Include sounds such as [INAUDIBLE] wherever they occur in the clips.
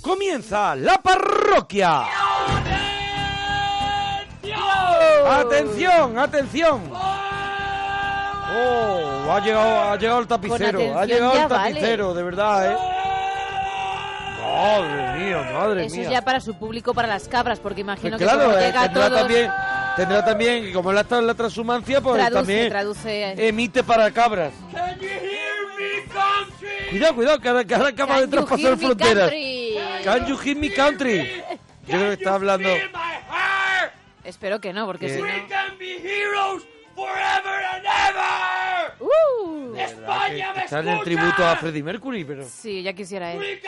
comienza la parroquia. Atención, atención. Oh, ha llegado, ha llegado el tapicero, atención ha llegado ya el tapicero, de verdad, ¿eh? Madre mía, madre Eso mía. es ya para su público, para las cabras, porque Pues imagino que claro, como eh, llega a tendrá todos, también, tendrá también, y como él ha estado en la transhumancia, pues traduce, también eh, traduce. emite para cabras. Cuidado, cuidado, que ahora, que ahora acaba de Can you traspasar hear me, fronteras. country? Can you hear me country? Yo creo que está hablando. Eh, Espero que no, porque Que- si no... ¡Uh! España, Están en tributo a Freddie Mercury, pero. Sí, ya quisiera eh. él.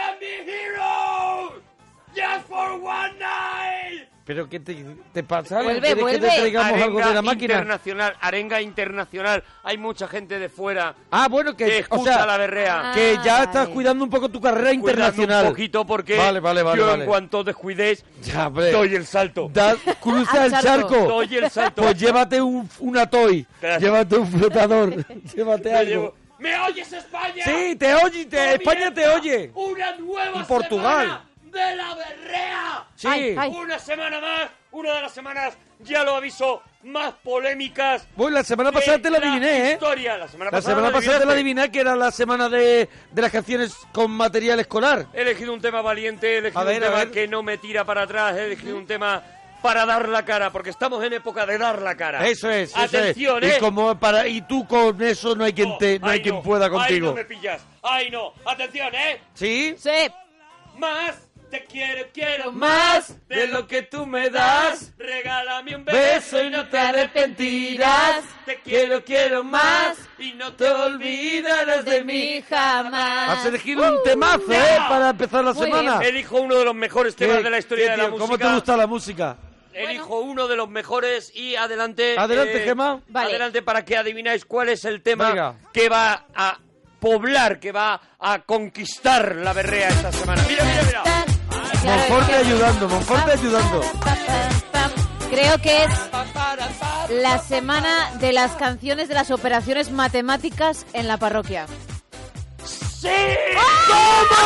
¿Pero qué te, te pasa? Vuelve, ¿Quieres que vuelve. te traigamos algo de la máquina? internacional, arenga internacional. Hay mucha gente de fuera Ah, bueno, que. que o escucha sea, la berrea. Ah, que ya estás vale. cuidando un poco tu carrera Cuidadme internacional. un poquito porque Vale, vale, vale, yo vale. en cuanto descuidéis Ya, hombre. doy el salto. Da- [LAUGHS] cruza Al el charco. charco. Doy el salto. Pues llévate un, una toy. Claro. Llévate un [LAUGHS] flotador. [LAUGHS] llévate Me algo. llevo- ¿Me oyes España? Sí, te oye, te- España te oye. Una nueva Y Portugal. semana de la berrea. Sí. Ay, ay. Una semana más, una de las semanas, ya lo aviso, más polémicas. Bueno, la semana pasada de te la adiviné, ¿eh? Historia. La semana La pasada, semana pasada te la adivinaste. adiviné que era la semana de, de las canciones con material escolar. He elegido un tema valiente, he elegido A ver, un a tema ver. que no me tira para atrás, he elegido un tema para dar la cara, porque estamos en época de dar la cara. Eso es, eso es. Atención, ¿eh? Y como para y tú con eso no hay quien te, no hay Ay, quien no. pueda Ay, no contigo. me pillas. Ay, no. Atención, ¿eh? ¿Sí? ¡Sí! Más te quiero, quiero Más más de lo que tú me das. Regálame un Beso y no te arrepentirás. Te quiero, quiero más. y no te olvidarás de mí. jamás. Has elegido Uh, un temazo, ¿eh? no. Para empezar la Muy semana. Elijo uno de los mejores ¿Qué- temas de la historia qué, de la tío? música. ¿Cómo te gusta la música? Elijo uno de los mejores y adelante. eh, Adelante, Gemma. Vale. Adelante para que adivináis cuál es el tema Venga. que va a poblar, que va a conquistar la berrea esta semana. Mira, mira, mira. Monforte ayudando, Monforte ayudando. Creo que es la semana de las canciones de las operaciones matemáticas en la parroquia. ¡Sí! ¡Toma!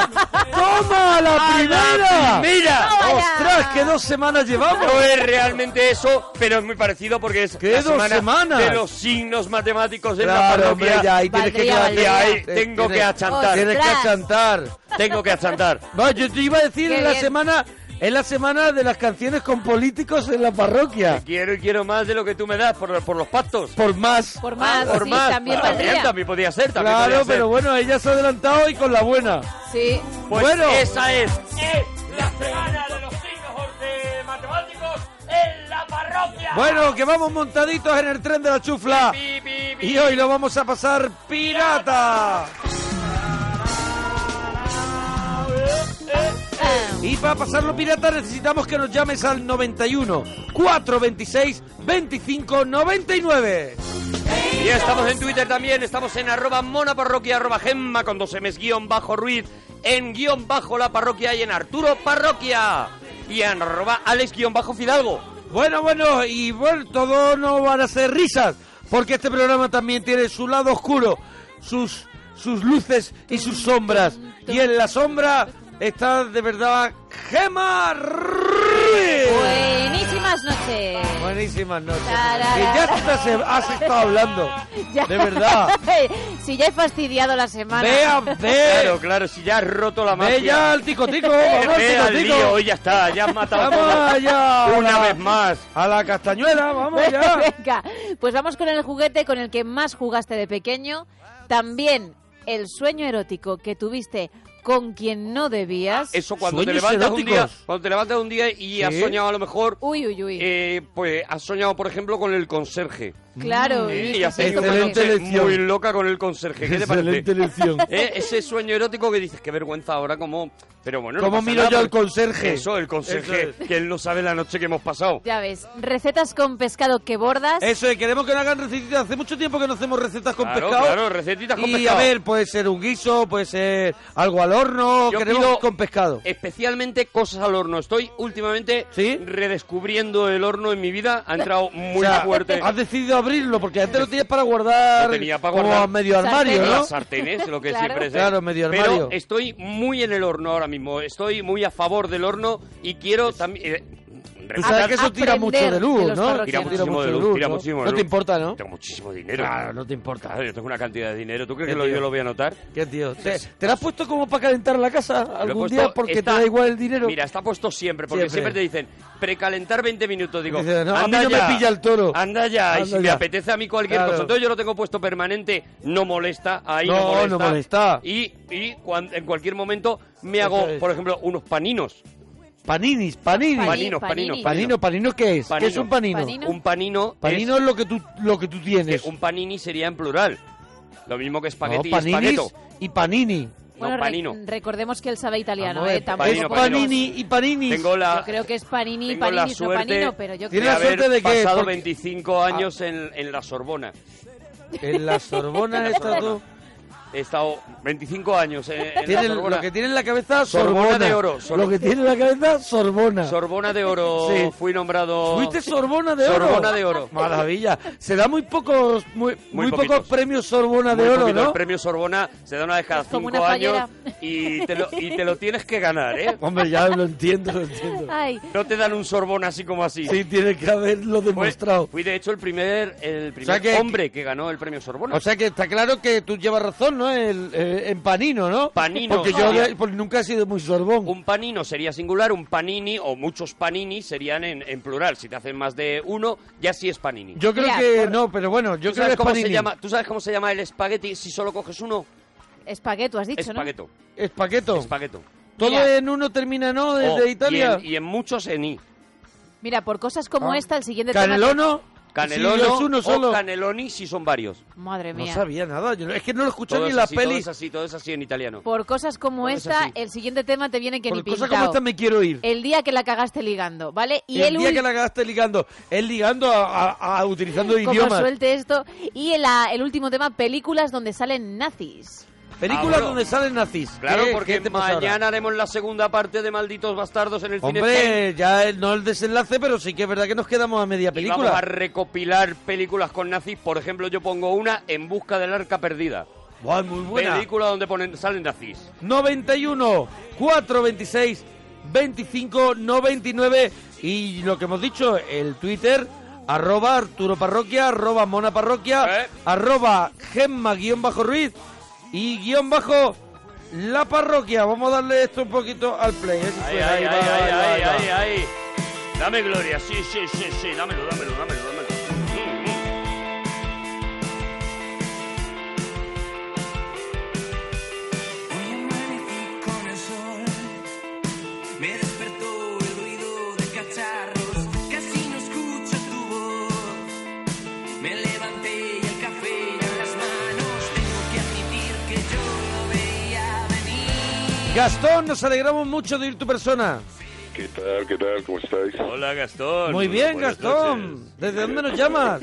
Ah, ¡Toma la primera! ¡Mira! Vaya. ¡Ostras, qué dos semanas llevamos! No es realmente eso, pero es muy parecido porque es ¿Qué la dos semana semanas? de los signos matemáticos en la Claro, hombre, parroquia. ya ahí tienes que Valdría, clavar- Y ahí Valdría. tengo Tienes- que achantar. Ostras. Tienes que achantar. Tengo que achantar. No, yo te iba a decir Qué en la bien. semana, en la semana de las canciones con políticos en la parroquia. Quiero y quiero más de lo que tú me das por, por los pactos. Por más. Por más, por sí, más. también también, valdría. también podía ser. También podía Claro, ser. pero bueno, ella se ha adelantado y con la buena. Sí. Pues bueno. esa es. Es la semana de los signos de matemáticos en la parroquia. Bueno, que vamos montaditos en el tren de la chufla. Pi, pi, pi. Y hoy lo vamos a pasar pirata. Y para pasarlo pirata necesitamos que nos llames al 91 426 25 99. Y estamos en Twitter también, estamos en arroba monaparroquia, arroba gemma con dos m's guión bajo ruiz, en guión bajo la parroquia y en Arturo Parroquia. Y en arroba alex guión bajo fidalgo. Bueno, bueno, y bueno, todo no van a ser risas, porque este programa también tiene su lado oscuro, sus, sus luces y sus sombras. Y en la sombra está de verdad Gema Ruiz. Buenísimas noches. Buenísimas noches. Tarara. Que ya estás, has estado hablando. Ya. De verdad. [LAUGHS] si ya he fastidiado la semana. [LAUGHS] Vea, ve, Claro, claro, si ya has roto la ve ya magia. al tico [LAUGHS] tico. Vamos al Ve al tico lío, tico. ya está, ya has matado Vamos todo. allá. Una a la- vez más. A la [LAUGHS] castañuela, vamos ya. Venga, pues vamos con el juguete con el que más jugaste de pequeño. También el sueño erótico que tuviste con quien no debías. Ah, Eso cuando te Sueños levantas un día, eróticos. cuando te levantas un día y has Sí. soñado a lo mejor, Uy, uy, uy. eh, pues has soñado por ejemplo con el conserje. claro. Eh, uy, y sí, has sí, tenido una Excelente noche elección. muy loca con el conserje. ¿Qué te parece? Excelente elección. [LAUGHS] ¿Eh? Ese sueño erótico que dices, qué vergüenza ahora, como... Pero bueno, no ¿Cómo pasa miro nada, yo al porque- conserje? Eso, el conserje, Eso que él no sabe la noche que hemos pasado. Ya ves, recetas con pescado que bordas. Eso es, queremos que no hagan recetitas. Hace mucho tiempo que no hacemos recetas con Claro, pescado. claro, recetitas con y pescado. a ver, puede ser un guiso, puede ser algo al horno, Yo queremos pido- con pescado. Especialmente cosas al horno. Estoy últimamente ¿Sí? redescubriendo el horno en mi vida. Ha entrado [LAUGHS] muy O sea, fuerte. Has decidido abrirlo porque antes lo tenías para guardar, Lo tenía para como guardar. a medio armario, Sartenes. ¿no? Las sartenes, lo [LAUGHS] que Claro. siempre es. ¿eh? Claro, medio armario. Pero estoy muy en el horno ahora mismo. Estoy muy a favor del horno y quiero también. eh, Tú sabes que eso tira mucho Aprender de luz, de los ¿no? parroquianos. Tira muchísimo de luz, tira ¿no? muchísimo de No te luz. importa, ¿no? Tengo muchísimo dinero. Claro, no te importa. Claro, yo tengo una cantidad de dinero. ¿Tú crees Qué que lo- tío. yo lo voy a notar? ¿Qué tío? ¿Te, te la has puesto como para calentar la casa Lo he algún puesto- día porque está- te da igual el dinero? Mira, está puesto siempre, porque Siempre. siempre, te dicen precalentar 20 minutos. Digo, Dices, "No, a anda mí no me ya, pilla el toro". Anda ya, Anda y si me ya. apetece a mí cualquier Claro. cosa. Entonces yo lo tengo puesto permanente, no molesta, ahí No, no, molesta. no molesta. Y, y cuan- en cualquier momento me Eso hago, es. por ejemplo, unos paninos. Paninis, paninis. Pani- Paninos, paninos. panini. Panino, panino, ¿qué es? ¿Qué Panino. es un panino? Panino. Un panino. es- Panino es lo que tú, lo que tú tienes. que un panini sería en plural. Lo mismo que No, espagueti y paninis espagueto. y panini. Bueno, no, re- panino. recordemos que él sabe italiano, Vamos a ¿eh? ver, Tampoco- es Panino, panini y paninis. Tengo la, Yo creo que es panini, tengo la panini, no suerte panino, pero yo Tiene creo de la haber suerte de que- pasado porque- 25 años en, en la Sorbona. En la [LAUGHS] Sorbona está tú. He estado 25 años en, en la Tiene- Sorbona. lo que tiene en la cabeza, Sorbona. Sorbona de oro, Sor- Lo que tiene en la cabeza, Sorbona. Sorbona de [LAUGHS] Oro Sí. fui nombrado. ¿Fuiste Sorbona de Oro? Sorbona de Oro. Maravilla. Se da muy pocos, muy, muy, Muy pocos poquitos. premios Sorbona Muy de Oro, poquito, ¿no? El premio Sorbona se da una vez cada Es como 5 una años fallera. y te, lo, y te lo tienes que [LAUGHS] ganar, ¿eh? Hombre, ya lo entiendo, lo entiendo. Ay, No te dan un Sorbona así como así. Sí, tiene que haberlo Fue- demostrado. fui de hecho el primer, el sea primer que- hombre que ganó el premio Sorbona. O sea que está claro que tú llevas razón, ¿no? El, eh, en Panino, ¿no? Panino, Porque yo hostia. de- pues, nunca he sido muy sorbón. Un panino sería singular, un panini o muchos panini serían en, en plural. Si te hacen más de uno, ya sí es panini. Yo creo Mira, que por- no, pero bueno, yo creo que ¿Tú, sabes es cómo panini. se llama, ¿Tú sabes cómo se llama el espagueti si solo coges uno? espagueto has dicho, ¿no? Espagueto. Espagueto. Espagueto. Todo Mira. en uno termina, ¿no? O- Desde y Italia. en- Y en, muchos en i. Mira, por cosas como Ah. esta, el siguiente tema... Canelono. Canelono Sí, es uno solo. o caneloni si son varios. Madre No mía. sabía nada. yo- es que no lo escuché Todo ni es en las así, Todo pelis. es así, todo es así en italiano. Por cosas como Todo es esta, así. el siguiente tema te viene que Pues Por ni cosas como pintado. esta me quiero ir. El día que la cagaste ligando, ¿vale? Y el, el, día ul- que la cagaste ligando. Él ligando a, a- a- utilizando como idiomas. suelte esto. Y el, ah, el último tema, películas donde salen nazis. Películas Ah, bueno. donde salen nazis. Claro, ¿Qué- porque qué te pasa ahora? mañana haremos la segunda parte de Malditos Bastardos en el cine. Hombre, ya el- no el desenlace, pero sí que es verdad que nos quedamos a media Y vamos a película. recopilar películas con nazis. Por ejemplo, yo pongo una En busca del arca perdida. Buah, muy buena. Película donde ponen, salen nazis. 91, 4, 26, 25, 99. Y lo que hemos dicho, el Twitter, arroba Arturo Parroquia, arroba Mona Parroquia, Eh. arroba Gemma guión bajo Ruiz y guión bajo La Parroquia. Vamos a darle esto un poquito al play. ¿eh? Si Ahí, suena, ahí, va, ahí, va, ahí, va, ahí, va. ahí, ahí. Dame gloria, sí, sí, sí, sí, dámelo, dámelo, dámelo, dámelo. Mm, mm. Hoy amanecí con el sol, me despertó el ruido de cacharros, casi no escucho tu voz. Me levanté y el café en las manos, tengo que admitir que yo lo veía venir. Gastón, nos alegramos mucho de ir tu persona. ¿Qué tal? ¿Qué tal? ¿Cómo estáis? Hola Gastón. Muy bien, Buenas Gastón. noches. ¿Desde dónde nos llamas?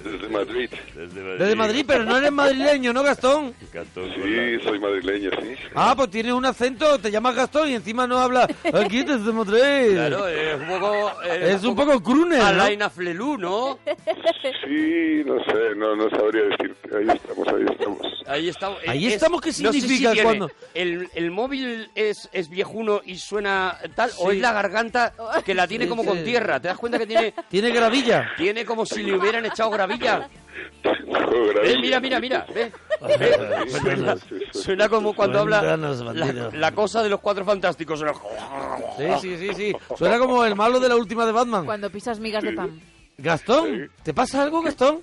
Desde Madrid. Desde Madrid. Desde Madrid, pero no eres madrileño, ¿no, Gastón? [LAUGHS] Gastón, con Sí, soy madrileño, sí. Ah, pues tienes un acento, te llamas Gastón y encima no habla. Ah, Aquí desde Madrid. Claro, [LAUGHS] es un poco... eh, es un poco crooner, ¿no? Alaina Flelú, ¿no? Sí, no sé, no, no sabría decir. Ahí estamos, ahí estamos. Ahí estamos. Eh, Ahí estamos, ¿qué no sé si significa tiene- cuando- El, el móvil es, es viejuno y suena tal, o es la garganta que la tiene Sí, como sí. con tierra. ¿Te das cuenta que tiene, [LAUGHS] Tiene gravilla. tiene como si le hubieran echado gravilla? No, gracias. Ve, mira, mira, mira. ve. pues, Suena- Suena como cuando habla Cuéntanos, la, bandido. la cosa de los cuatro fantásticos. Suena- Sí, sí, sí, sí. Suena como el malo de la última de Batman. Cuando pisas migas de pan. Gastón, ¿te pasa algo, Gastón?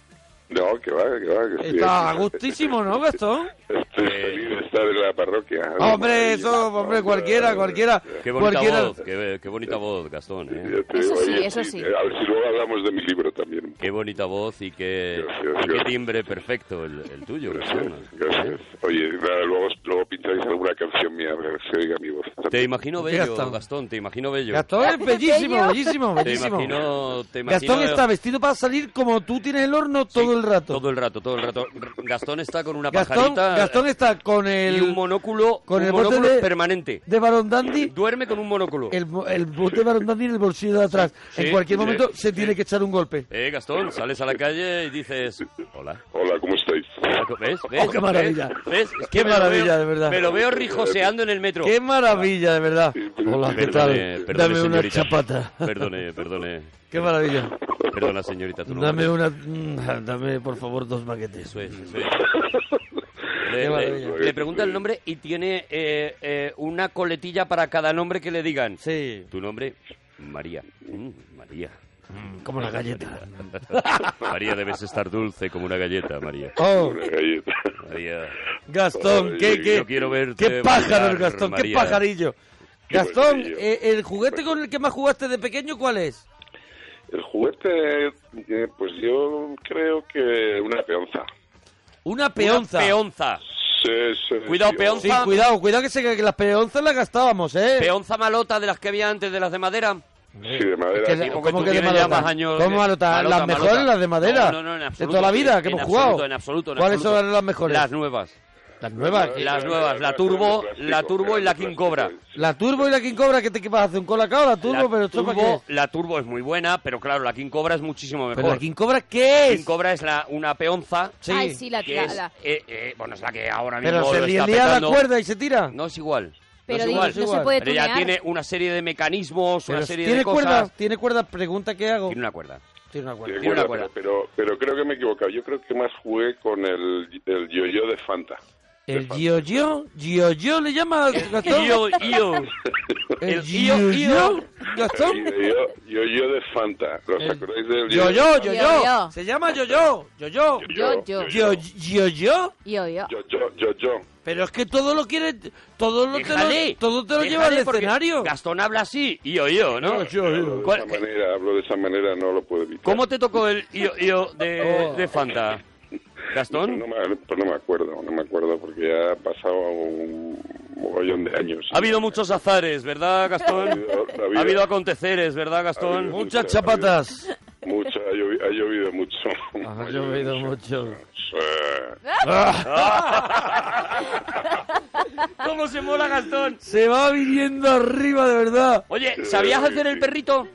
No, que va, que va. Que estoy Está a aquí. gustísimo, ¿no, Gastón? Eh. Estoy feliz de estar en la parroquia. Hombre, eso, hombre, cualquiera, cualquiera. Qué bonita cualquiera. voz, qué, qué bonita voz, Gastón. ¿eh? Ya te Eso digo, sí, oye, eh, eso sí. A ver si luego hablamos de mi libro también. Qué bonita voz y qué, Gracias, y qué gracias. timbre perfecto el, el tuyo, Gastón. Gracias, gracias. ¿Eh? Oye, nada, luego, luego pincháis alguna canción mía, a ver si oiga mi voz. Te imagino Qué bello, Gastón. Gastón, te imagino bello. Gastón es bellísimo, Bello. bellísimo, te bellísimo. imagino, te imagino Gastón está vestido para salir como tú tienes el horno Sí, todo el rato. Todo el rato, todo el rato. Gastón está con una Gastón, pajarita. Gastón está con el el. Y un monóculo, con un el bote monóculo de- permanente. De Eh. Barón Dandy. Duerme con un monóculo. El, bo- el bote de Barón Dandy en el bolsillo de atrás. Sí, en cualquier sí, momento se sí. tiene que echar un golpe. Eh, Gastón, sales a la calle y dices, hola. Hola, ¿cómo estáis? ¿Ves? ¿Ves? Oh, qué maravilla. ¿Ves? ¿Ves? Es Qué me lo maravilla, veo- de verdad. Me lo veo rijoseando en el metro. ¡Qué maravilla, de verdad! Hola, ¿qué Perdone, tal? perdone, Dame una señorita. chapata. [LAUGHS] Perdone, perdone. [LAUGHS] ¡Qué maravilla! Perdona, señorita, tu nombre. Dame una. mm, Dame, por favor, dos maquetes. Eso es, eso es. Qué Le, maravilla. le- le pregunta el nombre y tiene eh, eh, una coletilla para cada nombre que le digan. Sí, Tu nombre, María. Mm, María. mm, como la galleta. Eh, [LAUGHS] María, debes estar dulce como una galleta, María. ¡Oh! Una galleta. María. Gastón, qué, Yo qué, quiero verte qué pájaro el bailar, Gastón, qué María. pajarillo. Qué Gastón, pajarillo. eh, ¿el juguete con el que más jugaste de pequeño cuál es? El juguete, eh, pues yo creo que una peonza. Una Peonza. peonza. peonza. Sí, sí, Cuidado, yo- peonza. Sí, cuidado, cuidado que, se, que las peonzas las gastábamos, ¿eh? Peonza malota de las que había antes, de las de madera. Sí, de madera. Que sí. la- porque ¿Cómo tú que de tienes malota? ya más años ¿Cómo de- malota? malota, ¿Las malota. mejores, las de madera? No, no, no, en De absoluto. toda la vida que En hemos absoluto, jugado. En absoluto, en ¿Cuáles absoluto. son las mejores? Las nuevas. Las nuevas. Sí, Las sí, nuevas, sí, la sí, Turbo, sí, la sí, Turbo y la sí, King sí, Cobra. sí, sí. La turbo y la king cobra, ¿qué te qué vas a hacer? ¿Un colacao? La turbo, la, pero esto para qué? turbo, la Turbo es muy buena, pero claro, la King Cobra es muchísimo mejor. ¿Pero la king cobra qué King es? Cobra es la, una peonza Sí. Ay, sí, la, que la- es, la- eh, eh, bueno, es la que ahora mismo Pero se lo le está lía la petando. cuerda y se tira. No es igual. Pero no es digo, igual. es igual. no se puede Pero ya tunear. tiene una serie de mecanismos, Pero una si serie ¿Tiene de cosas. cuerda? ¿Tiene cuerda? Pregunta que hago. Tiene una cuerda. Tiene una cuerda. Sí, Tiene una bueno, cuerda. Pero, pero, pero creo que me he equivocado. Yo creo que más jugué con el, el yo-yo de Fanta. El yo-yo, yo-yo le llama Gastón. Io, io. El el yo- yo-yo, Y Gastón. de Yo, [LAUGHS] yo-yo de Fanta. ¿Los acordáis del Yo-yo, yo-yo. Yo-yo. Se llama yo-yo, yo-yo. Yo-yo. Yo-yo. Yo-yo. Yo, yo. Yo-yo, yo-yo. Pero es que todo lo quiere, todo lo, te Déjale, lo, todo te lo déjale, lleva al porque escenario. Gastón habla así, io, io, ¿no? Hablo de ¿Cuál- esa manera, hablo de esa manera, no lo puedo evitar. ¿Cómo te tocó el io, io de, Oh. de Fanta? Gastón, No me, pues no me acuerdo, no me acuerdo porque ya ha pasado un mogollón de años. ha habido muchos azares, ¿verdad, Gastón? Ha habido- ha Ha habido habido- aconteceres, ¿verdad, ha Gastón? habido- Muchas chapatas. Mucho, ha llovi- ha llovido, mucho. Ah. [LAUGHS] Ha llovido mucho. Sí. [LAUGHS] ¿Cómo se mola, Gastón? Se va viniendo arriba, de verdad. Oye, ¿sabías hacer el perrito?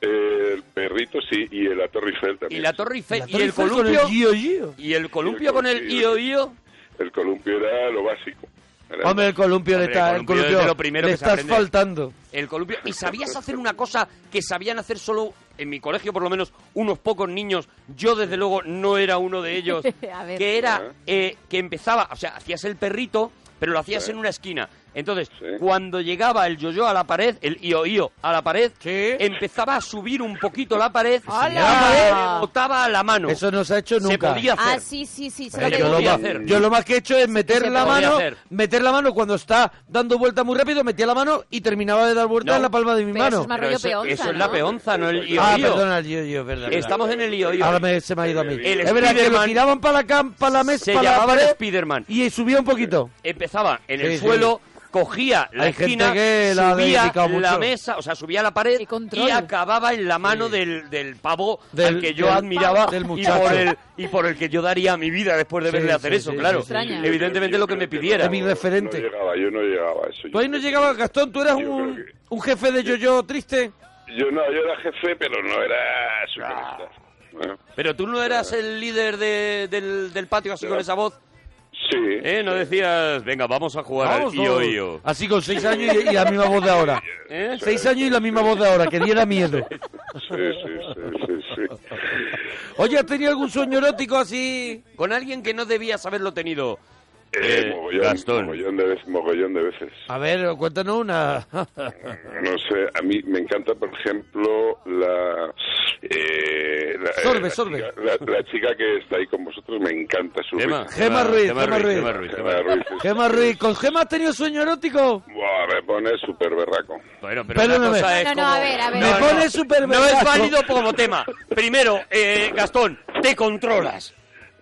Eh, El perrito sí, y la Torre Eiffel Y también. la Torre Eiffel, La y el Torre Eiffel con el columpio, yo-yo. y el columpio con el io, io. El columpio era lo básico. Era- Hombre, el columpio le Hombre, está, el el columpio es columpio de lo primero le que se estás aprende. faltando. El columpio. ¿Y sabías hacer una cosa que sabían hacer solo en mi colegio, por lo menos, unos pocos niños? Yo, desde luego, no era uno de [LAUGHS] ellos. [LAUGHS] A ver. Que era eh, que empezaba, o sea, hacías el perrito, pero lo hacías en una esquina. Entonces, Sí. cuando llegaba el yo-yo a la pared, el io-io a la pared, Sí. empezaba a subir un poquito la pared, ¡Ah! ¡Hala! la pared botaba a la mano. Eso no se ha hecho se nunca. podía hacer. Ah, sí, sí, sí. se Pero lo Se yo, lo podía más, hacer. yo lo más que he hecho es meter se la podía mano, hacer. meter la mano cuando está dando vuelta muy rápido, metía la mano y terminaba de dar vuelta No. en la palma de mi Pero mano. eso es más Pero rollo eso, peonza, eso es ¿no? la peonza, no el io-io. ah, perdona, el yo, yo, verdad. Estamos en el io-io. Ahora me- se me ha ido a mí. El es verdad que lo Spiderman tiraban para la, cam- para la mesa, se para la llamaba el pared Spiderman. y subía un poquito. empezaba en el Sí, sí. suelo, cogía la Hay gente esquina, que la ha subía dedicado la mucho. mesa, o sea, subía la pared Qué control. y acababa en la mano del, del pavo Del- al que yo del- admiraba del y, muchacho. por el, y por el que yo daría mi vida después de Sí, verle hacer sí, eso, sí, claro. sí, sí. Extraña. Evidentemente lo que me pidiera. De mi referente. No llegaba, yo no llegaba a eso. Tú ahí no llegabas, Gastón, tú eras Yo un, creo que- un jefe de yo-yo triste. Yo no, yo era jefe, pero no era superstar. Ah. Bueno, Pero tú no eras el líder de- del, del patio así con esa voz. sí. ¿Eh? No decías, venga, vamos a jugar Vamos, al io, todos. io. Así con seis años y, y la misma voz de [LAUGHS] ahora. ¿Eh? Seis años y la misma voz de ahora, que diera miedo. Sí, sí, sí, sí, sí. Oye, ¿has tenido algún sueño erótico así? Con alguien que no debías haberlo tenido. Eh, Eh, mogollón, Gastón. Mogollón de, veces, mogollón de veces. A ver, cuéntanos [LAUGHS] una. No sé, a mí me encanta, por ejemplo, la... Eh, la eh, Sorbe, la sorbe. chica- La, la chica que está ahí con vosotros me encanta su... Gema, Gema Ruiz, Gema Ruiz. Gema Ruiz, Gema Gema Ruiz. Ruiz es- Gemma Ruiz, ¿con Gemma has tenido sueño erótico? Buah, me pone súper berraco. Bueno, pero Perdóname. una cosa es No, no, no, como- a ver, a ver. Me No, pone súper No es berraco. válido como tema. Primero, eh, Gastón, te controlas.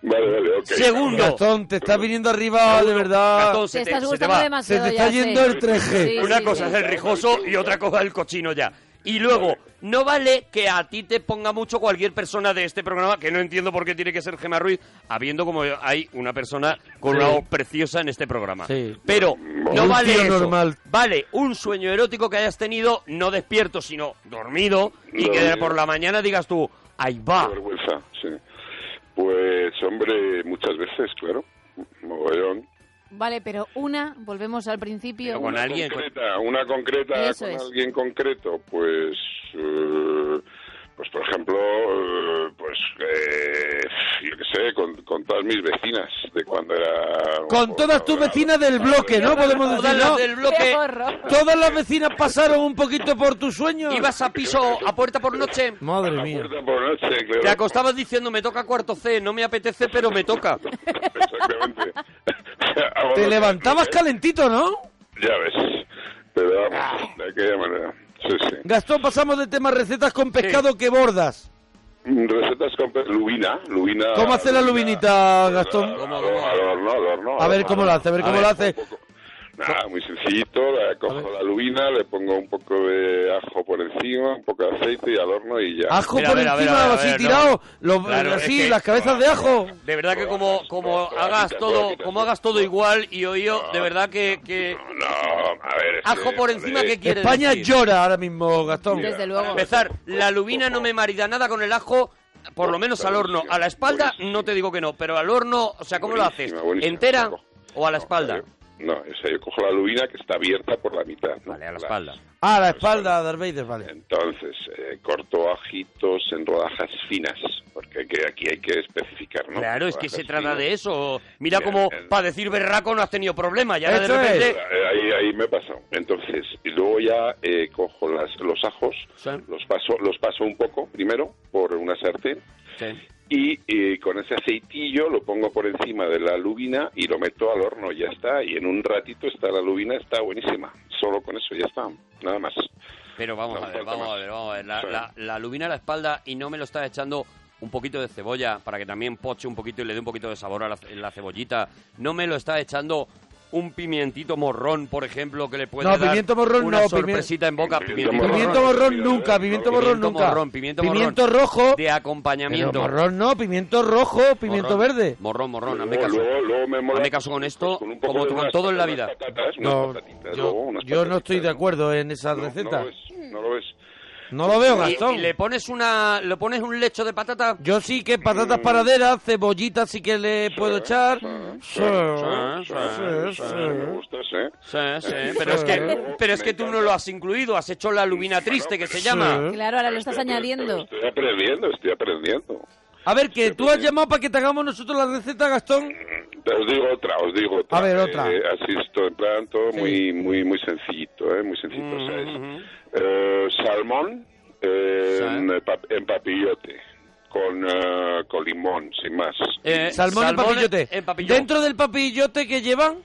Vale, vale, ok. Segundo, Gastón, te estás viniendo arriba, de verdad. Gastón, Ah, Te se te, estás se te gustando va. Se demasiado te está ya, yendo sí. el 3G. Sí, Una sí, cosa sí. es el rijoso y otra cosa el cochino ya. Y luego, No vale que a ti te ponga mucho cualquier persona de este programa, que no entiendo por qué tiene que ser Gemma Ruiz, habiendo como hay una persona con una Sí. voz preciosa en este programa. Sí. Pero no Un vale tío eso. normal. Vale, un sueño erótico que hayas tenido, no despierto, sino dormido, y que Dormido. por la mañana digas tú, ahí Qué va. vergüenza, sí. Pues, hombre, muchas veces, claro. Mogollón. Vale, pero una, volvemos al principio. Pero con Una alguien, con- concreta, una concreta Eso con es. alguien concreto, pues eh, pues por ejemplo, eh, pues eh, yo qué sé, con, con todas mis vecinas de cuando era Con todas tus vecinas del bloque, ¿no? Podemos Todas decir, las ¿no? del ¡Qué bloque, horror! Todas las vecinas pasaron un poquito por tus sueños. ibas a piso, a puerta por noche, Madre La mía. puerta por noche, claro. te acostabas diciendo, me toca cuarto C, no me apetece, pero me toca. Exactamente. Te levantabas calentito, ¿no? Ya ves. Pero Ah. vamos, de aquella manera. Sí, sí. Gastón, pasamos de tema recetas con pescado que bordas. Mm, Recetas con pe- lubina, lubina. ¿Cómo hace la lubinita, Al- Gastón? Al al horno, al horno. A ver al cómo horno. la hace, a ver cómo la hace. Nada, muy sencillito, la cojo la lubina, le pongo un poco de ajo por encima, un poco de aceite y al horno y ya. Ajo Mira, a por ver, a ver, a encima, ver, a así ver, tirado, los- Claro, es así, que- las cabezas de ajo. De verdad que como, como Todas, hagas todas, todo, todas. como hagas todo igual y hoy de verdad que, que No, a ver. es ajo que, por encima joder, que quieres España decir? llora ahora mismo, Gastón. Desde luego. Para empezar, la lubina no me marida nada con el ajo, por lo menos al horno. A la espalda Buenísimo. no te digo que no, pero al horno, o sea, ¿cómo lo haces? Buenísima, buenísima. ¿Entera Cojo. o a la no, espalda? yo- No, o sea, yo cojo la lubina que está abierta por la mitad. ¿no? Vale, a Claro. la espalda. Ah, la espalda, Darth Vader, vale. Entonces, eh, corto ajitos en rodajas finas, porque hay que- aquí hay que especificar, ¿no? pues, Claro, es que Rodajas se trata finas. de eso. Mira Bien, como bien. para decir berraco no has tenido problema, ya de Eso es. repente... Eh, Ahí, ahí me pasa. Entonces, y luego ya eh, cojo las, los ajos, Sí. los paso, los paso un poco primero por una sartén Sí. y eh, con ese aceitillo lo pongo por encima de la lubina y lo meto al horno, ya está. Y en un ratito está la lubina, está buenísima. Solo con eso ya está, nada más. Pero vamos No a ver, falta vamos más. a ver, vamos a ver. La, Sí. la, la lubina a la espalda y no me lo estás echando un poquito de cebolla para que también poche un poquito y le dé un poquito de sabor a la, la cebollita. No me lo estás echando un pimientito morrón, por ejemplo, que le puede No, dar pimiento morrón una no, pimi- sorpresita en boca. Pimiento Pimientito Pimiento morrón. morrón nunca, pimiento morrón Pimiento nunca. morrón, pimiento morrón. rojo. De Pero acompañamiento. morrón no, pimiento rojo, pimiento Morrón, verde. Morrón, morrón, hazme luego, caso. luego- luego me mola, Hazme caso con esto, pues, un poco como de tú con unas- todo en la unas vida. patatas, unas No, patatitas, yo, luego unas yo no estoy patatitas, de acuerdo en esa No, receta. No, lo ves, no lo ves. No lo veo, Y, Gastón. y le pones una, le pones un lecho de patata. Yo sí que patatas paraderas, cebollitas sí que le puedo echar. Sí, sí, sí, sí. Me gustas, ¿eh? Sí, sí, pero es que, pero es que tú no lo has incluido, has hecho la lubina triste que se llama. Sí. Claro, ahora lo estás Estoy- añadiendo. Estoy aprendiendo, estoy aprendiendo. A ver, que tú has llamado para que te hagamos nosotros la receta, Gastón. Te Os digo otra, os digo otra. A ver, otra. Eh, así es todo, en plan, todo muy, muy, muy sencillito, ¿eh? Muy sencillito. o sea, es, eh, salmón eh, Sí. en, pa- en papillote, con, eh, con limón, sin más. Eh, Salmón, en papillote. en papillo. Dentro del papillote que llevan,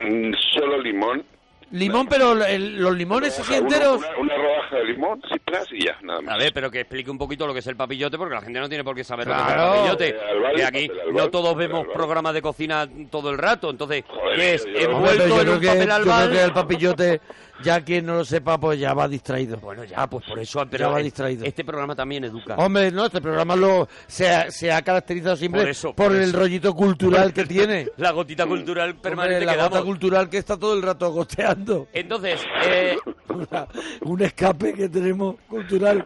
Mm, Solo limón. limón, pero el- los limones así Una- enteros. Una, una rodaja de limón, sí, plas, y ya, nada más. A ver, pero que explique un poquito lo que es el papillote, porque la gente no tiene por qué saber Claro. lo que es Eh, el papillote. albal, que aquí papel albal, no todos papel vemos albal. programas de cocina todo el rato, entonces, Joder, ¿qué es? yo- yo- Hombre, pero Envuelto en yo, un creo que, papel yo creo que el albal. papillote, ya quien no lo sepa, pues ya va distraído. Bueno, ya, pues por eso, ya pero va es- distraído. este programa también educa. Hombre, no, este programa lo, se, ha, se ha caracterizado siempre Por por, eso, por el eso. rollito cultural [LAUGHS] que tiene. La gotita cultural permanente Hombre, la que gota damos. cultural que está todo el rato goteando. [LAUGHS] Entonces, [LAUGHS] eh, Una- un escape que tenemos cultural.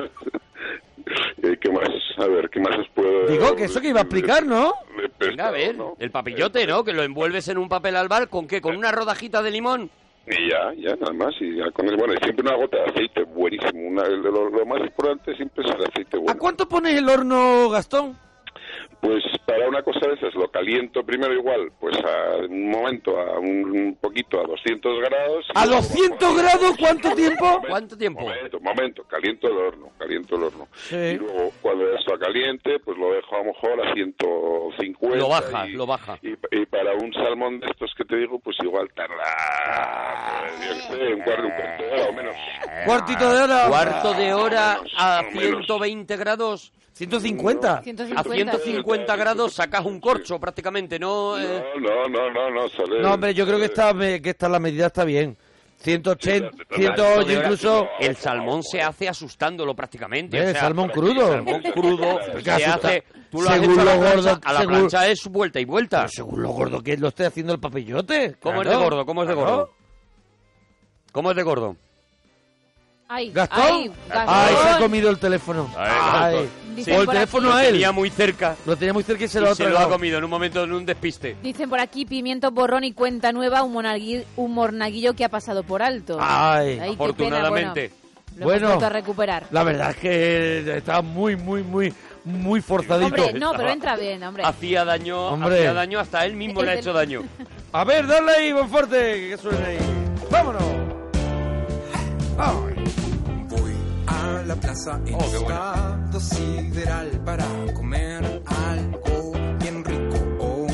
Eh, ¿Qué más? A ver, ¿qué más pues? os puedo Digo que eso que iba a explicar, ¿no? De venga, pescado, a ver, ¿no? el papillote, ¿no? Que lo envuelves en un papel albal, ¿con qué? ¿Con una rodajita de limón? Y ya, ya, nada más. Y ya con el- bueno, y siempre una gota de aceite, buenísimo. Una- lo, lo más importante siempre es el aceite ¿A bueno. cuánto pones el horno, Gastón? Pues para una cosa de esas, lo caliento primero igual, pues a un momento, a un, un poquito, a 200 grados. y ¿A luego- 200 grados cuánto tiempo? ¿Cuánto tiempo? Momento, momento, caliento el horno, caliento el horno. Sí. Y luego, cuando ya está caliente, pues lo dejo a lo mejor a 150. Lo baja, y- lo baja. Y, y para un salmón de estos que te digo, pues igual tarda, pues, yo qué sé, un cuarto, un cuarto de hora o menos. Cuartito de hora. Cuarto de hora Ah, menos, a menos. 120 grados. 150. A 150 150 grados sacas un corcho prácticamente, ¿no? Eh, No, no, no, no, no, sale- No, hombre, yo creo que esta, me- que esta la medida está bien. 180, Sí, la- la- 108 la- incluso... la- El salmón se hace asustándolo prácticamente. Eh, o el sea, salmón crudo. El salmón [LAUGHS] crudo Pero qué se asusta. hace. Tú lo has Según hecho a la, lo plancha, gordo- a la según- plancha es vuelta y vuelta. Pero según lo gordo que es, lo esté haciendo el papillote. ¿Cómo es claro. de gordo? ¿Cómo es de gordo? Claro. ¿Cómo es de gordo? Ay, ¿Gastón? ay, Ay, se ha Gastón. comido el teléfono. Ay, Ay. Dicen O el por aquí- teléfono a él. Tenía muy cerca. Lo tenía muy cerca y se y lo ha se lo ha tragado. comido en un momento en un despiste. Dicen por aquí pimiento borrón y cuenta nueva, un, monagui- un mornaguillo que ha pasado por alto. Ay. Ay, qué afortunadamente. pena, bueno, lo hemos Bueno. vuelto a recuperar. La verdad es que está muy, muy, muy, muy forzadito. Hombre, no, pero Estaba- entra bien, hombre. Hacía daño, Hombre. hacía daño hasta él mismo le ha hecho daño. [LAUGHS] A ver, dale ahí, Bonforte, que suene ahí. ¡Vámonos! Vamos. Voy a la plaza en estado sideral para comer algo bien rico. Oh.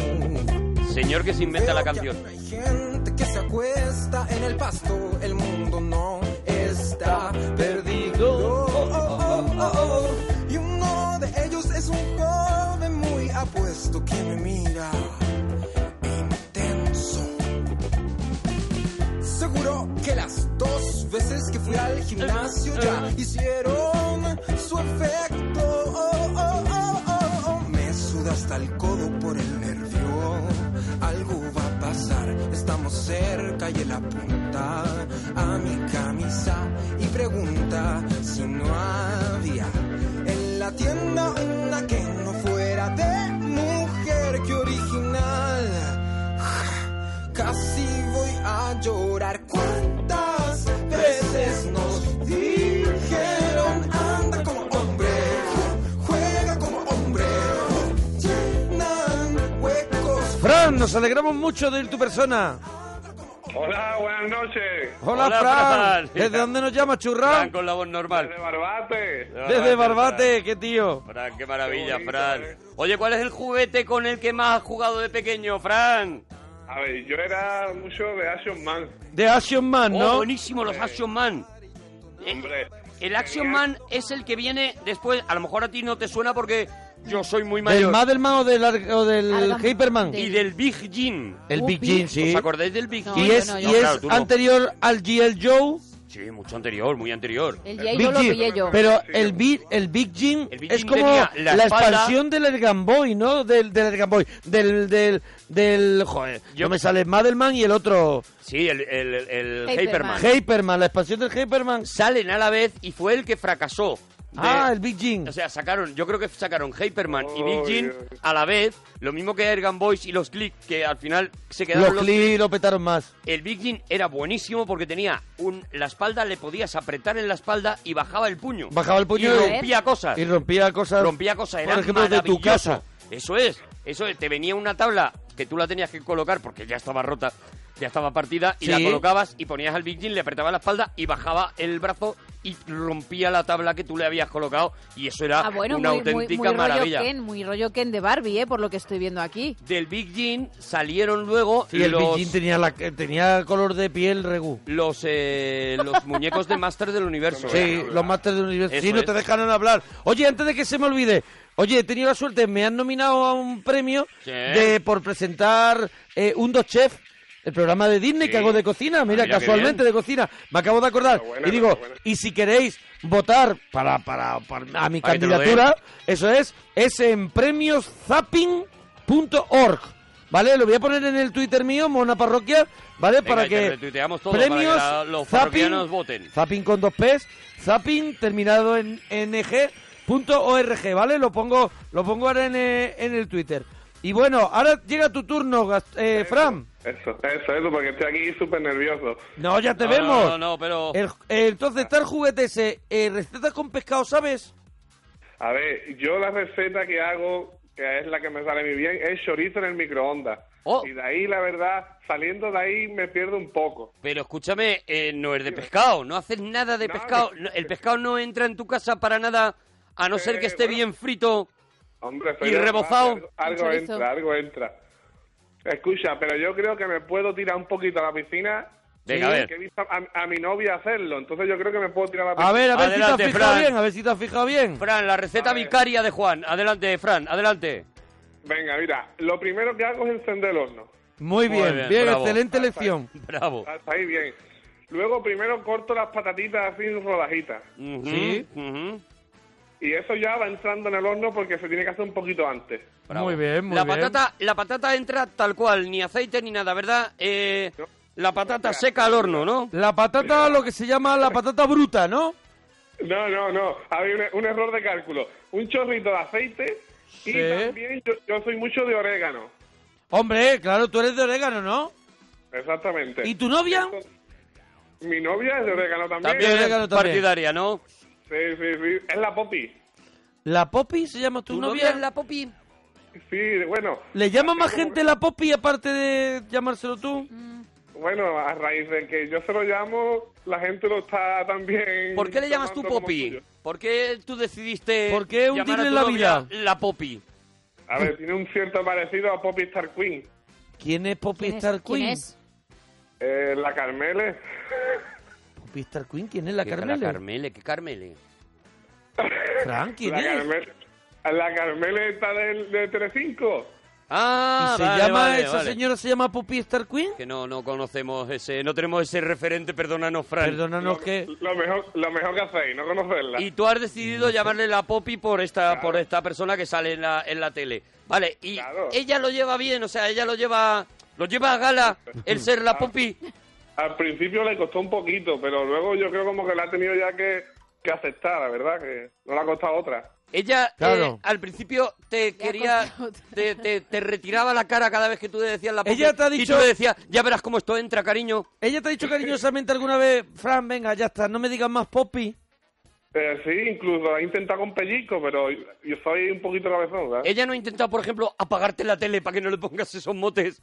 Señor que se inventa la Veo que canción. aún Hay gente que se acuesta en el pasto, el mundo no está perdido. Oh, oh, oh, oh, oh. Y uno de ellos es un joven muy apuesto que me mira intenso. Seguro que las dos veces que fui al gimnasio ya hicieron su efecto. Oh, oh, oh, oh, oh. Me suda hasta el codo por el nervio. Algo va a pasar, estamos cerca y él apunta a mi camisa y pregunta si no había en la tienda una que no fuera de mujer que original. Casi voy a llorar. ¿Cuántas veces nos dijeron anda como hombre, juega como hombre, llenan huecos? Fran, nos alegramos mucho de ir tu persona. Hola, Ah, buenas noches. Hola, Hola, Fran. Fran. ¿Desde dónde nos llamas, Fran churra? con la voz De normal. Barbate. Desde Barbate, qué tío. Fran, Fran, qué maravilla, Qué bonito, Fran. eh. Oye, ¿cuál es el juguete con el que más has jugado de pequeño, Fran? A ver, yo era mucho de Action Man. De Action Man, Oh, ¿no? buenísimo, los Action Man. Eh, Hombre. El Action tenía- Man es el que viene después. A lo mejor a ti no te suena porque yo soy muy ¿Del mayor. Madelman o del, ar- o del Alga- Hyperman? y del Big Jim. El Uh, Big Big- Jim, sí. ¿Os acordáis del Big No, Jim? Y yo es, no, y yo no. es Claro, tú no. anterior al GL Joe, Sí, mucho anterior, muy anterior. El día Big yo lo Jim. pillé yo. Pero el, Big- el Big Jim El Big es Jim como tenía la, la espalda- expansión del Ergan Boy, ¿no? Del, del Ergan Boy. Del, del, del... Joder, Yo- no me sale Madelman y el otro... Sí, el, el, el- el Hyperman. Hyperman. Hyperman, la expansión del Hyperman. Salen a la vez y fue el que fracasó. De- Ah, el Big Jim. O sea, sacaron, yo creo que sacaron Hyperman y Big Oh, Jim Dios. a la vez, lo mismo que Ergan Boys y los Click, que al final se quedaron Los los Clee lo petaron más. El Big Jim era buenísimo porque tenía un, la espalda, le podías apretar en la espalda y bajaba el puño. Bajaba el puño y y- rompía cosas. Y rompía cosas... rompía cosas, era Por ejemplo, de tu maravilloso. casa. Eso es, eso es. Te venía una tabla que tú la tenías que colocar porque ya estaba rota, ya estaba partida, y la Sí. colocabas y ponías al Big Jim, le apretabas la espalda y bajaba el brazo y rompía la tabla que tú le habías colocado. Y eso era Ah, bueno, una muy, muy, auténtica muy rollo maravilla. Ken, muy rollo Ken de Barbie, eh, por lo que estoy viendo aquí. Del Big Jim salieron luego Sí, el los, Big Jim tenía, la, eh, tenía color de piel regu. los, eh, los muñecos de Master del Universo. Sí, los Masters del Universo. Eso Sí, no es. te dejaron hablar. Oye, antes de que se me olvide, oye, he tenido la suerte, me han nominado a un premio Sí. de por presentar eh, un dos chef. El programa de Disney que Sí. hago de cocina, mira, mira qué casualmente de cocina, me acabo de acordar. Enhorabuena, y digo, enhorabuena. y si queréis votar para, para, para- a mi Ahí te lo candidatura, eso es, es en premioszapping.org. ¿Vale? Lo voy a poner en el Twitter mío, Mona Parroquia, ¿vale? Venga, para y que te retuiteamos todo, para que la- los parroquianos voten. Zapping con dos P's, Zapping terminado en ng.org, ¿vale? Lo pongo, lo pongo ahora en, eh, en el Twitter. Y bueno, ahora llega tu turno, Gas- eh, Fran. Eso, eso, eso, porque estoy aquí súper nervioso. No, ya te No, vemos. no, no, pero- El- eh, entonces está el juguete ese, eh, recetas con pescado, ¿sabes? A ver, yo la receta que hago, que es la que me sale muy bien, es chorizo en el microondas. Oh. Y de ahí, la verdad, saliendo de ahí me pierdo un poco. Pero escúchame, eh, no es de pescado, no haces nada de No, pescado. no. no- el pescado no entra en tu casa para nada, a no ser que Eh, esté bueno. bien frito. Hombre, Y de verdad, rebozado. Algo, algo Chorizo. entra, algo entra. Escucha, pero yo creo que me puedo tirar un poquito a la piscina. Venga, a ver. Que he visto a, a mi novia hacerlo, entonces yo creo que me puedo tirar a la piscina. A ver, a ver si te Adelante, has fijado Fran. bien, a ver si te has fijado bien. Fran, la receta A ver. vicaria de Juan. Adelante, Fran, adelante. Venga, mira, lo primero que hago es encender el horno. Muy Muy bien, bien, bien, bravo. excelente elección. Bravo. Hasta ahí bien. Luego primero corto las patatitas así en rodajitas. Ujú, Sí. ujú. Y eso ya va entrando en el horno porque se tiene que hacer un poquito antes. Bravo. Muy bien, muy la bien. Patata, la patata entra tal cual, ni aceite ni nada, ¿verdad? Eh, No. la patata seca al horno, ¿no? La patata, lo que se llama la patata bruta, ¿no? No, no, no. Había un, un error de cálculo. Un chorrito de aceite Sí. y también yo, yo soy mucho de orégano. Hombre, claro, tú eres de orégano, ¿no? Exactamente. ¿Y tu novia? Mi novia es de orégano también. También Yo es creo que no también. partidaria, ¿no? Sí, sí, sí. Es la popi. ¿La Poppy se llama tu, novia? es la popi? Sí, bueno, ¿Le llama más gente la Poppy aparte de llamárselo tú? bueno, a raíz de que yo se lo llamo, la gente lo está también. ¿Por qué le llamas tú tomando como Popi? suyo. ¿Por qué tú decidiste ¿Por qué llamar hundirle a tu la novia vida? La Popi. A ver, tiene un cierto parecido a Poppy Star Queen. ¿Quién es Poppy ¿Quién es? Star Queen? ¿Quién es? Eh, la Carmele. ¿Poppy Star Queen? ¿Quién es la ¿Qué Carmela? Carmele, ¿qué Carmele? Fran, ¿quién la es? Carmele. La Carmele está del- de, Telecinco. Ah, ¿Y se vale, llama, vale, esa vale. señora se llama Poppy Star Queen? Que no, no conocemos ese, no tenemos ese referente, perdónanos, Fran. Perdónanos que... Lo mejor, lo mejor que hacéis, no conocerla. Y tú has decidido llamarle la Poppy por esta, por esta persona que sale en la, en la tele. Vale, y Claro. ella lo lleva bien, o sea, ella lo lleva, lo lleva a gala el ser la Poppy. Ah, Al principio le costó un poquito, pero luego yo creo como que la ha tenido ya que, que aceptar, la verdad, que no le ha costado otra. Ella Claro. eh, al principio Le te ha quería, costado otra. te, te- te retiraba la cara cada vez que tú le decías la Poppy. Ella te ha Y dicho- tú le decías, ya verás cómo esto entra, cariño. ¿Ella te ha dicho cariñosamente alguna vez, Fran, venga, ya está, no me digas más Poppy? Eh, sí, incluso ha intentado con pellizco, pero yo soy un poquito cabezón, ¿verdad? Ella no ha intentado, por ejemplo, apagarte la tele para que no le pongas esos motes.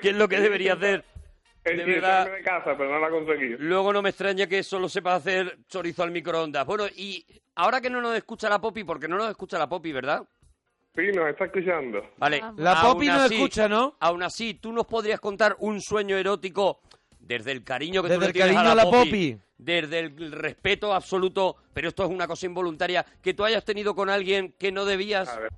Que es lo que debería hacer. Es de que verdad. salirme de casa, pero no la ha conseguido. Luego no me extraña que solo sepa hacer chorizo al microondas. Bueno, y ahora que no nos escucha la Poppy, porque no nos escucha la Poppy, ¿verdad? Sí, nos está escuchando. Vale. Vamos. La aún Poppy no así- escucha, ¿no? Aún así, tú nos podrías contar un sueño erótico desde el cariño que tú Desde le el tienes cariño a la, Poppy, Poppy. desde el respeto absoluto, pero esto es una cosa involuntaria, que tú hayas tenido con alguien que no debías. A ver,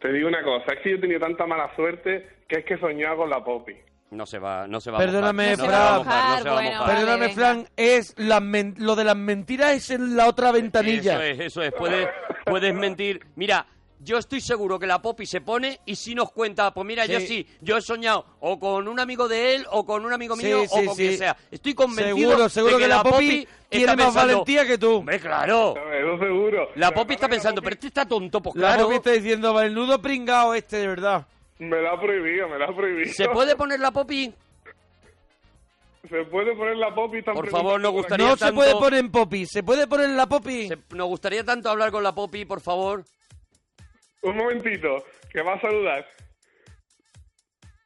te digo una cosa, es que yo he tenido tanta mala suerte que es que soñaba con la Poppy. No se va, no se va. Perdóname, a mojar, no se Fran. va a mojar, no se va a Bueno, mojar. Vale, Perdóname, venga. Fran, es la men- lo de las mentiras es en la otra ventanilla. Eso es, eso es. Puedes, puedes mentir. Mira, yo estoy seguro que la Poppy se pone y si nos cuenta, pues mira, yo Sí. sí, yo he soñado o con un amigo de él, o con un amigo Sí, mío, sí, o con sí. quien sea. Estoy convencido Seguro, de seguro que la Poppy está tiene más pensando, valentía que tú. Hombre, claro. No, Eso seguro. La Pero Poppy está ahora que la pensando, Poppy pero este está tonto, pues La claro. Poppy está diciendo, el nudo pringao este, de verdad. Me la ha prohibido, me la ha prohibido. ¿Se [LAUGHS] puede poner la Poppy? ¿Se puede poner la Poppy tan Por favor, nos preguntando por Estaría No se tanto- puede poner en Poppy, se puede poner en la Poppy. Se- nos gustaría tanto hablar con la Poppy, por favor. aquí. Un momentito, que va a saludar.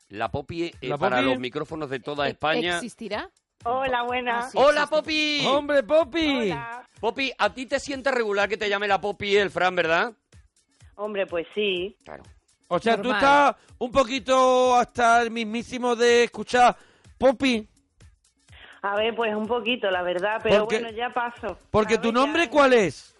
La Poppy eh, La para Poppy- los micrófonos de toda ¿E- España. ¿Existirá? Hola, buenas. Ah, sí. ¡Hola, Poppy! Hombre, Poppy. Hola. Poppy, a ti te sientes regular que te llame la Poppy el Fran, ¿verdad? Hombre, pues sí. Claro. O sea, tú Normal. estás un poquito hasta el mismísimo de escuchar Poppy, A ver, pues un poquito, la verdad, pero Porque- bueno, ya paso. porque ¿Sabes? tu Ya- nombre ¿cuál es?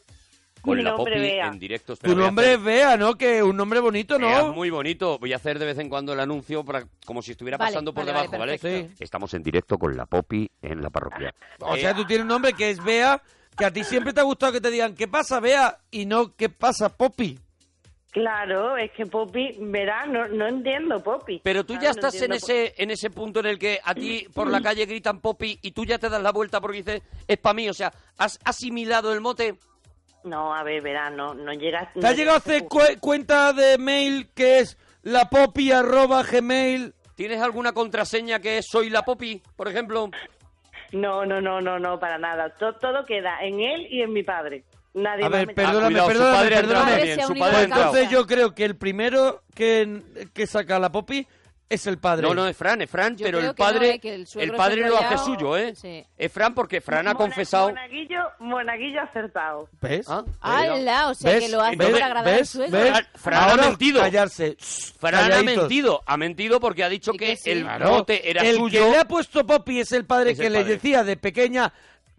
Con Mi la nombre, Poppy Bea. en directo. espera, Tu voy a nombre hacer- es Bea, ¿no? Que es un nombre bonito, Bea es ¿no? muy bonito. Voy a hacer de vez en cuando el anuncio para, como si estuviera Vale, pasando por vale, debajo, vale, ¿vale? perfecto. Estamos en directo con la Poppy en la parroquia. Ah, O Eh, sea, tú tienes un nombre que es Bea, que a ti siempre te ha gustado que te digan, ¿qué pasa, Bea? Y no, ¿qué pasa, Poppy? Claro, es que Poppy, verá, no, no entiendo Poppy. Pero tú ya Claro, no estás en entiendo Poppy. ese, en ese punto en el que a ti por la calle gritan Poppy y tú ya te das la vuelta porque dices, es para mí. O sea, has asimilado el mote. No, a ver, verá, no, no llegas... ¿Te ha llegado a hacer cu- cuenta de mail que es la popi arroba gmail? ¿Tienes alguna contraseña que es soy la Poppy, por ejemplo? No, no, no, no, no, para nada. To- Todo, queda en él y en mi padre. Nadie A más ver, me- perdona, Perdóname, Ah, cuidado, perdóname, su padre ha entrado perdóname. también, Padre se su ha unido a padre Pues ha la entrado. entonces causa. yo creo que el primero que, que saca la popi es el padre. No, no, es Fran, es Fran, Yo pero creo el que no, padre, eh, que el el, suegro padre está lo hace callado. suyo, ¿eh? Sí. Es Fran porque Fran ha Mona- confesado. Monaguillo, monaguillo acertado. ¿Ves? Ah, mira. ¡Hala! O sea, que lo hace ¿Ves? por agradar al ¿Ves? suegro. ¿Ves? Fran- Fran ha Ahora mentido. Callarse. Shh, Fran ha calladitos. mentido, ha mentido porque ha dicho Sí que, que sí. el Claro. bote era el suyo. que le ha puesto Poppy es el padre Es el que le padre. decía de pequeña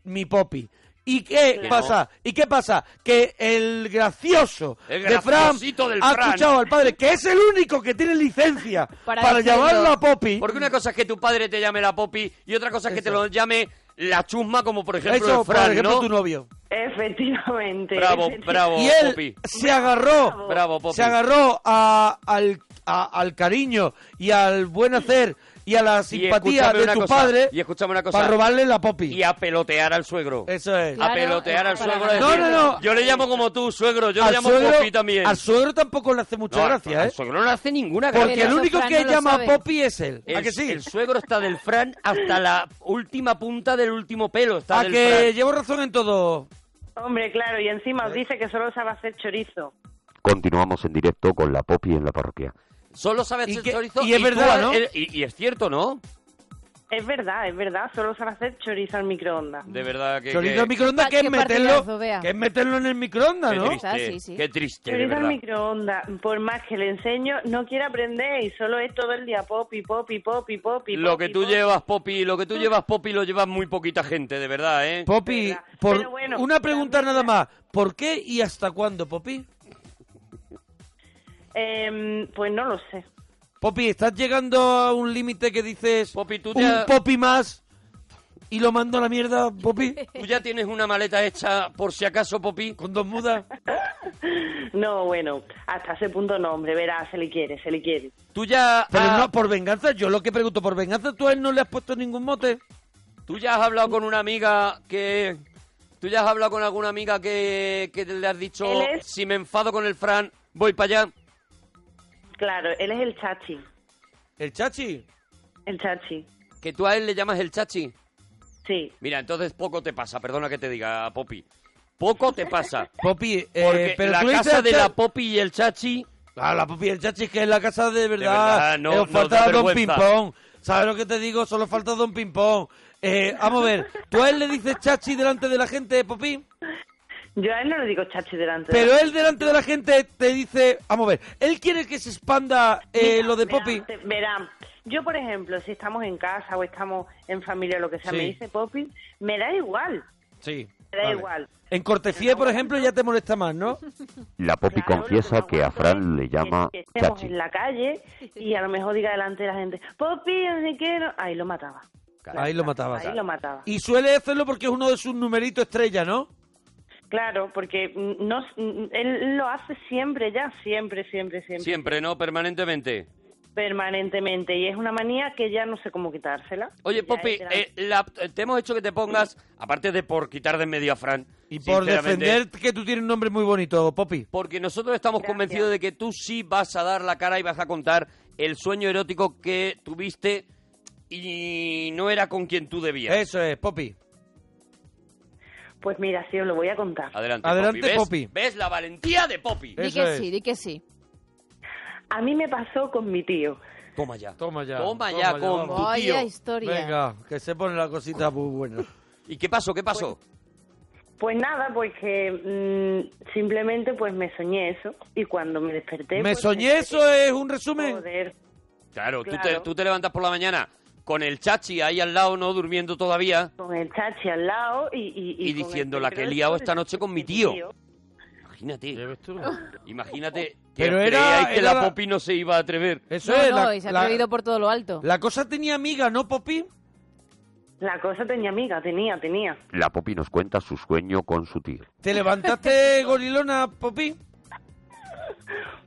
mi Poppy. ¿Y qué Claro. pasa? ¿Y qué pasa? Que el gracioso El de Fran graciosito del ha Fran. escuchado al padre, que es el único que tiene licencia para, Para decirlo. llamarlo a Poppy. Porque una cosa es que tu padre te llame la Poppy y otra cosa es que te Eso. lo llame la chusma, como por ejemplo Eso, el Fran, por ejemplo, ¿no? tu novio. Efectivamente. [LAUGHS] Bravo, efectivamente. bravo, y él Popi. se agarró, Bravo, Popi. se agarró a- al, a- al cariño y al buen hacer y a la simpatía escúchame de una tu cosa, padre y escúchame una cosa. para robarle la popi. Y a pelotear al suegro. Eso es. Claro, a pelotear al es para suegro. ganar. decir, No, no, no. Yo le llamo como tú, suegro. Yo le llamo Popi también. al suegro tampoco le hace mucha No, gracia, al- ¿eh? Al suegro no le hace ninguna gracia. Porque el eso único Fran que no lo llama sabe. Poppy es él. El, ¿A que sí? el suegro está del Fran hasta la última punta del último pelo. Está A del que Fran. llevo razón en todo. Hombre, claro, y encima os dice que solo sabe hacer chorizo. Continuamos en directo con la Popi en la parroquia. Solo sabe Y hacer que- chorizo. y es tú verdad, al- ¿no? el- y, y es cierto, ¿no? Es verdad, es verdad, solo sabe hacer chorizo al microondas. De verdad que. Chorizo que- al microondas, Ah, que es qué meterlo, partidazo, vea. que es meterlo en el microondas, qué ¿no? triste, Ah, sí, sí. Qué triste, de Chorizo al verdad. microondas, por más que le enseño, no quiere aprender y solo es todo el día pop y pop y pop y pop y Lo pop que y tú pop. llevas, Popi, lo que tú llevas, Popi, lo llevas muy poquita gente, de verdad, ¿eh? Poppy, verdad. por Pero bueno, una pregunta nada más. ¿Por qué y hasta cuándo, Poppy? Em, pues no lo sé. Poppy, estás llegando a un límite que dices Poppy, tú te un has- Poppy más y lo mando a la mierda, Poppy, Tú ya tienes una maleta hecha, por si acaso, Popi. con dos mudas. [LAUGHS] No, bueno, hasta ese punto no, hombre, verá, se le quiere, se le quiere. Tú ya, ah. Pero has- no, por venganza, yo lo que pregunto, por venganza, tú a él no le has puesto ningún mote. tú ya has hablado con una amiga que... Tú ya has hablado con alguna amiga que, que le has dicho, Él es- si me enfado con el Fran, voy para allá. Claro, él es el chachi, El chachi. el chachi, Que tú a él le llamas el chachi. sí. Mira, entonces poco te pasa, perdona que te diga, Popi. Poco [LAUGHS] te pasa. Poppy, eh, Porque pero la tú le dices casa al de cha- la Popi y el chachi... Ah, la Poppy y el chachi es que es la casa de verdad. verdad, no- Eh, nos falta da Don vergüenza. Pimpón. ¿Sabes lo que te digo? Solo falta Don Pimpón. Eh, vamos a ver, tú a él le dices chachi delante de la gente, Poppy, Yo a él no le digo chachi delante. de pero la- él delante de la gente te dice, vamos a ver, él quiere que se expanda eh, Mira, lo de verá, Poppy. te- verá, yo por ejemplo, si estamos en casa o estamos en familia o lo que sea, Sí. me dice Poppy, me da igual, Sí. me da vale. igual. En cortesía, por ejemplo, ya te molesta más, ¿no? [LAUGHS] La Popi Claro, confiesa lo que que me a Fran aguanto le es llama que estemos Chachi. en la calle y a lo mejor diga delante de la gente, Poppy, no sé qué, no-". ahí lo mataba. Ahí lo Ah, mataba. Ahí lo mataba. Y suele hacerlo porque es uno de sus numeritos estrella, ¿no? Claro, porque mm, no, mm, él lo hace siempre ya, siempre, siempre, siempre, Siempre, ¿no? Permanentemente. permanentemente. Y es una manía que ya no sé cómo quitársela. Oye, Ya Popi, es grande. eh, la- te hemos hecho que te pongas, aparte de por quitar de en medio a Fran. Y por sinceramente, defender que tú tienes un nombre muy bonito, Poppy. Porque nosotros estamos Gracias. convencidos de que tú sí vas a dar la cara y vas a contar el sueño erótico que tuviste y no era con quien tú debías. Eso es, Poppy. Pues mira, sí, os lo voy a contar. eh. Adelante, Adelante, ¿Ves? Popi. ¿Ves la valentía de Popi? Eh. Di Eso que es. sí, di que sí. A mí me pasó con mi tío. Toma ya. Toma ya, Toma toma ya ya, con vamos. tu tío. Vaya historia. Venga, que se pone la cosita muy buena. ¿Y qué pasó? ¿Qué pasó? Pues nada, pues que mm, simplemente pues me soñé eso y cuando me desperté... Me pues, soñé, eso es un resumen. Joder, claro, Tú, te, claro. tú te levantas por la mañana con el chachi ahí al lado, no durmiendo todavía. con el chachi al lado y... Y, Y con el diciendo, la que he pelo liado de- esta noche con mi de tío. Eh, Imagínate. [LAUGHS] Imagínate que Pero os era- creíais que era la la- Popi no se iba a atrever. Eso No, es. no, y se ha atrevido por todo lo alto. la cosa tenía amiga, ¿no, Poppy? La cosa tenía amiga, tenía, tenía. La Popi nos cuenta su sueño con su tío. [LAUGHS] ¿Te levantaste gorilona, Poppy?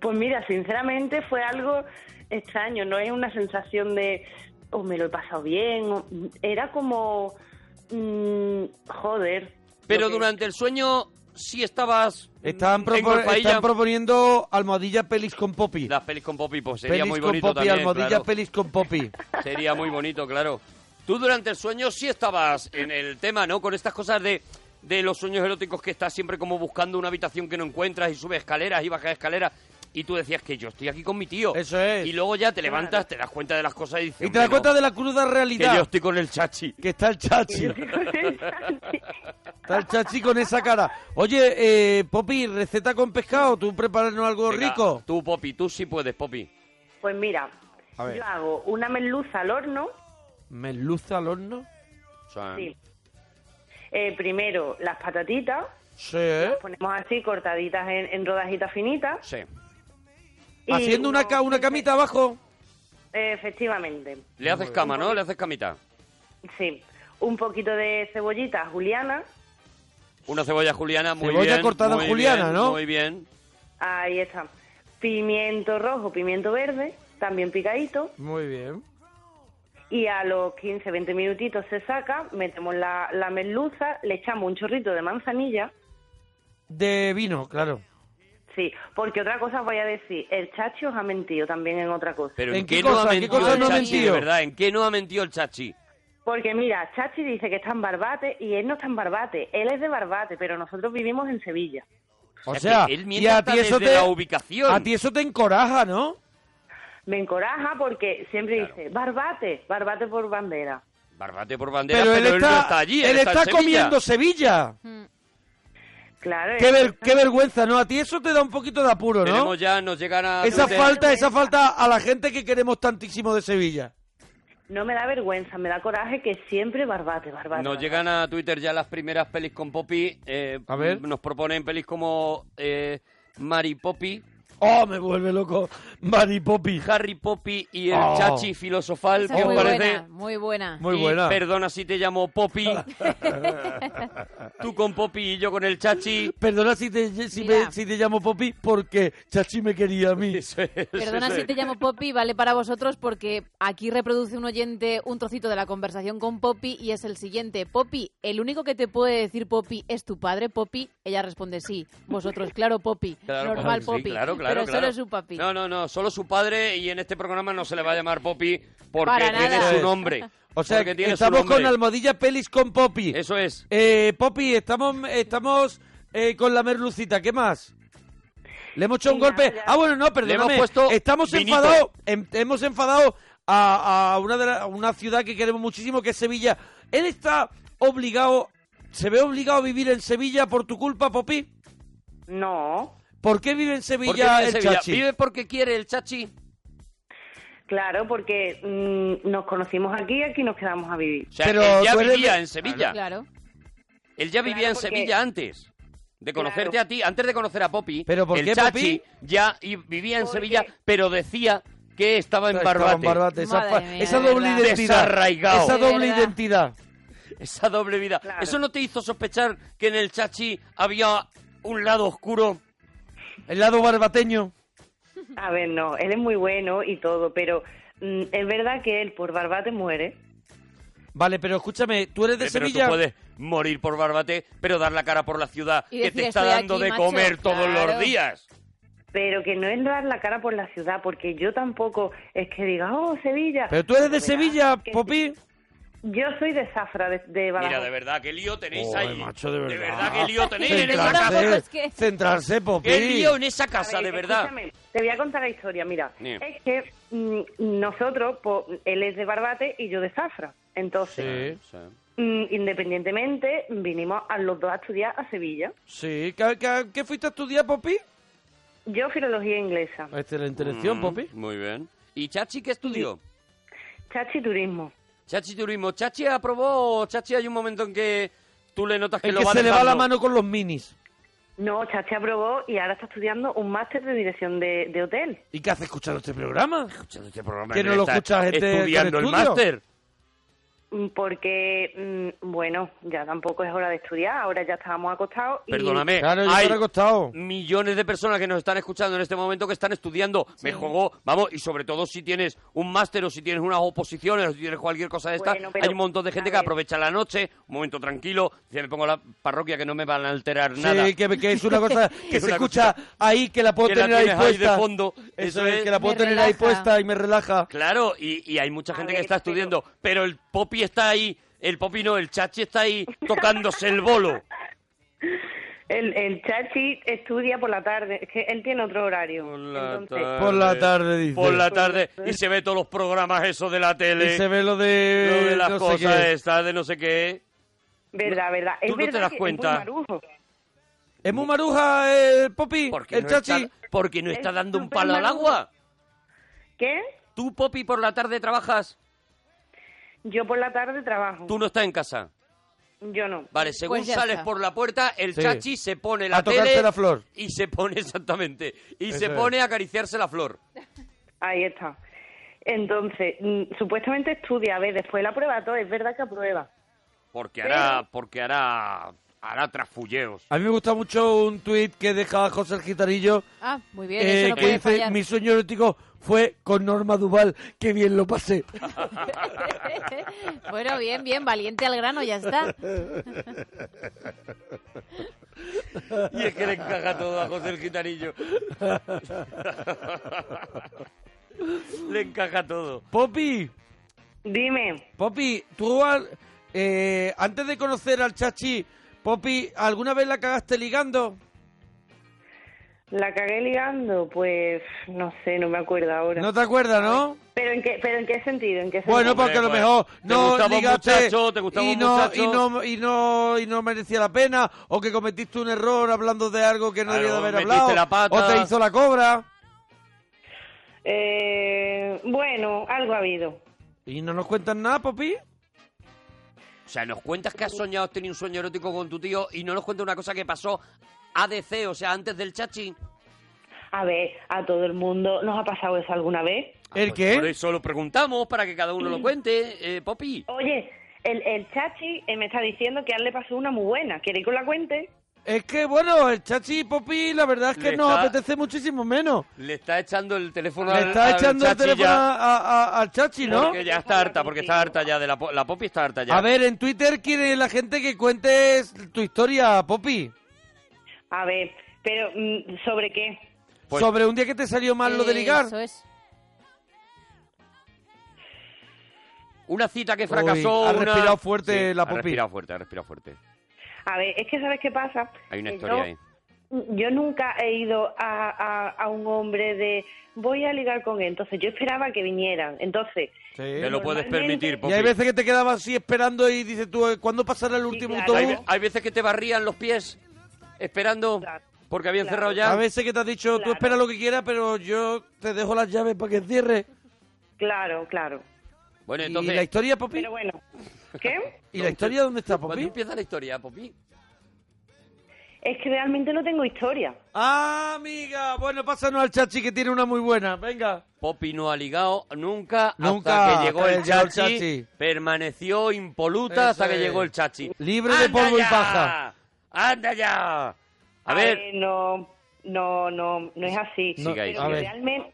Pues mira, sinceramente fue algo extraño, no es una sensación de, oh, me lo he pasado bien, o- era como, mm, joder. Pero lo que- durante el sueño sí estabas Están, en propo- Golpailla. están proponiendo almohadilla pelis con Poppy. Las pelis con Popi, pues sería Pelis muy con bonito Poppy, también, almohadilla claro. pelis con [LAUGHS] Poppy. Sería muy bonito, claro. Tú durante el sueño sí estabas en el tema, ¿no? Con estas cosas de, de los sueños eróticos que estás siempre como buscando una habitación que no encuentras y subes escaleras y bajas escaleras. Y tú decías que yo estoy aquí con mi tío. Eso es. Y luego ya te levantas, te das cuenta de las cosas y dices... Y te das "Hombre, no, cuenta de la cruda Que yo realidad. estoy con el chachi. Que está el [LAUGHS] chachi. [LAUGHS] Está el chachi con esa cara. Oye, eh, Poppy, receta con pescado. ¿Tú prepararnos algo Venga, rico? Tú, Popi, tú sí puedes, Popi. Pues mira, A ver. yo hago una merluza al horno, ¿Merluza al horno? O sea, sí. Eh, primero las patatitas, Sí. ¿eh? las ponemos así cortaditas en, en rodajitas finitas. sí. y Haciendo una, unos- ca- una camita abajo. Eh, Efectivamente, Le haces cama, ¿no? Le haces camita. sí. un poquito de cebollita juliana. Una cebolla juliana muy Cebolla bien, cortada muy juliana, bien, ¿no? Muy bien. Ahí está. Pimiento rojo, pimiento verde, también picadito. Muy bien. Y a los 15, 20 minutitos se saca, metemos la, la merluza, le echamos un chorrito de manzanilla. De vino, claro. Sí, porque otra cosa os voy a decir, el chachi os ha mentido también en otra cosa. Pero ¿En ¿en, qué qué, cosa? no ha ¿En qué mentido cosa el no ha chachi, de mentido? verdad? ¿En qué no ha mentido el chachi? Porque mira, Chachi dice que está en Barbate y él no está en Barbate, él es de Barbate, pero nosotros vivimos en Sevilla. O sea, sea, que él miente y a hasta ti eso desde te la ubicación. A ti eso te encoraja, ¿no? Me encoraja porque siempre dice, Barbate, Barbate por bandera. Barbate por bandera, Pero, él, está, no está allí. él está, en Sevilla. comiendo Sevilla. Mm. Claro, Qué, es- ver- qué vergüenza, ¿no? A ti eso te da un poquito de apuro, ¿no? Tenemos ya, nos llegan a... Esa Twitter. falta, esa falta a la gente que queremos tantísimo de Sevilla. no me da vergüenza, me da coraje que siempre Barbate, Barbate. Nos Barbate. llegan a Twitter ya las primeras pelis con Poppy. eh, A ver. Nos proponen pelis como eh, Mary Poppy, Oh, me vuelve loco. Mari Poppy. Harry Poppy y el Oh. Chachi filosofal. Esa ¿Qué es os muy parece? buena, muy buena. Muy Y buena. Perdona si te [LAUGHS] llamo Poppy. Tú con Poppy y yo con el Chachi. Perdona si te, si Mira. me- si te llamo Poppy porque Chachi me quería a mí. Eso es, [LAUGHS] Perdona eso si es. te llamo Poppy, vale para vosotros porque aquí reproduce un oyente un trocito de la conversación con Poppy y es el siguiente. Poppy, el único que te puede decir Poppy es tu padre, Poppy. Ella responde sí. Vosotros, claro, Poppy. Claro, Normal, sí, Poppy. claro, claro, pero claro. solo es su papi. No, no, no, solo su padre y en este programa no se le va a llamar Poppy porque Para tiene nada. su nombre. [LAUGHS] O sea, Porque tiene su estamos con nombre. Almohadilla Pelis con Poppy. Eso es. Eh, Poppy, estamos, estamos eh, con la merlucita. ¿Qué más? Le hemos hecho un Ya, golpe. ya. Ah, bueno, no, Le perdóname. hemos puesto estamos vinito. enfadados. em- hemos enfadado a, a una, de la- a una ciudad que queremos muchísimo, que es Sevilla. Él está obligado, se ve obligado a vivir en Sevilla por tu culpa, Poppy. No, ¿Por qué vive en ¿Por qué Sevilla vive en el Sevilla? chachi? Vive porque quiere el Chachi. claro, porque mm, nos conocimos aquí y aquí nos quedamos a vivir. O sea, Pero él ya tú eres vivía de- en Sevilla. Claro. Él ya vivía Claro, en porque- Sevilla antes de conocerte Claro. a ti, antes de conocer a Poppy. ¿Pero por el qué, Chachi Poppy? ya i- vivía en Porque- Sevilla, pero decía que estaba en Estaba Barbate. en Barbate, Esa, Madre fa- mía, esa de doble verdad. identidad. Desarraigado. Esa De doble verdad. identidad. Esa doble vida. Claro. ¿Eso no te hizo sospechar que en el Chachi había un lado oscuro? El lado barbateño. A ver, no, él es muy bueno y todo, pero mm, es verdad que él por Barbate muere. Vale, pero escúchame, tú eres de Eh, pero Sevilla. tú puedes morir por Barbate, pero dar la cara por la ciudad Y que decir, te está "Estoy dando aquí, de macho". comer todos Claro. los días. Pero que no es dar la cara por la ciudad, porque yo tampoco es que diga, oh, Sevilla. Pero tú eres de Verás Sevilla, que sí. Popi. Yo soy de Zafra, de, de Mira, Badajoz. de verdad, qué lío tenéis Joder, ahí. macho, de verdad. qué lío tenéis en Centrarse. esa casa. tampoco es que- Centrarse, Popi. Qué lío en esa A casa, ver, de verdad. escúchame, Te voy a contar la historia, mira. Bien. Es que mm, nosotros, po- él es de Barbate y yo de Zafra. Entonces, Sí, mm, independientemente, vinimos a los dos a estudiar a Sevilla. sí. ¿Qué, qué, qué fuiste a estudiar, Popi? Yo filología inglesa, Esta es la interacción, Mm, Popi. Muy bien. ¿Y Chachi qué estudió? chachi turismo. Chachi turismo. ¿Chachi aprobó o Chachi hay un momento en que tú le notas que El lo que va se le va la dejando? mano con los minis. No, Chachi aprobó y ahora está estudiando un máster de dirección de, de hotel. ¿Y qué hace escuchando este programa? Escuchando este programa, Que no lo está escucha gente con Estudiando el estudio. máster. Mm, Porque, mm, bueno, ya tampoco es hora de estudiar, ahora ya estábamos acostados. y- Perdóname. Claro, yo hay me lo he costado. millones de personas que nos están escuchando en este momento que están estudiando. Me juego, vamos, y sobre todo si tienes un máster o si tienes unas oposiciones o si tienes cualquier cosa de esta, Bueno, pero, hay un montón de a gente que ver. aprovecha la noche, un momento tranquilo, dice, me pongo la parroquia que no me van a alterar nada. Sí, que, que es una [LAUGHS] cosa que Es se una escucha ahí, que la puedo que la tener ahí tienes ahí puesta. de fondo. Eso Eso es, es. que la puedo Me tener ahí relaja. puesta y me relaja. Claro, y, y hay mucha A gente que ver, está pero- estudiando, pero el Popi está ahí, el Popi no, el Chachi está ahí tocándose el bolo. El, el Chachi estudia por la tarde, es que él tiene otro horario. Entonces, Por la tarde, dice. Por la tarde, y se ve todos los programas esos de la ¿eh? Y tele, se ve lo de... lo de las no sé cosas qué. estas, de no sé qué. Verdad, verdad. Tú es no te verdad das que cuenta. Es muy marujo. ¿Es muy maruja el Popi? Porque ¿El no chachi? Está, porque no está Es dando un súper palo al maluco. agua. ¿Qué? Tú, Popi, por la tarde trabajas, Yo por la tarde trabajo. tú no estás en casa. Yo no. Vale, según Pues ya sales está. por la puerta, el Sí. chachi se pone la A tocarte tele la flor. y se pone [LAUGHS] exactamente y Eso se es. pone a acariciarse la flor. Ahí está. Entonces, mm, supuestamente estudia, a ver, después la aprueba todo, es verdad que aprueba. Porque hará, porque hará, hará trasfulleos. A mí me gusta mucho un tuit que deja José el Gitanillo Ah, muy bien, eh, eso no que puede dice, fallar. mi sueño erótico fue con Norma Duval, que bien lo pasé. bueno, bien, bien, valiente al grano, ya está. [LAUGHS] [LAUGHS] Y es que le encaja todo a José el Gitanillo. [LAUGHS] le encaja todo. Popi, Dime, Popi, tú al- eh, antes de conocer al chachi, Popi, ¿alguna vez la cagaste ligando? ¿la cagué ligando? Pues no sé, no me acuerdo ahora. No te acuerdas, ¿no? ¿Pero, en qué, ¿Pero en qué sentido? ¿En qué Bueno, sentido? porque a lo pues, mejor te no gustaba un ligaste muchacho, te gustaba y un no, muchacho. y no y no y no merecía la pena o que cometiste un error hablando de algo que no Claro, debía de haber metiste hablado la pata. o te hizo la cobra Eh, bueno, algo ha habido. y no nos cuentas nada, Popi. O sea, nos cuentas que has soñado, has tenido un sueño erótico con tu tío y no nos cuentas una cosa que pasó ADC, o sea, antes del chachi. A ver, a todo el mundo nos ha pasado eso alguna vez. ¿El pues qué? Por eso lo preguntamos, para que cada uno lo cuente. Eh, Popi, Oye, el, el chachi eh, me está diciendo que a él le pasó una muy buena. ¿Queréis que os la cuente? Es que bueno, el chachi y Popi, la verdad es que Le nos está- apetece muchísimo menos. le está echando el teléfono Le al- está al echando el chachi teléfono ya, a- a- al chachi, ¿no? Porque ya está harta, porque está harta ya de la, po- la Popi está harta ya. A ver, en Twitter quiere la gente que cuentes tu historia, Popi. A ver, pero mm, ¿sobre qué? Pues- Sobre un día que te salió mal lo de ligar. Eh, Eso es. Una cita que fracasó. Uy, ha una- respirado fuerte la Popi. Ha respirado fuerte, ha respirado fuerte. A ver, es que ¿sabes qué pasa? Hay una Que historia yo- ahí. Yo nunca he ido a, a- a un hombre de voy a ligar con él. Entonces yo esperaba que vinieran. Entonces, Sí. Te lo puedes normalmente- permitir, Y Popi. hay veces que te quedabas así esperando y dices tú, eh, ¿cuándo pasará el último claro. Hay autobús? ve- hay veces que te barrían los pies esperando Claro, porque habían claro. cerrado ya. A veces que te has dicho, tú Claro. espera lo que quieras, pero yo te dejo las llaves para que cierre. claro, claro. ¿Y Bueno, la entonces. historia, Popi? Pero bueno, [LAUGHS] ¿qué? ¿Y la historia dónde está, ¿Cuándo Popi? empieza la historia, Popi? Es que realmente no tengo historia. Ah, amiga, bueno, pásanos al chachi que tiene una muy buena, venga. Popi no ha ligado nunca, Nunca, hasta que llegó hasta el que llegó el chachi, chachi. Permaneció impoluta Eso hasta que es. llegó el chachi. Libre de ¡Anda polvo y ya! paja. ¡Anda ya! A, ver, Eh, no, no, no, no es así. Sigue ahí, pero, a que ver. realmente,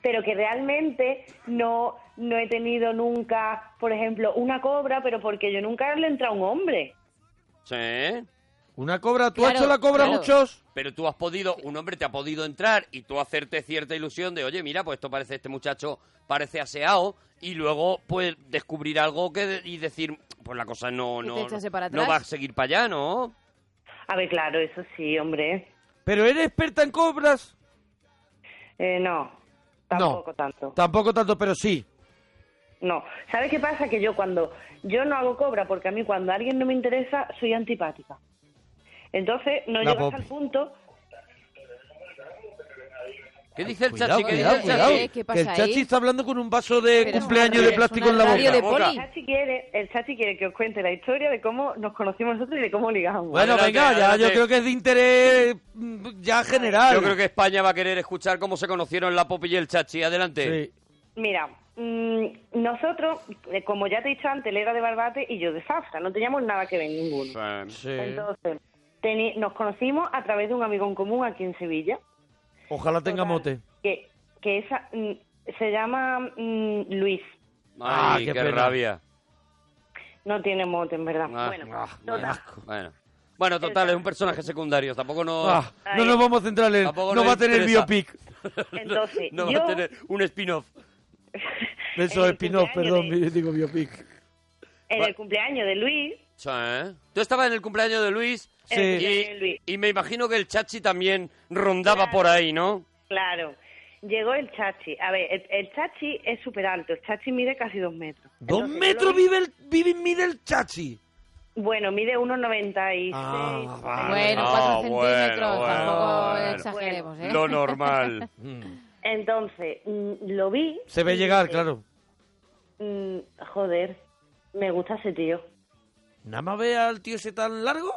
pero que realmente no, no he tenido nunca, por ejemplo, una cobra, pero porque yo nunca le he entrado a un hombre. sí, Una cobra, ¿tú Claro, has hecho la cobra a claro. muchos? pero tú has podido, un hombre te ha podido entrar y tú hacerte cierta ilusión de, oye, mira, pues esto parece, este muchacho parece aseado y luego, pues, descubrir algo que de- y decir, pues la cosa no, Y te no, echase para no atrás. va a seguir para allá, ¿no? A ver, claro, eso sí, hombre. ¿Pero eres experta en cobras? Eh, no, tampoco tanto. Tampoco tanto, pero sí. No, ¿sabes qué pasa? Que yo cuando yo no hago cobra porque a mí cuando alguien no me interesa soy antipática. Entonces no La llegas pop. al punto. ¿Qué dice el Cuidado, chachi? ¿Qué cuidado, dice el cuidado. chachi? Eh, ¿Qué- qué que pasa el chachi ahí? está hablando con un vaso de Pero cumpleaños es de una plástico en la radio boca. de boca. poli. El chachi quiere, el chachi quiere que os cuente la historia de cómo nos conocimos nosotros y de cómo ligamos. Bueno, Adelante, venga, Ah, ya yo adelante. creo que es de interés mm, ya general. Yo creo que España va a querer escuchar cómo se conocieron la Popi y el Chachi. Adelante. Sí. Mira, mm, nosotros, eh, como ya te he dicho antes, él era de Barbate y yo de Zafra, no teníamos nada que ver ninguno. Sí. Entonces, teni- nos conocimos a través de un amigo en común aquí en Sevilla, Ojalá tenga Total. mote. que, que esa, mm, se llama mm, Luis. Ah, Ay, qué qué, pena. rabia. No tiene mote, en verdad. Ah, bueno, ah, total. Bueno. Bueno, total, es un personaje secundario. Tampoco no. Ah, no Ay. nos vamos a centrar en. Tampoco No nos va a tener interesa. biopic. [LAUGHS] Entonces, no va yo- a tener un spin-off. Eso En es el cumpleaños spin-off, perdón, de- yo digo biopic. en el cumpleaños de Luis, Sí, ¿eh? Tú estabas en el cumpleaños de Luis. Sí. el cumpleaños de Luis, Y, y me imagino que el Chachi también rondaba por ahí, ¿no? claro, llegó el chachi. A ver, el, el chachi es súper alto, el chachi mide casi dos metros. Dos Entonces, yo lo metros vi- vive el, vive, mide el chachi. Bueno, mide 1,96. Ah, vale. Bueno, Ah, cuatro bueno, centímetros, bueno, tampoco bueno. exageremos, ¿eh? [LAUGHS] Lo normal. Entonces, mm, lo vi. Mm, Se ve y llegar, dije, claro. mm, joder, me gusta ese tío. ¿Nada más ve al tío ese tan largo?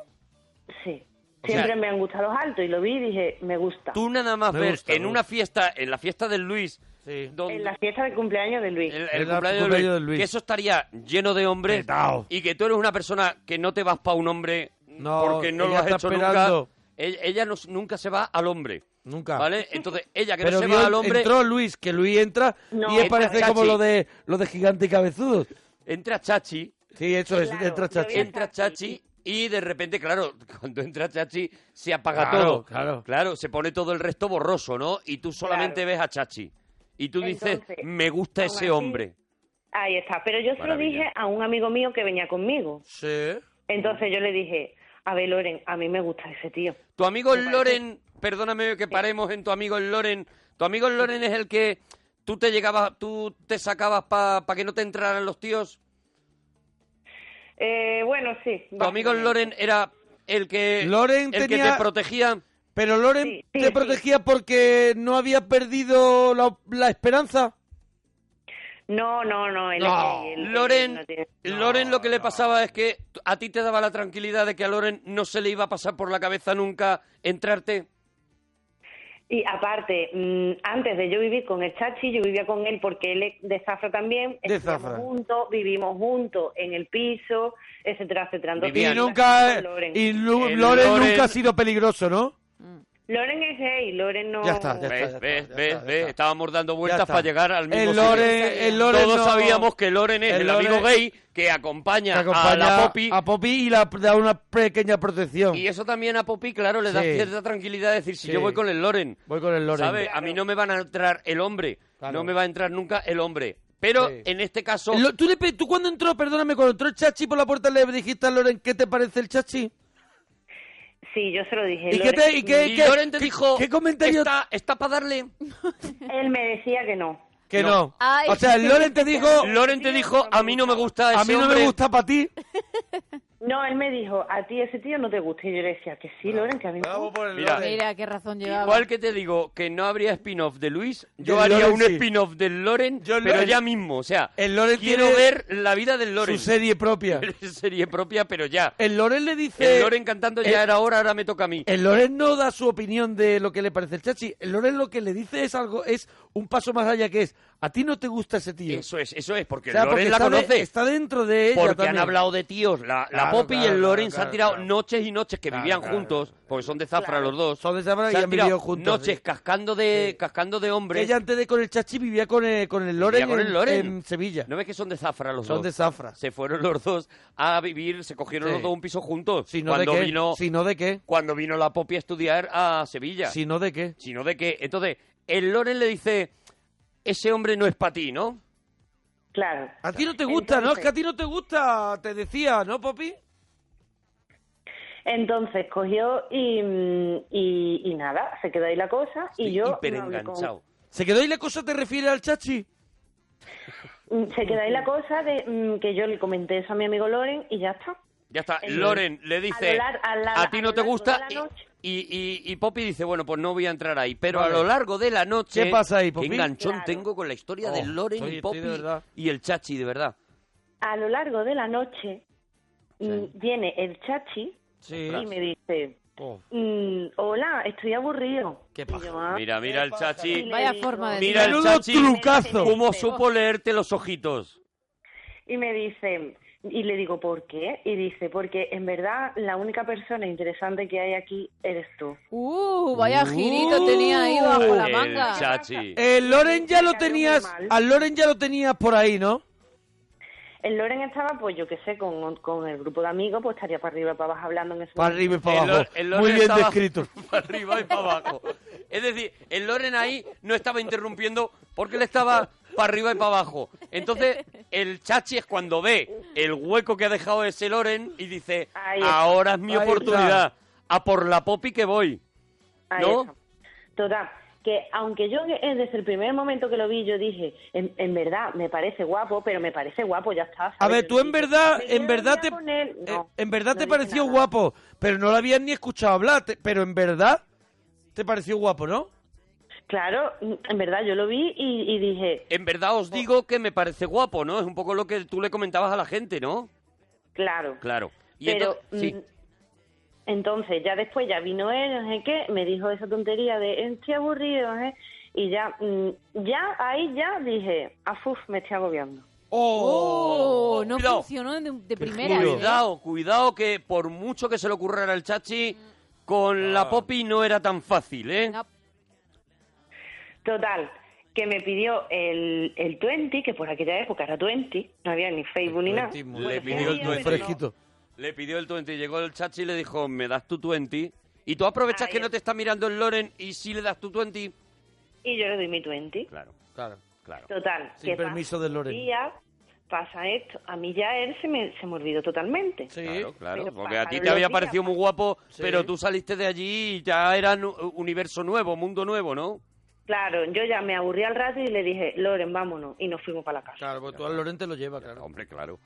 Sí. O sea, Siempre me han gustado los altos y lo vi y dije, me gusta. tú nada más Me ver gusta, en me una gusta. fiesta, en la fiesta del Luis, Sí. donde En la fiesta de cumpleaños de Luis. el, el El cumpleaños, de cumpleaños Luis, de Luis. que eso estaría lleno de hombres Petao. y que tú eres una persona que no te vas para un hombre No, porque no lo ella has está hecho esperando. nunca. Ella, ella no- nunca se va al hombre, Nunca. ¿vale? Entonces, ella que Pero no se vio- va al hombre, entró Luis, que Luis entra No, y es entra parece como Chachi. lo de lo de gigante y cabezudos. entra Chachi, Sí, eso es, Claro, entra yo vi Chachi. el- entra Chachi y de repente, claro, [LAUGHS] cuando entra Chachi se apaga Claro, todo. claro. se pone todo el resto borroso, ¿no? Y tú solamente Claro. ves a Chachi. Y tú dices, Entonces, me gusta aún ese así- hombre. Ahí está. Pero yo se lo Maravilla. dije a un amigo mío que venía conmigo. Sí. Entonces yo le dije, a ver, Loren, a mí me gusta ese tío. Tu amigo Me parece- Loren, perdóname que paremos en tu amigo Loren. Tu amigo Loren es el que tú te llegabas, tú te sacabas para que no te entraran los tíos. Eh, bueno, sí. Tu amigo Loren era el que Loren el que tenía- te protegía. Pero Loren Sí, sí, te sí. protegía porque no había perdido la, la esperanza. No, no, no. él- No, él- él- Loren, no tiene- Loren lo que le pasaba es que a ti te daba la tranquilidad de que a Loren no se le iba a pasar por la cabeza nunca entrarte. Y aparte, mm, antes de yo vivir con el Chachi, yo vivía con él porque él es de Zafra también. De estudiamos Zafra. juntos, vivimos juntos en el piso, etcétera, etcétera. Entonces, Y Vivían. yo nunca con Loren. y Lu- El Loren, Loren- nunca ha sido peligroso, ¿no? Loren es gay, Loren no... Ya está, ya está. ya ¿Ves? ¿Ves? ¿Ves? está, ya ¿Ves? está. Estábamos dando Ya vueltas está. para llegar al mismo el sitio. Loren, el Loren Todos no- sabíamos que Loren es el, el amigo Loren- gay que acompaña, que a la Poppy. a Poppy y la- da una pequeña protección. Y eso también a Poppy, claro, le da Sí. cierta tranquilidad de decir, si Sí. yo voy con el Loren, Voy con el Loren. ¿sabes? A mí no me van a entrar el hombre, Claro. no me va a entrar nunca el hombre. Pero Sí. en este caso, Lo- ¿tú, le pe- ¿Tú cuando entró, perdóname, cuando entró el Chachi por la puerta le dijiste a Loren qué te parece el Chachi? Sí, yo se lo dije. ¿Y qué, Loren- te, y qué, y qué- Loren te qué- dijo, ¿Qué comentario? está, está para darle. Él me decía que no. Que No. no. Ay. O sea, Loren te dijo, [LAUGHS] Loren te dijo, a mí no me gusta ese a mí no hombre. me gusta para ti. No, él me dijo, a ti ese tío no te gusta. Y yo le decía, que sí, Loren, que a mí me gusta. Mira, Mira, qué razón llevaba. Igual que te digo que no habría spin-off de Luis, yo Del haría Loren, un sí. spin-off del Loren, Yo el pero Loren- ya mismo. O sea, el Loren quiero tiene ver la vida del Loren. Su serie [LAUGHS] propia. Serie propia, pero ya. El Loren le dice... El Loren cantando ya el- era hora, ahora me toca a mí. El Loren no da su opinión de lo que le parece el Chachi. El Loren lo que le dice es algo, es un paso más allá que es, a ti no te gusta ese tío. Eso es, eso es, porque O sea, el Loren la está, de- conoce. está dentro de ella porque también. han hablado de tíos. La, la Claro, Poppy y claro, el Loren se claro, han tirado claro. noches y noches que Claro, vivían claro, juntos, porque son de Zafra los dos. Son de Zafra Se y han han tirado vivido juntos, Noches sí. cascando de, cascando de hombres. Ella antes de con el Chachi vivía con el, con el Loren, Vivía con el en- Loren. En, Sevilla. ¿No ves que son de Zafra los Son dos? de Zafra. se fueron los dos a vivir, se cogieron Sí. los dos un piso juntos. Si no cuando de qué, vino, si no de qué, cuando vino la Poppy a estudiar a Sevilla. si no de qué. Si no de qué. Entonces, el Loren le dice, ese hombre no es para ti, ¿no? Claro. A ti no te gusta, ¿no? Es Entonces- que a ti no te gusta, te decía, ¿no, Popi? Entonces cogió y, mm, y, y nada, se quedó ahí la cosa y yo... no hablé hiperenganchado. ¿Se quedó ahí la cosa te refiere al chachi? con- Mm, Se quedó ahí la cosa de mm, que yo le comenté eso a mi amigo Loren y ya está. Ya está, Entonces, Loren le a dice, lo lar- a la- a ti a no lo te largo gusta. de la y- noche. Y, y, y Poppy dice, bueno, pues no voy a entrar ahí. Pero Vale. a lo largo de la noche... ¿Qué pasa ahí, Poppy? Qué enganchón Claro. tengo con la historia de Oh, Loren estoy- y estoy Poppy de verdad. y el Chachi, de verdad. A lo largo de la noche mm, viene el chachi Sí. y me dice, Oh. mm, hola, estoy aburrido. Qué Y paja. yo, ah. Mira, mira el Y Chachi. le Vaya digo- forma de Mira el Menudo Chachi. trucazo. ¿Cómo Dice- supo leerte los ojitos? [LAUGHS] Y me dice, y le digo, ¿por qué? Y dice, porque en verdad la única persona interesante que hay aquí eres tú. Uh, vaya girito tenía ahí bajo la el manga. Chachi. El Loren ya lo Me cayó muy tenías, mal. al Loren ya lo tenías por ahí, ¿no? El Loren estaba, pues yo qué sé, con, con el grupo de amigos, pues estaría para arriba y para abajo hablando en ese Para arriba y para El abajo. Lor- el Loren Muy bien estaba descrito. Para arriba y para abajo. Es decir, el Loren ahí no estaba interrumpiendo porque él estaba para arriba y para abajo. Entonces, el chachi es cuando ve el hueco que ha dejado ese Loren y dice, Ahí está. ahora es mi Ahí oportunidad. A por la popi que voy. Ahí ¿No? está. Total. Que aunque yo eh, desde el primer momento que lo vi, yo dije, en, en verdad me parece guapo, pero me parece guapo, ya está. ¿sabes? A ver, Yo tú no en dije, verdad, "Me en quiero verdad liar te, con él". No, eh, en verdad no te dije pareció nada. guapo, pero no lo habías ni escuchado hablar, te- pero en verdad te pareció guapo, ¿no? Claro, en verdad yo lo vi y, y dije, En verdad os digo que me parece guapo, ¿no? Es un poco lo que tú le comentabas a la gente, ¿no? claro. Claro. Y pero entonces- sí. mm, Entonces, ya después ya vino él, no sé qué, me dijo esa tontería de estoy aburrido, no sé, y ya, mm, ya, ahí ya dije, afuf, me estoy agobiando. ¡Oh! no Cuidado. funcionó de, de primera. ¿eh? Claro. Cuidado, cuidado que por mucho que se le ocurriera al chachi, con Ah. la popi no era tan fácil, ¿eh? Total, que me pidió el, el 20, que por aquella época era 20, no había ni Facebook ni nada. 20, muy Bueno, le ese pidió el día me 20. Fresquito. Le pidió el 20, llegó el chachi y le dijo, me das tu 20. Y tú aprovechas Ahí que no es. te está mirando el Loren y si le das tu 20. Y yo le doy mi 20. Claro, Claro. claro. Total. Sin que permiso pasa de un Loren. día, pasa esto. A mí ya él se me, se me olvidó totalmente. Sí. Claro, claro, Pero porque a ti pasaron te había los días, parecido muy pasaron. guapo, Sí. pero tú saliste de allí y ya era nu- universo nuevo, mundo nuevo, ¿no? Claro, yo ya me aburrí al rato y le dije, Loren, vámonos. Y nos fuimos para la casa. Claro, porque tú al Lorente lo llevas, claro. Hombre, claro.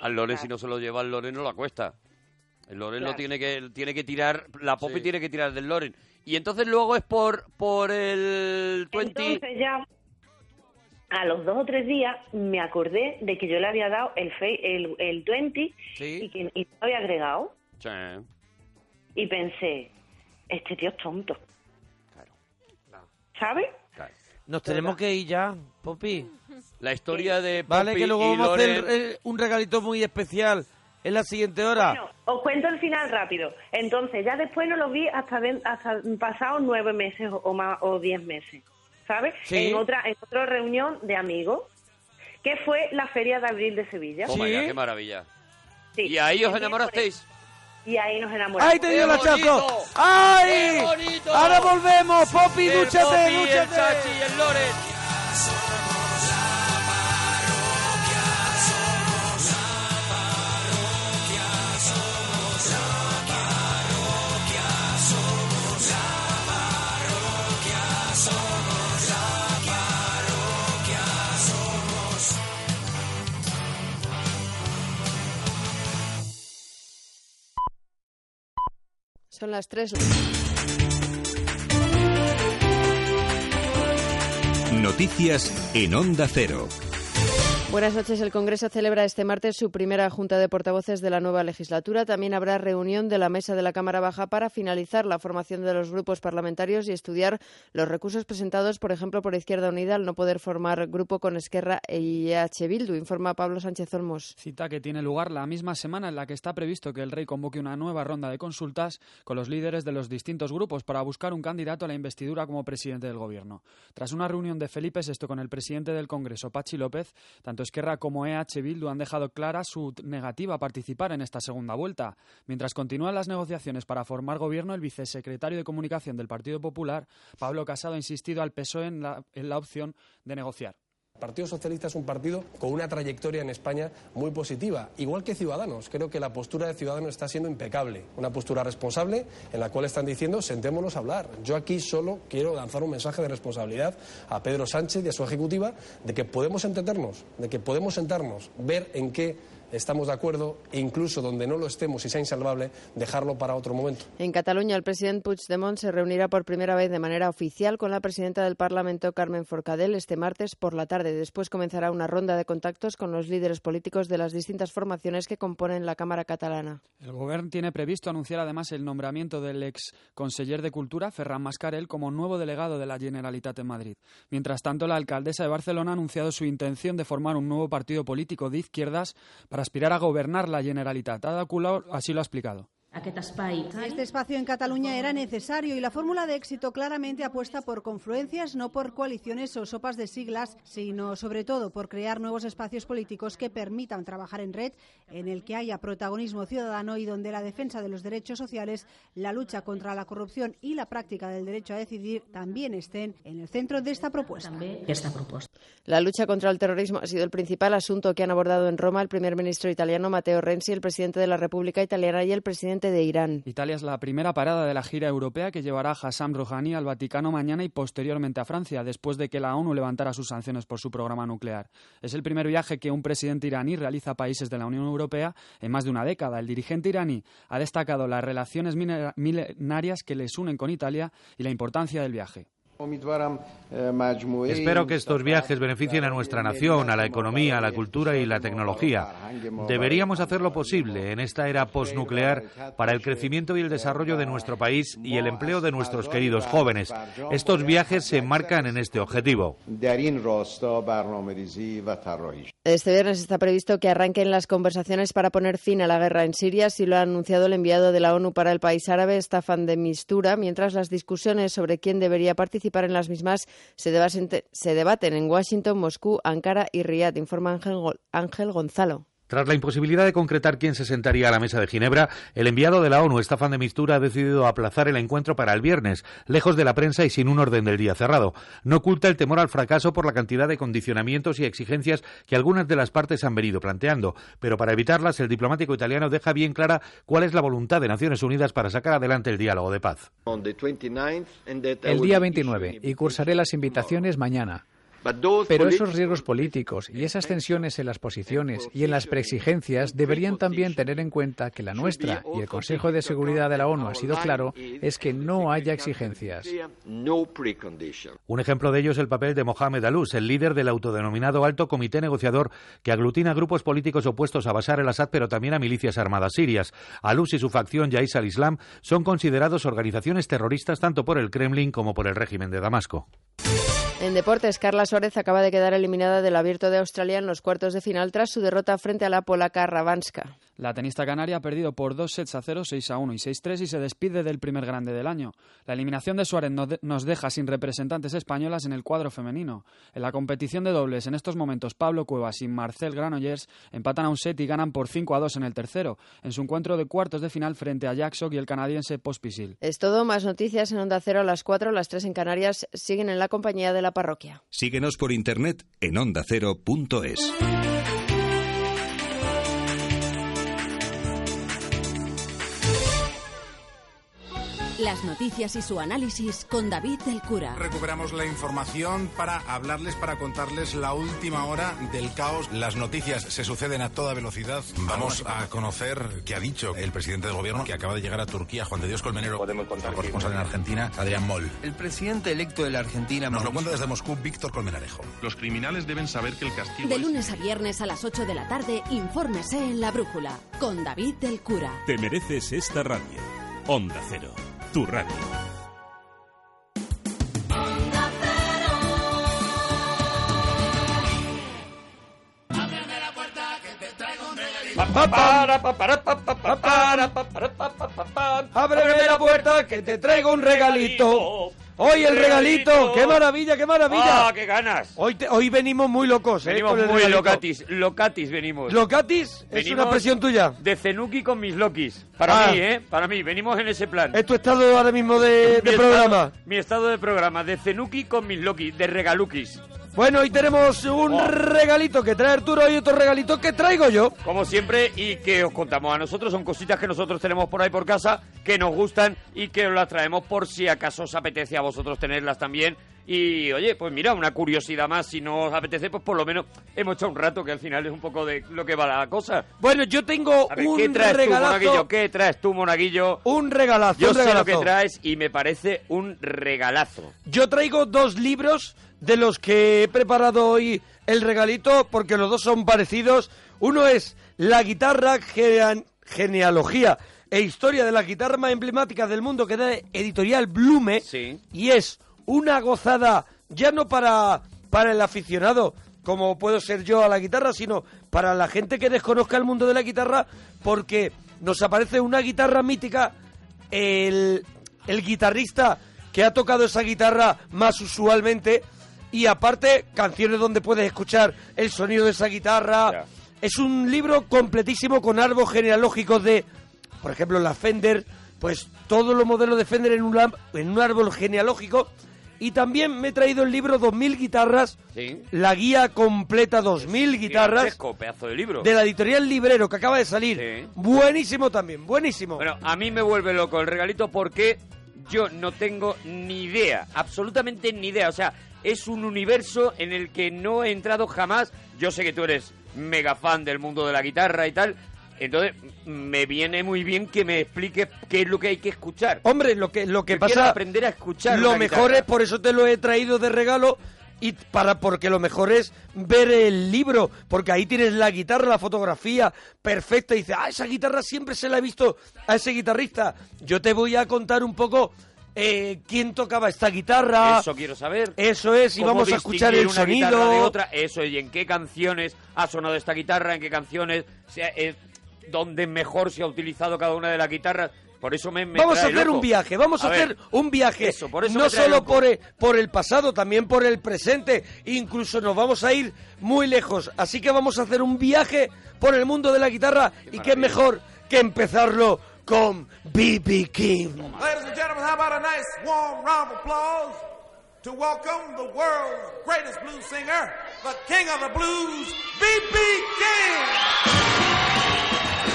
Al Loren, si no se lo lleva, al Loren no la cuesta. El Loren lo Claro. tiene que, tiene que tirar, la Poppy Sí. tiene que tirar del Loren. Y entonces luego es por, por el 20. Entonces ya, a los dos o tres días, me acordé de que yo le había dado el, fe- el, el 20 Sí. y que y no lo había agregado. Che. Y pensé, este tío es tonto. Claro, ¿Sabes? claro. Nos tenemos que ir ya, Popi. La historia de Poppy Vale, que luego y vamos a Loren. hacer eh, un regalito muy especial en la siguiente hora. Bueno, os cuento el final rápido. Entonces, ya después no lo vi hasta den- hasta pasado nueve meses o, o más o diez meses, ¿sabes? Sí. En otra en otra reunión de amigos que fue la feria de abril de Sevilla. Oh, my God, Sí. qué maravilla. Sí. Y ahí os Entonces, enamorasteis. por- Y ahí nos enamoramos. ¡Ay, te dio el ¡Qué hachazo! bonito! ¡Ay! ¡Qué bonito! Ahora volvemos, Popi, El dúchate, Eh, Poppy, dúchate. El Chachi y el Loren. Son las tres. Noticias en Onda Cero. Buenas noches. El Congreso celebra este martes su primera junta de portavoces de la nueva legislatura. También habrá reunión de la mesa de la Cámara Baja para finalizar la formación de los grupos parlamentarios y estudiar los recursos presentados, por ejemplo, por Izquierda Unida al no poder formar grupo con Esquerra y EH Bildu, informa Pablo Sánchez Olmos. Cita que tiene lugar la misma semana en la que está previsto que el rey convoque una nueva ronda de consultas con los líderes de los distintos grupos para buscar un candidato a la investidura como presidente del gobierno. Tras una reunión de Felipe VI con el presidente del Congreso, Pachi López, tanto Esquerra como EH Bildu han dejado clara su t- negativa a participar en esta segunda vuelta. Mientras continúan las negociaciones para formar gobierno, el vicesecretario de Comunicación del Partido Popular, Pablo Casado, ha insistido al PSOE E en la- en la opción de negociar. El Partido Socialista es un partido con una trayectoria en España muy positiva, igual que Ciudadanos. Creo que la postura de Ciudadanos está siendo impecable, una postura responsable en la cual están diciendo sentémonos a hablar. Yo aquí solo quiero lanzar un mensaje de responsabilidad a Pedro Sánchez y a su ejecutiva de que podemos entendernos, de que podemos sentarnos, ver en qué estamos de acuerdo e incluso donde no lo estemos y sea insalvable, dejarlo para otro momento. En Cataluña, el presidente Puigdemont se reunirá por primera vez de manera oficial con la presidenta del Parlamento, Carmen Forcadell, este martes por la tarde. Después comenzará una ronda de contactos con los líderes políticos de las distintas formaciones que componen la Cámara catalana. El Gobierno tiene previsto anunciar además el nombramiento del ex conseller de Cultura, Ferran Mascarell, como nuevo delegado de la Generalitat en Madrid. Mientras tanto, la alcaldesa de Barcelona ha anunciado su intención de formar un nuevo partido político de izquierdas para aspirar a gobernar la Generalitat. Ada Colau así lo ha explicado. Este espacio en Cataluña era necesario y la fórmula de éxito claramente apuesta por confluencias, no por coaliciones o sopas de siglas, sino sobre todo por crear nuevos espacios políticos que permitan trabajar en red, en el que haya protagonismo ciudadano y donde la defensa de los derechos sociales, la lucha contra la corrupción y la práctica del derecho a decidir también estén en el centro de esta propuesta. La lucha contra el terrorismo ha sido el principal asunto que han abordado en Roma el primer ministro italiano Matteo Renzi, el presidente de la República Italiana y el presidente de Irán. Italia es la primera parada de la gira europea que llevará a Hassan Rouhani al Vaticano mañana y posteriormente a Francia, después de que la ONU levantara sus sanciones por su programa nuclear. Es el primer viaje que un presidente iraní realiza a países de la Unión Europea en más de una década. El dirigente iraní ha destacado las relaciones mine- milenarias que les unen con Italia y la importancia del viaje. Espero que estos viajes beneficien a nuestra nación, a la economía, a la cultura y la tecnología. Deberíamos hacer lo posible en esta era posnuclear para el crecimiento y el desarrollo de nuestro país y el empleo de nuestros queridos jóvenes. Estos viajes se enmarcan en este objetivo. Este viernes está previsto que arranquen las conversaciones para poner fin a la guerra en Siria, así lo ha anunciado el enviado de la ONU para el país árabe, Staffan de Mistura, mientras las discusiones sobre quién debería participar en las mismas se, debasen- se debaten en Washington, Moscú, Ankara y Riad, informa Ángel Go- Ángel Gonzalo. Tras la imposibilidad de concretar quién se sentaría a la mesa de Ginebra, el enviado de la ONU, Staffan de Mistura, ha decidido aplazar el encuentro para el viernes, lejos de la prensa y sin un orden del día cerrado. No oculta el temor al fracaso por la cantidad de condicionamientos y exigencias que algunas de las partes han venido planteando, pero para evitarlas, el diplomático italiano deja bien clara cuál es la voluntad de Naciones Unidas para sacar adelante el diálogo de paz. El día 29 y cursaré las invitaciones mañana. Pero esos riesgos políticos y esas tensiones en las posiciones y en las preexigencias deberían también tener en cuenta que la nuestra y el Consejo de Seguridad de la ONU ha sido claro es que no haya exigencias. Un ejemplo de ello es el papel de Mohamed Alus, el líder del autodenominado Alto Comité Negociador, que aglutina grupos políticos opuestos a Bashar el-Assad, pero también a milicias armadas sirias. Alus y su facción Yais al-Islam son considerados organizaciones terroristas tanto por el Kremlin como por el régimen de Damasco. En deportes, Carla Suárez acaba de quedar eliminada del Abierto de Australia en los cuartos de final tras su derrota frente a la polaca Rabanska. La tenista canaria ha perdido por dos sets a 0, 6 a 1 y 6 3 y se despide del primer grande del año. La eliminación de Suárez no de- nos deja sin representantes españolas en el cuadro femenino. En la competición de dobles, en estos momentos Pablo Cuevas y Marcel Granollers empatan a un set y ganan por 5 a 2 en el tercero, en su encuentro de cuartos de final frente a Jackson y el canadiense Pospisil. Es todo, más noticias en Onda Cero a las 4, las 3 en Canarias, siguen en la compañía de la parroquia. Síguenos por internet en ondacero.es. Las noticias y su análisis con David del Cura. Recuperamos la información para hablarles, para contarles la última hora del caos. Las noticias se suceden a toda velocidad. Vamos a conocer qué ha dicho el presidente del gobierno que acaba de llegar a Turquía, Juan de Dios Colmenero. Podemos contar corresponsal en Argentina, Adrián Moll. El presidente electo de la Argentina. Nos lo cuenta desde Moscú Víctor Colmenarejo. Los criminales deben saber que el castigo De lunes a viernes a las 8 de la tarde, infórmese en La Brújula con David del Cura. Te mereces esta radio. Onda Cero, tu radio. Ábreme la puerta que te traigo un regalito. Hoy el regalito, qué maravilla, qué maravilla. ¡Ah, qué ganas! Hoy, te- hoy venimos muy locos, ¿eh? Venimos con el muy regalito. locatis, locatis venimos. ¿Locatis? ¿Es Venimos una presión tuya? De Cenuki con mis Lokis. Para Ah. mí, ¿eh? Para mí, venimos en ese plan. ¿Es tu estado ahora mismo de, de Mi programa? estado- mi estado de programa, de Cenuki con mis Lokis, de regalukis. Bueno, hoy tenemos un Oh. regalito que trae Arturo y otro regalito que traigo yo. Como siempre, y que os contamos a nosotros, son cositas que nosotros tenemos por ahí por casa, que nos gustan y que os las traemos por si acaso os apetece a vosotros tenerlas también. Y oye, pues mira, una curiosidad más, si no os apetece, pues por lo menos hemos hecho un rato, que al final es un poco de lo que va la cosa. Bueno, yo tengo A ver, un ¿qué traes regalazo. tú, Monaguillo? ¿Qué traes tú, Monaguillo? Un regalazo, Yo un sé lo regalazo. que traes y me parece un regalazo. Yo traigo dos libros de los que he preparado hoy el regalito porque los dos son parecidos. Uno es La guitarra gean- genealogía e historia de las guitarras más emblemáticas del mundo que da editorial Blume y es una gozada ya no para para el aficionado como puedo ser yo a la guitarra, sino para la gente que desconozca el mundo de la guitarra porque nos aparece una guitarra mítica el, el guitarrista que ha tocado esa guitarra más usualmente y aparte canciones donde puedes escuchar el sonido de esa guitarra. Es un libro completísimo con árboles genealógicos de, por ejemplo, la Fender, pues todos los modelos de Fender en un, lam- en un árbol genealógico. Y también me he traído el libro 2000 guitarras, Sí. la guía completa 2000 guitarras Gigantesco pedazo de libro. de la editorial Librero que acaba de salir. Buenísimo también, buenísimo. Bueno, a mí me vuelve loco el regalito porque yo no tengo ni idea, absolutamente ni idea. O sea, es un universo en el que no he entrado jamás. Yo sé que tú eres mega fan del mundo de la guitarra y tal. Entonces, me viene muy bien que me expliques qué es lo que hay que escuchar. Hombre, lo que, lo que Yo pasa- quiero aprender a escuchar. Lo una mejor guitarra. es, por eso te lo he traído de regalo. Y para porque lo mejor es ver el libro, porque ahí tienes la guitarra, la fotografía perfecta. Y dices, ah, esa guitarra siempre se la he visto a ese guitarrista. Yo te voy a contar un poco eh, quién tocaba esta guitarra. Eso quiero saber. Eso es, y ¿Cómo vamos a escuchar el distinguir una guitarra sonido. de otra? Eso, y en qué canciones ha sonado esta guitarra, en qué canciones, o sea, eh, dónde mejor se ha utilizado cada una de las guitarras. Por eso me, me vamos a trae hacer loco. un viaje, vamos a, ver, hacer un viaje. eso, por eso no me trae solo loco. por el, por el pasado, también por el presente. Incluso nos vamos a ir muy lejos. Así que vamos a hacer un viaje por el mundo de la guitarra. y qué mejor que empezarlo con B.B. King. Ladies and gentlemen, how about a nice warm round of applause to welcome the world's greatest blues singer, the king of the blues, B.B. King.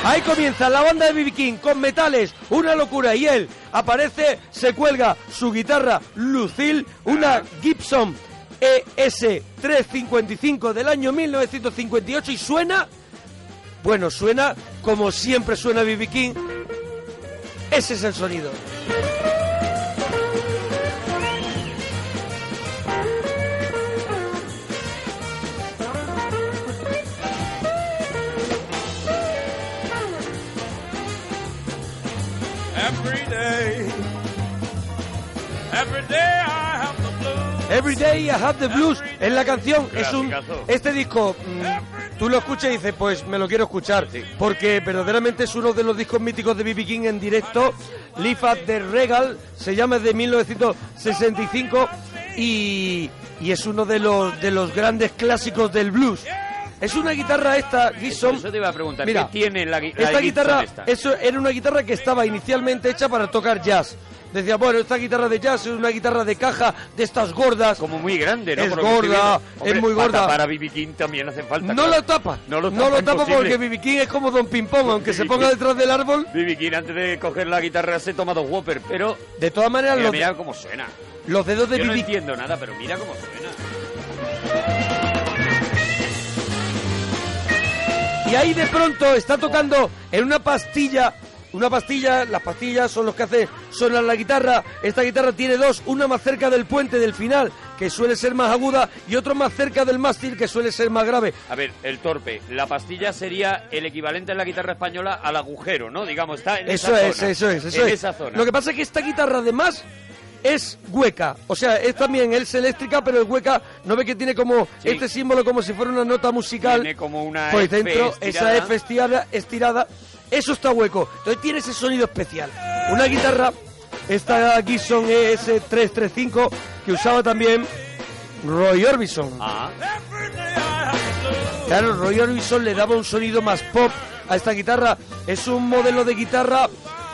Ahí comienza la banda de B.B. King con metales, una locura. Y él aparece, se cuelga su guitarra Lucille, una Gibson E ES355 del año 1958 y suena, bueno, suena como siempre suena B.B. King. Ese es el sonido. Every day, every day I have the blues. Every Day I Have the Blues es la canción, es un Clasicazo. este disco mm, tú lo escuchas y dices, pues me lo quiero escuchar, porque verdaderamente es uno de los discos míticos de B.B. King en directo, Leaf at the Regal, se llama es de 1965 y, y es uno de los de los grandes clásicos del blues. Es una guitarra esta Gibson. Eso te iba a preguntar, Mira, ¿qué tiene la, gui- la esta Gibson guitarra esta? eso era una guitarra que estaba inicialmente hecha para tocar jazz. Decía, bueno, esta guitarra de jazz es una guitarra de caja de estas gordas. Como muy grande, ¿no? Es Por lo que estoy gorda, viendo. es Hombre, muy para gorda. Para BB King también hace falta. No claro. lo tapa. No lo tapa. No lo tapa imposible. porque BB King es como Don Ping Pong, aunque se ponga detrás del árbol. BB King antes de coger la guitarra se toma dos Whopper, pero de todas maneras mira, los- mira cómo suena. Los dedos de Yo no BB entiendo nada, pero mira cómo suena. Y ahí de pronto está tocando en una pastilla. Una pastilla, las pastillas son los que hacen sonar la guitarra. Esta guitarra tiene dos, una más cerca del puente del final, que suele ser más aguda, y otro más cerca del mástil, que suele ser más grave. A ver, el torpe. La pastilla sería el equivalente en la guitarra española al agujero, ¿no? Digamos, está en Eso esa es, zona. eso es, eso en es. esa zona. Lo que pasa es que esta guitarra además es hueca, o sea, es también es eléctrica, pero es hueca. No ve que tiene como Sí. este símbolo como si fuera una nota musical. Tiene como una pues F dentro estirada. esa F estirada, estirada, eso está hueco. Entonces tiene ese sonido especial. Una guitarra, esta E Gibson ES335 que usaba también Roy Orbison. Ah. Claro, Roy Orbison le daba un sonido más pop a esta guitarra. Es un modelo de guitarra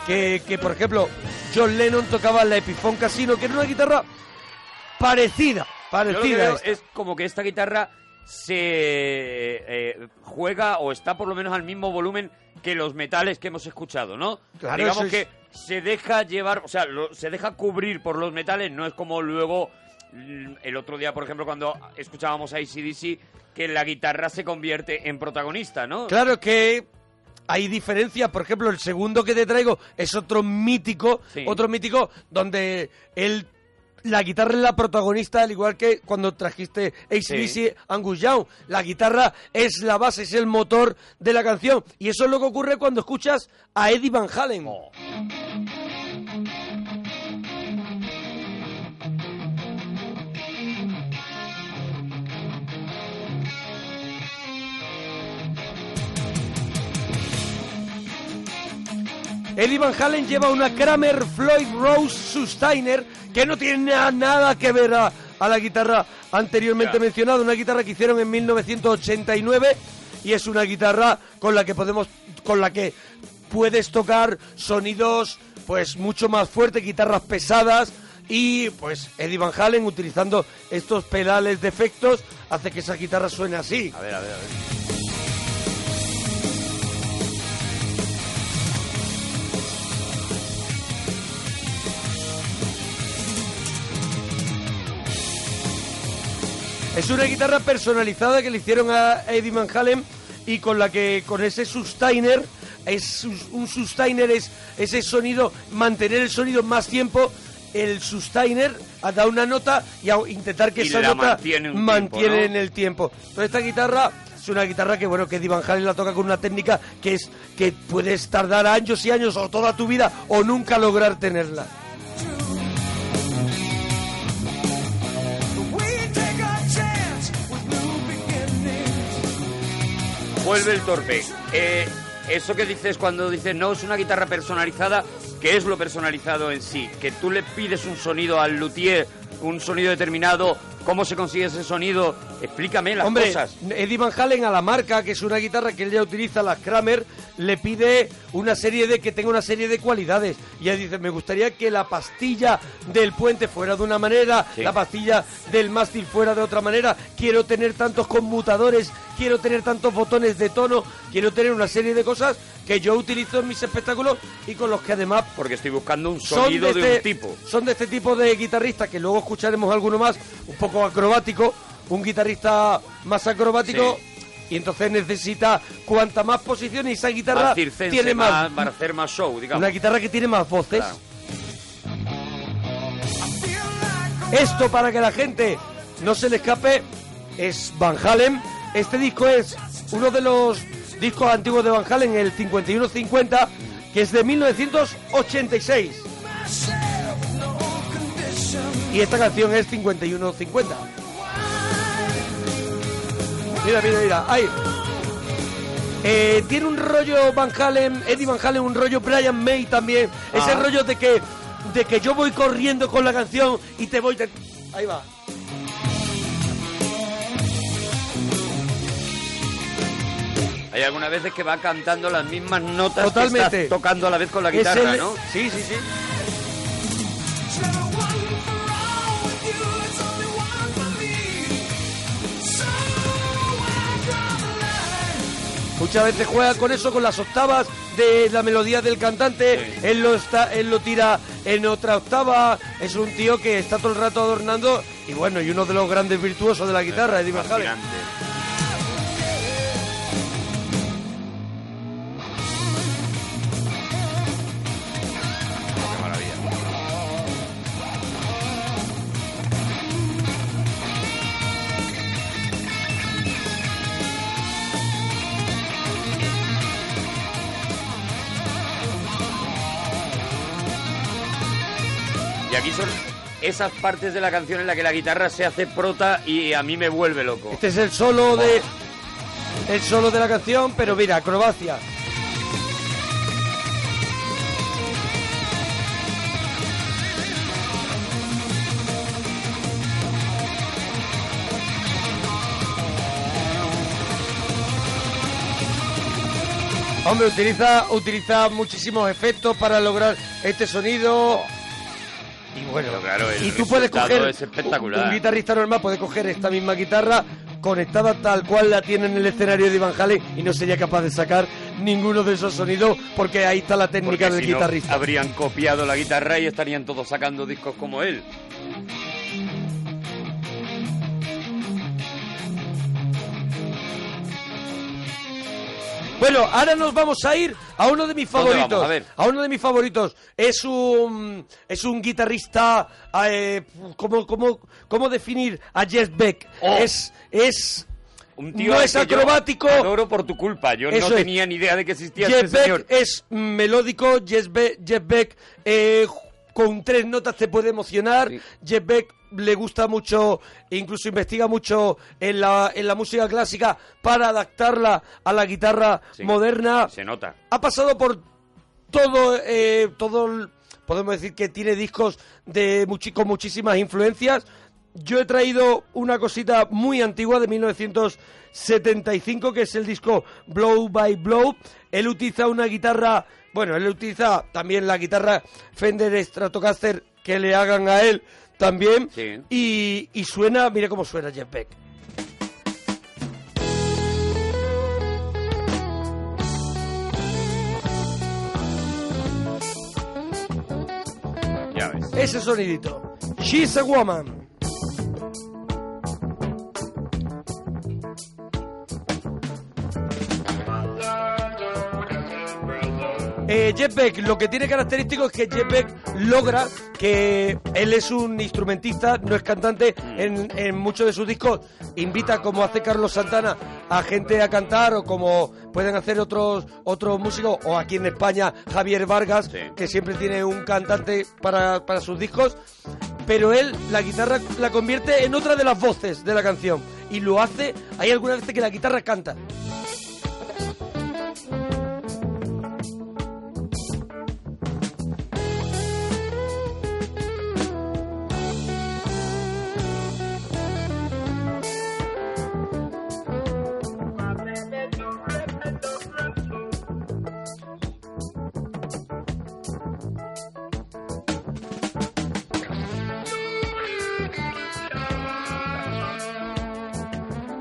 que, que, por ejemplo, John Lennon tocaba en la Epiphone Casino, que era una guitarra parecida, Yo lo que parecida. a veo esta. es como que esta guitarra se eh, juega o está por lo menos al mismo volumen que los metales que hemos escuchado, ¿no? Claro, eso Digamos es- que se deja llevar, o sea, lo- se deja cubrir por los metales, no es como luego mm, el otro día, por ejemplo, cuando escuchábamos a ACDC, que la guitarra se convierte en protagonista, ¿no? Claro que hay diferencias. Por ejemplo, el segundo que te traigo es otro mítico, otro mítico donde él la guitarra es la protagonista, al igual que cuando trajiste ACDC Angus Young. La guitarra es la base, es el motor de la canción. Y eso es lo que ocurre cuando escuchas a Eddie Van Halen. Eddie Van Halen lleva una Kramer Floyd Rose Sustainer que no tiene na- nada que ver a, a la guitarra anteriormente Ya. mencionada, una guitarra que hicieron en 1989 y es una guitarra con la que podemos con la que puedes tocar sonidos pues mucho más fuertes, guitarras pesadas y pues Eddie Van Halen utilizando estos pedales de efectos hace que esa guitarra suene así. A ver, a ver, a ver. Es una guitarra personalizada que le hicieron a Eddie Van Halen y con la que con ese sustainer Es un, un sustainer es ese sonido, mantener el sonido más tiempo. El sustainer da una nota y a- intentar que Y esa la nota mantiene un mantiene tiempo, ¿no? en el tiempo. Entonces esta guitarra es una guitarra que bueno que Divan Halen la toca con una técnica que es que puedes tardar años y años o toda tu vida o nunca lograr tenerla. Vuelve el torpe. Eh, eso que dices cuando dices no es una guitarra personalizada, que es lo personalizado en sí, que tú le pides un sonido al luthier, un sonido determinado, cómo se consigue ese sonido, explícame las Hombre, cosas. Eddie Van Halen a la marca, que es una guitarra que él ya utiliza, la Kramer, le pide una serie de que tenga una serie de cualidades. Y él dice, me gustaría que la pastilla del puente fuera de una manera, Sí. la pastilla del mástil fuera de otra manera, quiero tener tantos conmutadores, quiero tener tantos botones de tono, quiero tener una serie de cosas que yo utilizo en mis espectáculos y con los que además Porque estoy buscando un son sonido este- de, un tipo. Son de este tipo de guitarristas que luego escucharemos alguno más, un poco acrobático, un guitarrista más acrobático. Y entonces necesita cuanta más posiciones y esa guitarra Más circense, tiene más, más- para hacer más show, digamos. una guitarra que tiene más voces. Esto para que la gente no se le escape es Van Halen. Este disco es uno de los discos antiguos de Van Halen, el 5150, que es de 1986. Y esta canción es 5150. Mira, mira, mira, ahí. Eh, tiene un rollo Van Halen, Eddie Van Halen, un rollo Brian May también. Ese Ah. rollo de que, de que yo voy corriendo con la canción y te voy. te- Ahí va. Hay algunas veces que va cantando las mismas notas que Totalmente. está tocando a la vez con la Es guitarra, el- ¿no? Sí, sí, sí. Muchas veces juega con eso, con las octavas de la melodía del cantante. Él, lo está, él lo tira en otra octava. Es un tío que está todo el rato adornando. Y bueno, y uno de los grandes virtuosos de la guitarra, Eddie Van Halen. Fascinante. Qué maravilla. Y aquí son esas partes de la canción en la que la guitarra se hace prota y a mí me vuelve loco. Este es el solo de. El solo de la canción, pero mira, acrobacia. Hombre, utiliza, utiliza muchísimos efectos para lograr este sonido. Y bueno, claro, el y tú puedes resultado coger es espectacular. un guitarrista normal puede coger esta misma guitarra conectada tal cual la tiene en el escenario de Van Halen y no sería capaz de sacar ninguno de esos sonidos porque ahí está la técnica Porque del si no, guitarrista. habrían copiado la guitarra y estarían todos sacando discos como él. Bueno, ahora nos vamos a ir a uno de mis ¿Dónde favoritos. vamos? A ver. uno de mis favoritos. Es un es un guitarrista eh, ¿cómo, cómo, cómo definir a Jeff Beck? Es es Oh. Un tío no al es que yo acrobático. Adoro por tu culpa. Yo Eso no es. tenía ni idea de que existía Jeff este Beck señor. es melódico, Jeff Beck, Jeff Beck, eh, con tres notas te puede emocionar, Jeff Beck le gusta mucho, incluso investiga mucho en la, en la música clásica para adaptarla a la guitarra Sí, moderna. Se nota. Ha pasado por todo, eh, todo el- podemos decir que tiene discos de muchi- con muchísimas influencias. Yo he traído una cosita muy antigua de 1975, que es el disco Blow by Blow. Él utiliza una guitarra, bueno, él utiliza también la guitarra Fender Stratocaster que le hagan a él también. Y, y suena, mira cómo suena Jeff Beck. Ya ves. Ese sonidito. She's a woman. eh, Jeff Beck, lo que tiene característico es que Jeff Beck logra que él es un instrumentista, no es cantante. En, en muchos de sus discos invita, como hace Carlos Santana, a gente a cantar o como pueden hacer otros, otros músicos, o aquí en España Javier Vargas, que siempre tiene un cantante para, para sus discos. Pero él la guitarra la convierte en otra de las voces de la canción. Y lo hace, hay algunas veces que la guitarra canta.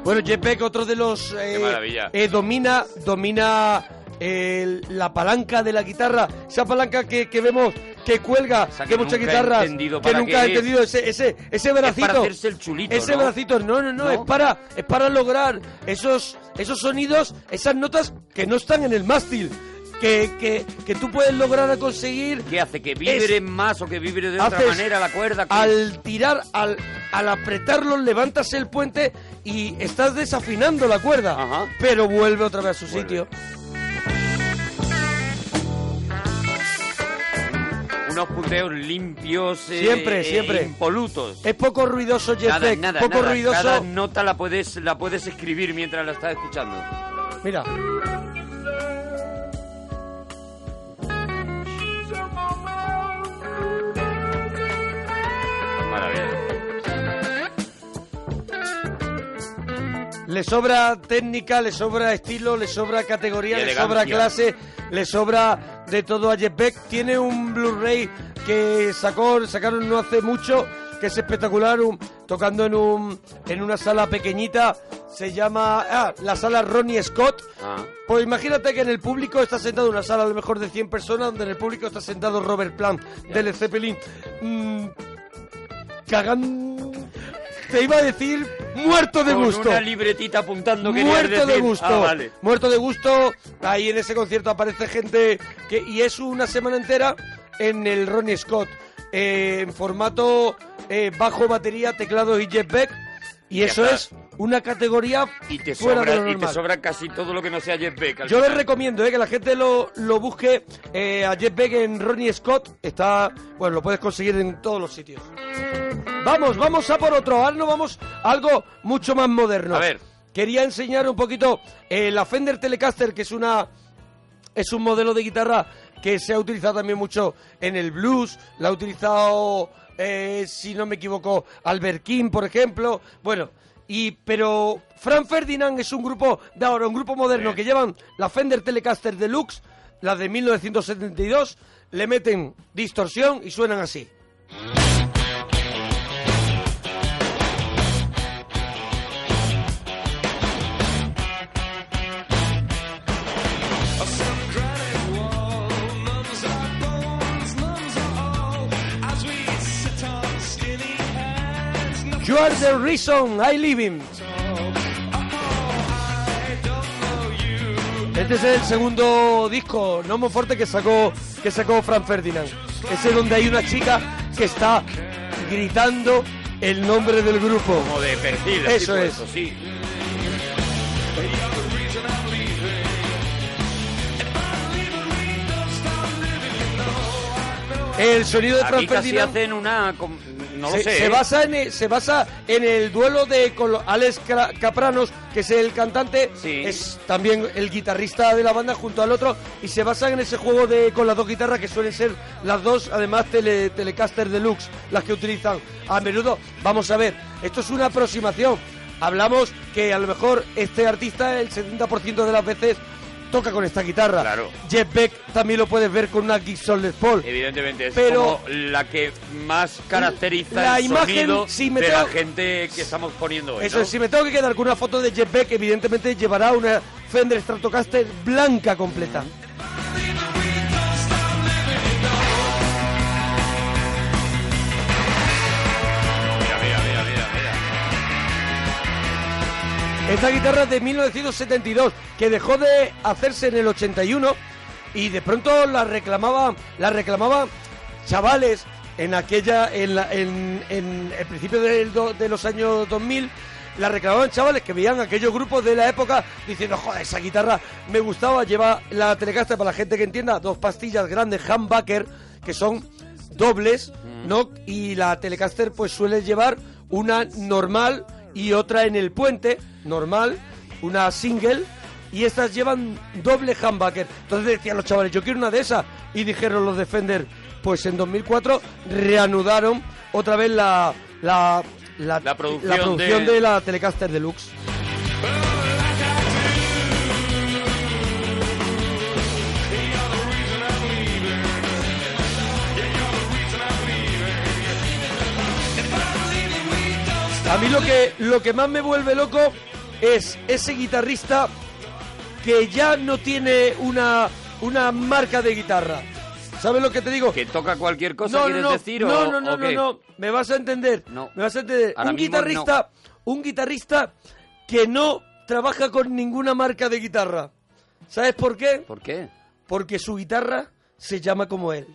Bueno, Jeff Beck, otro de los... eh, maravilla. eh, domina domina eh, la palanca de la guitarra. Esa palanca que, que vemos que cuelga, que, nunca muchas he guitarras... entendido que para nunca qué he es. entendido ese, ese, ese Es para bracito. hacerse el chulito, Ese ¿no? bracito, no, no, no, ¿No? Es, para, es para lograr esos, esos sonidos, esas notas que no están en el mástil. Que, que, que tú puedes lograr conseguir... ¿Qué hace? ¿Que vibre más o que vibre de otra haces- manera la cuerda? ¿Qué? Al tirar, al, al apretarlo, levantas el puente y estás desafinando la cuerda. Pero vuelve otra vez a su sitio. Unos puteos limpios. eh, Siempre, eh, siempre. Impolutos. Es poco ruidoso, Jeff Nada, Beck, nada, poco nada. ruidoso. Cada nota la puedes, la puedes escribir mientras la estás escuchando. Mira. Le sobra técnica, le sobra estilo, le sobra categoría, Y le elegancia. sobra clase, le sobra de todo a Jeff Beck. Tiene un Blu-ray que sacó, sacaron no hace mucho, que es espectacular, un- tocando en, un, en una sala pequeñita. Se llama ah, la sala Ronnie Scott. Ah. Pues imagínate que en el público está sentado una sala a lo mejor de 100 personas, donde en el público está sentado Robert Plant del Led Zeppelin. Mm, cagan... Te iba a decir muerto de Con gusto. Una libretita apuntando que Muerto de gusto. Ah, vale. Muerto de gusto. Ahí en ese concierto aparece gente que y es una semana entera en el Ronnie Scott eh, en formato eh, bajo batería, teclado y Jeff Beck y, Ya eso está. es una categoría Y te, fuera de lo sobra, y te normal. sobra casi todo lo que no sea Jeff Beck. al Yo les final. recomiendo eh, que la gente lo, lo busque eh, a Jeff Beck en Ronnie Scott. Está, bueno, lo puedes conseguir en todos los sitios. Mm. Vamos, vamos a por otro. Ahora nos vamos a algo mucho más moderno. A ver. Quería enseñar un poquito eh, la Fender Telecaster, que es una es un modelo de guitarra que se ha utilizado también mucho en el blues, la ha utilizado, eh, si no me equivoco, Albert King, por ejemplo. Bueno, y pero Frank Ferdinand es un grupo de ahora, un grupo moderno que llevan la Fender Telecaster Deluxe, la de 1972, le meten distorsión y suenan así. You are the reason I live in. Este es el segundo disco, no muy fuerte, que sacó, que sacó Frank Ferdinand. Ese donde hay una chica que está gritando el nombre del grupo. Como de perfil. así Eso es. puesto, sí. El sonido de Aquí Frank casi Ferdinand. hacen una... com- No lo se, sé. se ¿eh? basa en, el- se basa en el duelo de con lo- Alex Cra- Capranos, que es el cantante, es también el guitarrista de la banda junto al otro, y se basa en ese juego de con las dos guitarras que suelen ser las dos, además tele- Telecaster Deluxe, las que utilizan a menudo. Vamos a ver, esto es una aproximación. Hablamos que a lo mejor este artista el 70% de las veces toca con esta guitarra. Jeff Beck también lo puedes ver con una Gibson Les Paul. Evidentemente es Pero- como la que más caracteriza La el imagen, sonido si me de tengo- la gente que estamos poniendo hoy, Eso ¿no? es, si me tengo que quedar con una foto de Jeff Beck, evidentemente llevará una Fender Stratocaster blanca completa. Mira, mira, mira, mira, mira. Esta guitarra es de 1972, que dejó de hacerse en el 81 y de pronto la reclamaba, la reclamaba chavales en aquella, en, la- en- en el principio del do- de los años 2000, la reclamaban chavales que veían aquellos grupos de la época diciendo, joder, esa guitarra me gustaba, lleva la telecaster para la gente que entienda, dos pastillas grandes humbucker que son dobles, ¿no? Y la telecaster pues suele llevar una normal y otra en el puente, normal, una single, y estas llevan doble humbucker. Entonces decían los chavales, yo quiero una de esas. Y dijeron los Defender, pues en 2004 reanudaron otra vez la, la, la, la producción producción de- de la Telecaster Deluxe. A mí lo que, lo que más me vuelve loco es ese guitarrista que ya no tiene una, una marca de guitarra. ¿Sabes lo que te digo? Que toca cualquier cosa, ¿quieres no, decir? No, o, no, no, o qué? no, no. Me vas a entender. Me vas a entender. Ahora un mismo guitarrista, un guitarrista que no trabaja con ninguna marca de guitarra. ¿Sabes por qué? ¿Por qué? Porque su guitarra se llama como él.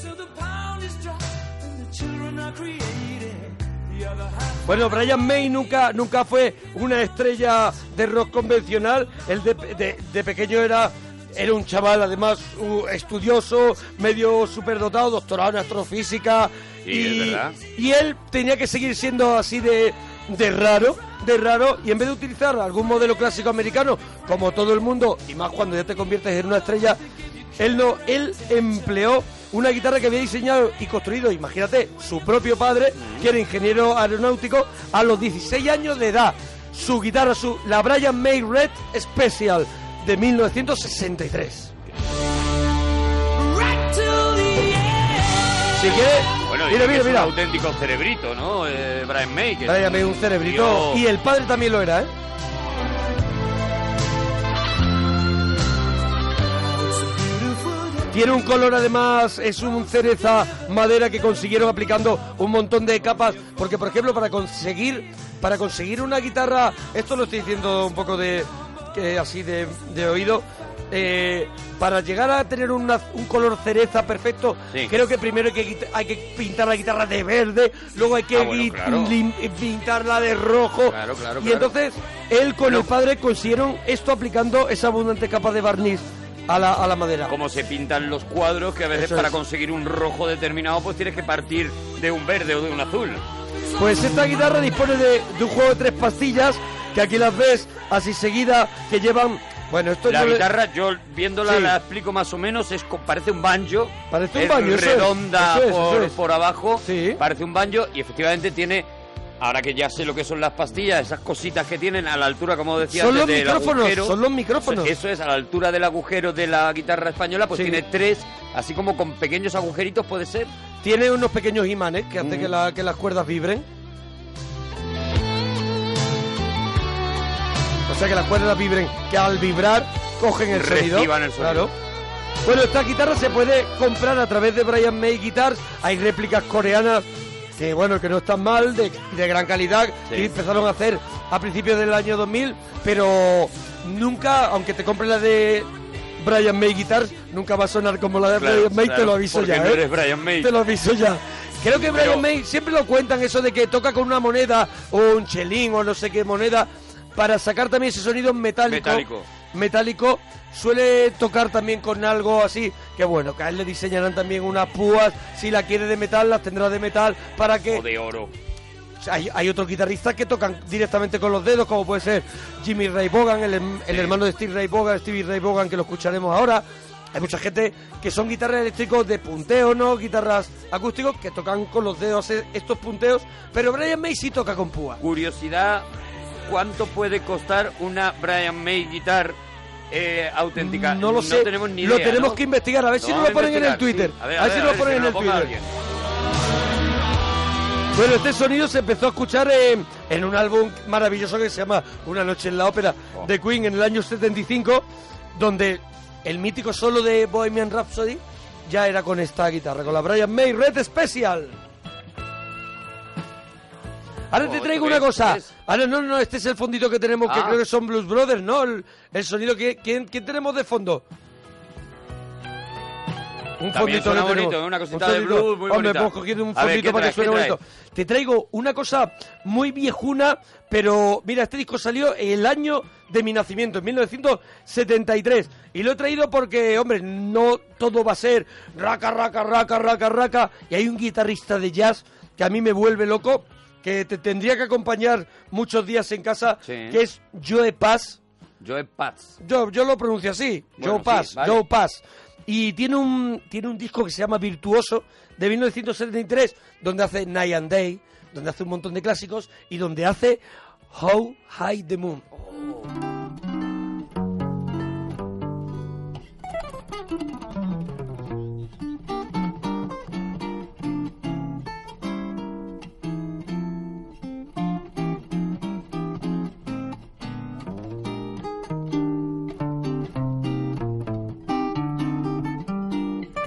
So the pound is dropped and the children are created. The other half Bueno, Brian May nunca, nunca fue una estrella de rock convencional. Él de, de- de pequeño era, era un chaval, además, u- estudioso, medio superdotado, doctorado en astrofísica. Sí, es verdad. y él tenía que seguir siendo así de, de raro, de raro. Y en vez de utilizar algún modelo clásico americano, como todo el mundo, y más cuando ya te conviertes en una estrella, él no, él empleó una guitarra que había diseñado y construido, imagínate, su propio padre, que era ingeniero aeronáutico, a los 16 años de edad. Su guitarra, su, la Brian May Red Special de 1963. right till the Si quieres, Bueno, mira, dice que mira, es mira. un auténtico cerebrito, ¿no? Eh, Brian May. que es Brian May, un cerebrito. tío- Y el padre también lo era, ¿eh? Tiene un color además, es un cereza madera que consiguieron aplicando un montón de capas, porque por ejemplo para conseguir para conseguir una guitarra, esto lo estoy diciendo un poco de que así de, de oído, eh, para llegar a tener una- un color cereza perfecto, Sí. creo que primero hay que, quit- hay que pintar la guitarra de verde, luego hay que Ah, bueno, gui- claro. lim- eh, pintarla de rojo, Claro, claro, y claro. entonces él con el padre consiguieron esto aplicando esa abundante capa de barniz a la, a la madera. Cómo se pintan los cuadros, que a veces Eso para es. conseguir un rojo determinado, pues tienes que partir de un verde o de un azul. Pues esta guitarra dispone de, de un juego de tres pastillas, que aquí las ves así seguida, que llevan... Bueno, esto La yo le- guitarra, yo viéndola, Sí. la explico más o menos, es co- parece un banjo. Parece un Es banjo, eso es, redonda eso es, por, eso es. por abajo, parece un banjo y efectivamente tiene, ahora que ya sé lo que son las pastillas, esas cositas que tienen a la altura, como decía Son los antes, del micrófonos, agujero. son los micrófonos. Eso es, a la altura del agujero de la guitarra española, pues tiene tres, así como con pequeños agujeritos, puede ser. Tiene unos pequeños imanes que hacen que, la- que las cuerdas vibren. O sea que las cuerdas vibren, que al vibrar cogen el sonido. Reciban el sonido. Claro. Bueno, esta guitarra se puede comprar a través de Brian May Guitars. Hay réplicas coreanas que, bueno, que no están mal, de, de gran calidad, Sí. que empezaron a hacer a principios del año 2000, pero nunca, aunque te compres la de Brian May Guitars, nunca va a sonar como la de Claro, Brian May, te claro, lo aviso porque ya. no ¿eh? eres Brian May. Te lo aviso ya. Creo que Brian Pero- May siempre lo cuentan eso de que toca con una moneda o un chelín o no sé qué moneda para sacar también ese sonido metálico. Metálico. Metálico. Suele tocar también con algo así, que bueno, que a él le diseñarán también unas púas, si la quiere de metal, las tendrá de metal, para que... O de oro. Hay, hay otros guitarristas que tocan directamente con los dedos, como puede ser Jimmy Ray Vaughan, el, hem- el hermano de Steve Ray Vaughan, Stevie Ray Vaughan, que lo escucharemos ahora. Hay mucha gente que son guitarras eléctricos de punteo, ¿no? Guitarras acústicos que tocan con los dedos eh, estos punteos, pero Brian May sí toca con púa. Curiosidad, ¿cuánto puede costar una Brian May guitar eh, auténtica? No lo sé, tenemos ni lo idea, tenemos ¿no? que investigar, a ver si No, nos lo vamos a ponen en el investigar, Twitter. sí. A ver, si nos lo que ponen en nos el ponga Twitter. alguien. Bueno, este sonido se empezó a escuchar en, en un álbum maravilloso que se llama Una noche en la ópera de Queen en el año 75, donde el mítico solo de Bohemian Rhapsody ya era con esta guitarra, con la Brian May Red Special. Ahora te traigo una cosa. Ahora no, no, este es el fondito que tenemos, que Ah. creo que son Blues Brothers, ¿no? El, el sonido que ¿quién, quién tenemos de fondo. Un También suena que bonito, tenemos. ¿eh? una cosita Un de fondito. blues muy Hombre, bonita. vamos cogiendo un A ver, fondito ¿qué para que traes, suene qué traes? bonito. Te traigo una cosa muy viejuna, pero mira, este disco salió el año de mi nacimiento, en 1973. Y lo he traído porque, hombre, no todo va a ser raca, raca, raca, raca, raca. Y hay un guitarrista de jazz que a mí me vuelve loco, que te tendría que acompañar muchos días en casa, que es Joe Paz. Joe Paz. Yo, yo lo pronuncio así, Bueno, Joe Pass, sí, vale. Joe Pass. Y tiene un, tiene un disco que se llama Virtuoso, de 1973, donde hace Night and Day, donde hace un montón de clásicos y donde hace How High the Moon.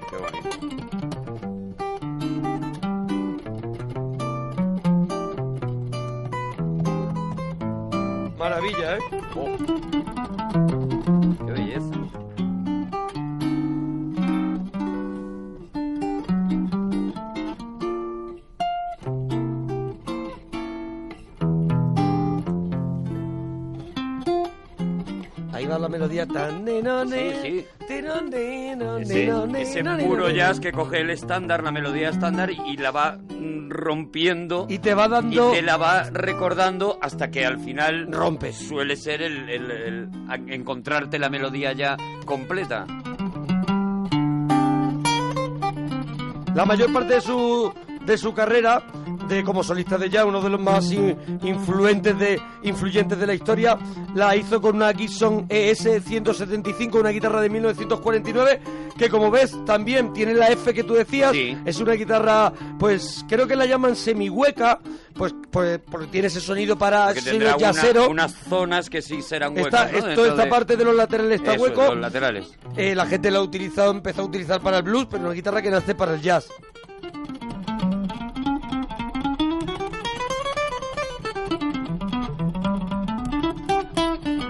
Qué bonito. Maravilla, ¿eh? Qué belleza. Ahí va la melodía tan... Sí, Ese, Ese, ese puro jazz que coge el estándar, la melodía estándar y la va mm, rompiendo y te va dando- te la va recordando hasta que al final Rompe. Suele ser el, el- el a- encontrarte la melodía ya completa. La mayor parte de su, de su carrera de como solista de jazz, uno de los más in- influentes de, influyentes de la historia, la hizo con una Gibson E ES-175, una guitarra de 1949, que como ves también tiene la F que tú decías, es una guitarra, pues creo que la llaman semihueca, pues, pues porque tiene ese sonido para Que ese tendrá sonido una- jazzero. unas zonas que sí serán huecas. Está- ¿no? esto- Dentro esta de- parte de los laterales está Eso, hueco. Los laterales. Eh, la gente la ha utilizado, empezó a utilizar para el blues, pero una guitarra que nace para el jazz.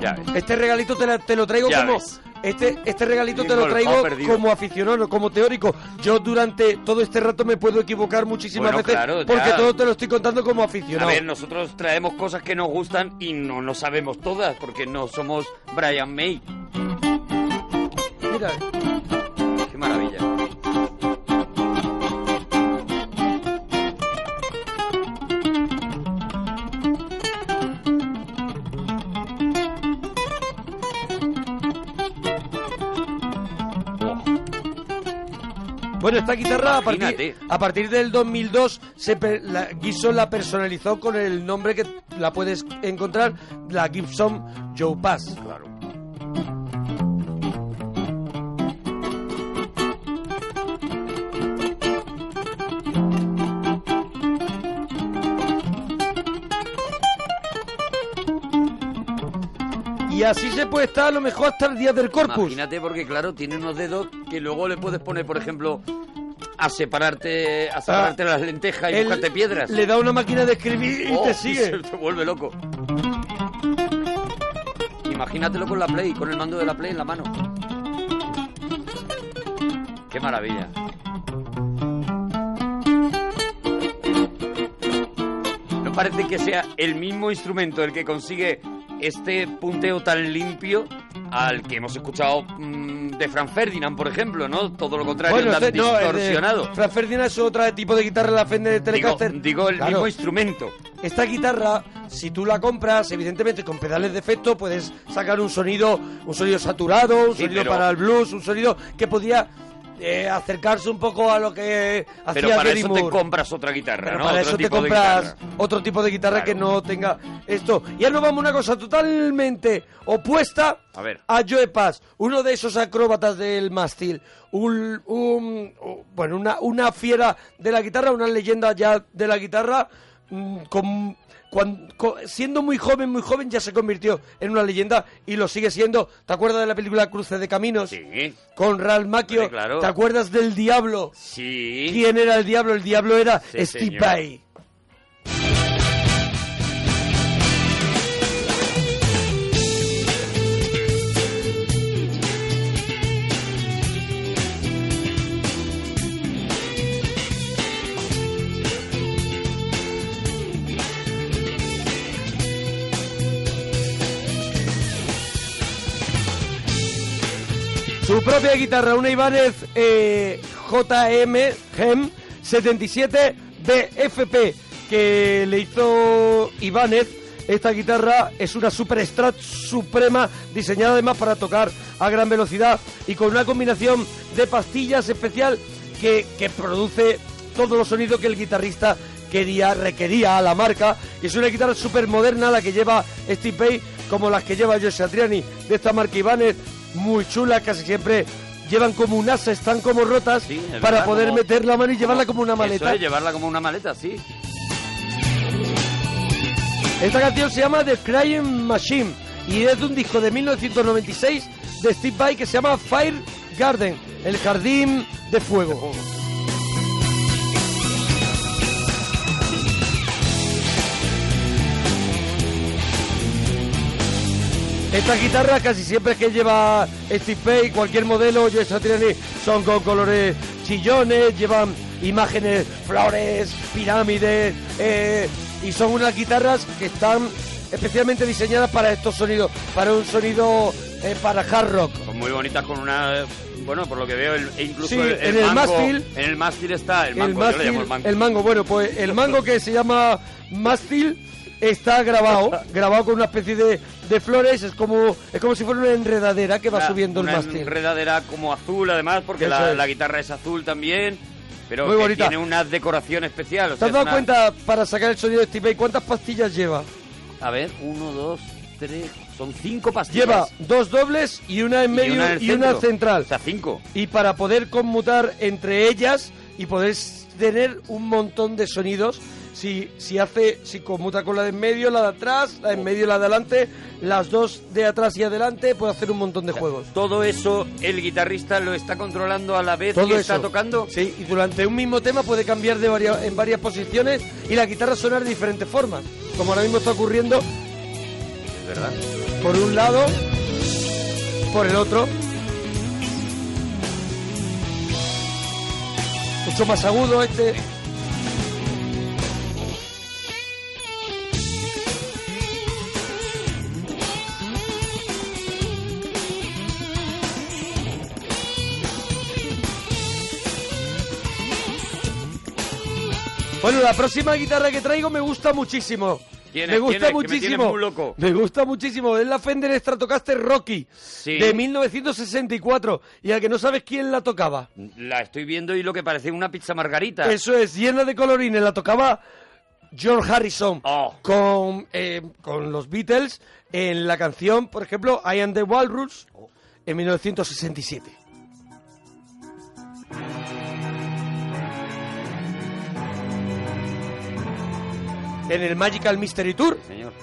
Ya ves. Este regalito te, la- te lo traigo Ya como. ves. Este, este regalito te Mismo lo el traigo pavo perdido. como aficionado, como teórico. Yo durante todo este rato me puedo equivocar muchísimas Bueno, veces claro, ya. porque todo te lo estoy contando como A aficionado. ver, nosotros traemos cosas que nos gustan y no nos sabemos todas porque no somos Brian May. Mira, Qué maravilla. Bueno, esta guitarra a Imagínate. partir, a partir del 2002 se per- la, Gibson la personalizó con el nombre que la puedes encontrar, la Gibson Joe Pass. Claro. Y así se puede estar a lo mejor hasta el día del corpus. Imagínate porque claro, tiene unos dedos que luego le puedes poner, por ejemplo, a separarte, a separarte las lentejas y Ah, Él buscarte piedras. Le da una máquina de escribir y [LAUGHS] Oh, te sigue. se te vuelve loco. Imagínatelo con la Play, con el mando de la Play en la mano. Qué maravilla. No parece que sea el mismo instrumento el que consigue este punteo tan limpio al que hemos escuchado mm, de Franz Ferdinand, por ejemplo, ¿no? Todo lo contrario, tan este- no, el de distorsionado. Franz Ferdinand es otro tipo de guitarra, la Fender digo, Telecaster. digo el Claro. mismo instrumento. Esta guitarra, si tú la compras, evidentemente con pedales de efecto puedes sacar un sonido, un sonido saturado, un Sí, sonido pero- para el blues, un sonido que podía eh, acercarse un poco a lo que hacía Pero para Gary eso te Moore. compras otra guitarra, Pero ¿no? para Otro eso te tipo de compras guitarra. otro tipo de guitarra que no tenga esto. Y ahora nos vamos a una cosa totalmente opuesta A ver. a Joe Paz, uno de esos acróbatas del mástil, un, un- u- bueno, una, una fiera de la guitarra, una leyenda ya de la guitarra, mm, con, cuan- co- siendo muy joven, muy joven, ya se convirtió en una leyenda y lo sigue siendo. ¿Te acuerdas de la película Cruce de Caminos? Sí. Con Ralph Macchio. Hombre, claro. ¿Te acuerdas del Diablo? Sí. ¿Quién era el Diablo? El Diablo era Sí, Steve señor. Vai. Su propia guitarra, una Ibanez eh, JM GEM 77 BFP que le hizo Ibanez. Esta guitarra es una Super Strat suprema, diseñada además para tocar a gran velocidad y con una combinación de pastillas especial que, que produce todos los sonidos que el guitarrista quería, requería a la marca. Y es una guitarra súper moderna la que lleva Steve Bay, como las que lleva José Satriani de esta marca Ibanez, muy chula, casi siempre llevan como un asa, están como rotas es para verdad, poder como- meter la mano y llevarla como una maleta. Eso es, llevarla como una maleta, sí. Esta canción se llama The Crying Machine y es de un disco de 1996 de Steve Vai que se llama Fire Garden, el jardín de fuego. Esta guitarra casi siempre que lleva Steve Vai, cualquier modelo, Joe Satriani, son con colores chillones, llevan imágenes, flores, pirámides, eh, y son unas guitarras que están especialmente diseñadas para estos sonidos, para un sonido eh, para hard rock. Son Pues muy bonitas con una... Bueno, por lo que veo, el- e incluso Sí, el, en el mango- mástil- En el mástil está el mango, el yo mástil, le llamo el mango. el mango. Bueno, pues el mango que se llama mástil está grabado, grabado con una especie de, de flores, es como es como si fuera una enredadera que va Una- subiendo el una mástil. enredadera como azul, además, porque Eso la, es. la guitarra es azul también. Pero Muy que bonita. tiene una decoración especial. o ¿Te sea, has es dado una- cuenta para sacar el sonido de Steve Vai cuántas pastillas lleva? A ver, uno, dos, tres. Son cinco pastillas. Lleva dos dobles y una en Y medio una en el y una centro. central. O sea, cinco. Y para poder conmutar entre ellas y poder s- tener un montón de sonidos, si, si hace, si conmuta con la de en medio, la de atrás, la de Oh. en medio y la de adelante, las dos de atrás y adelante, puede hacer un montón de juegos. Todo eso el guitarrista lo está controlando a la vez Todo que está eso. tocando. Sí, y durante un mismo tema puede cambiar de varia- en varias posiciones y la guitarra sonar de diferentes formas, como ahora mismo está ocurriendo Es verdad. por un lado, por el otro. Mucho más agudo este. Bueno, la próxima guitarra que traigo me gusta muchísimo. ¿Quién me es? gusta ¿Quién es? Que me tienes muchísimo. muy loco. Me gusta muchísimo. Es la Fender Stratocaster Rocky de 1964 y a que no sabes quién la tocaba. La estoy viendo y lo que parece una pizza margarita. Eso es, llena de colorines, la tocaba George Harrison con, eh, con los Beatles en la canción, por ejemplo, I Am the Walrus en 1967. En el Magical Mystery Tour. Señor.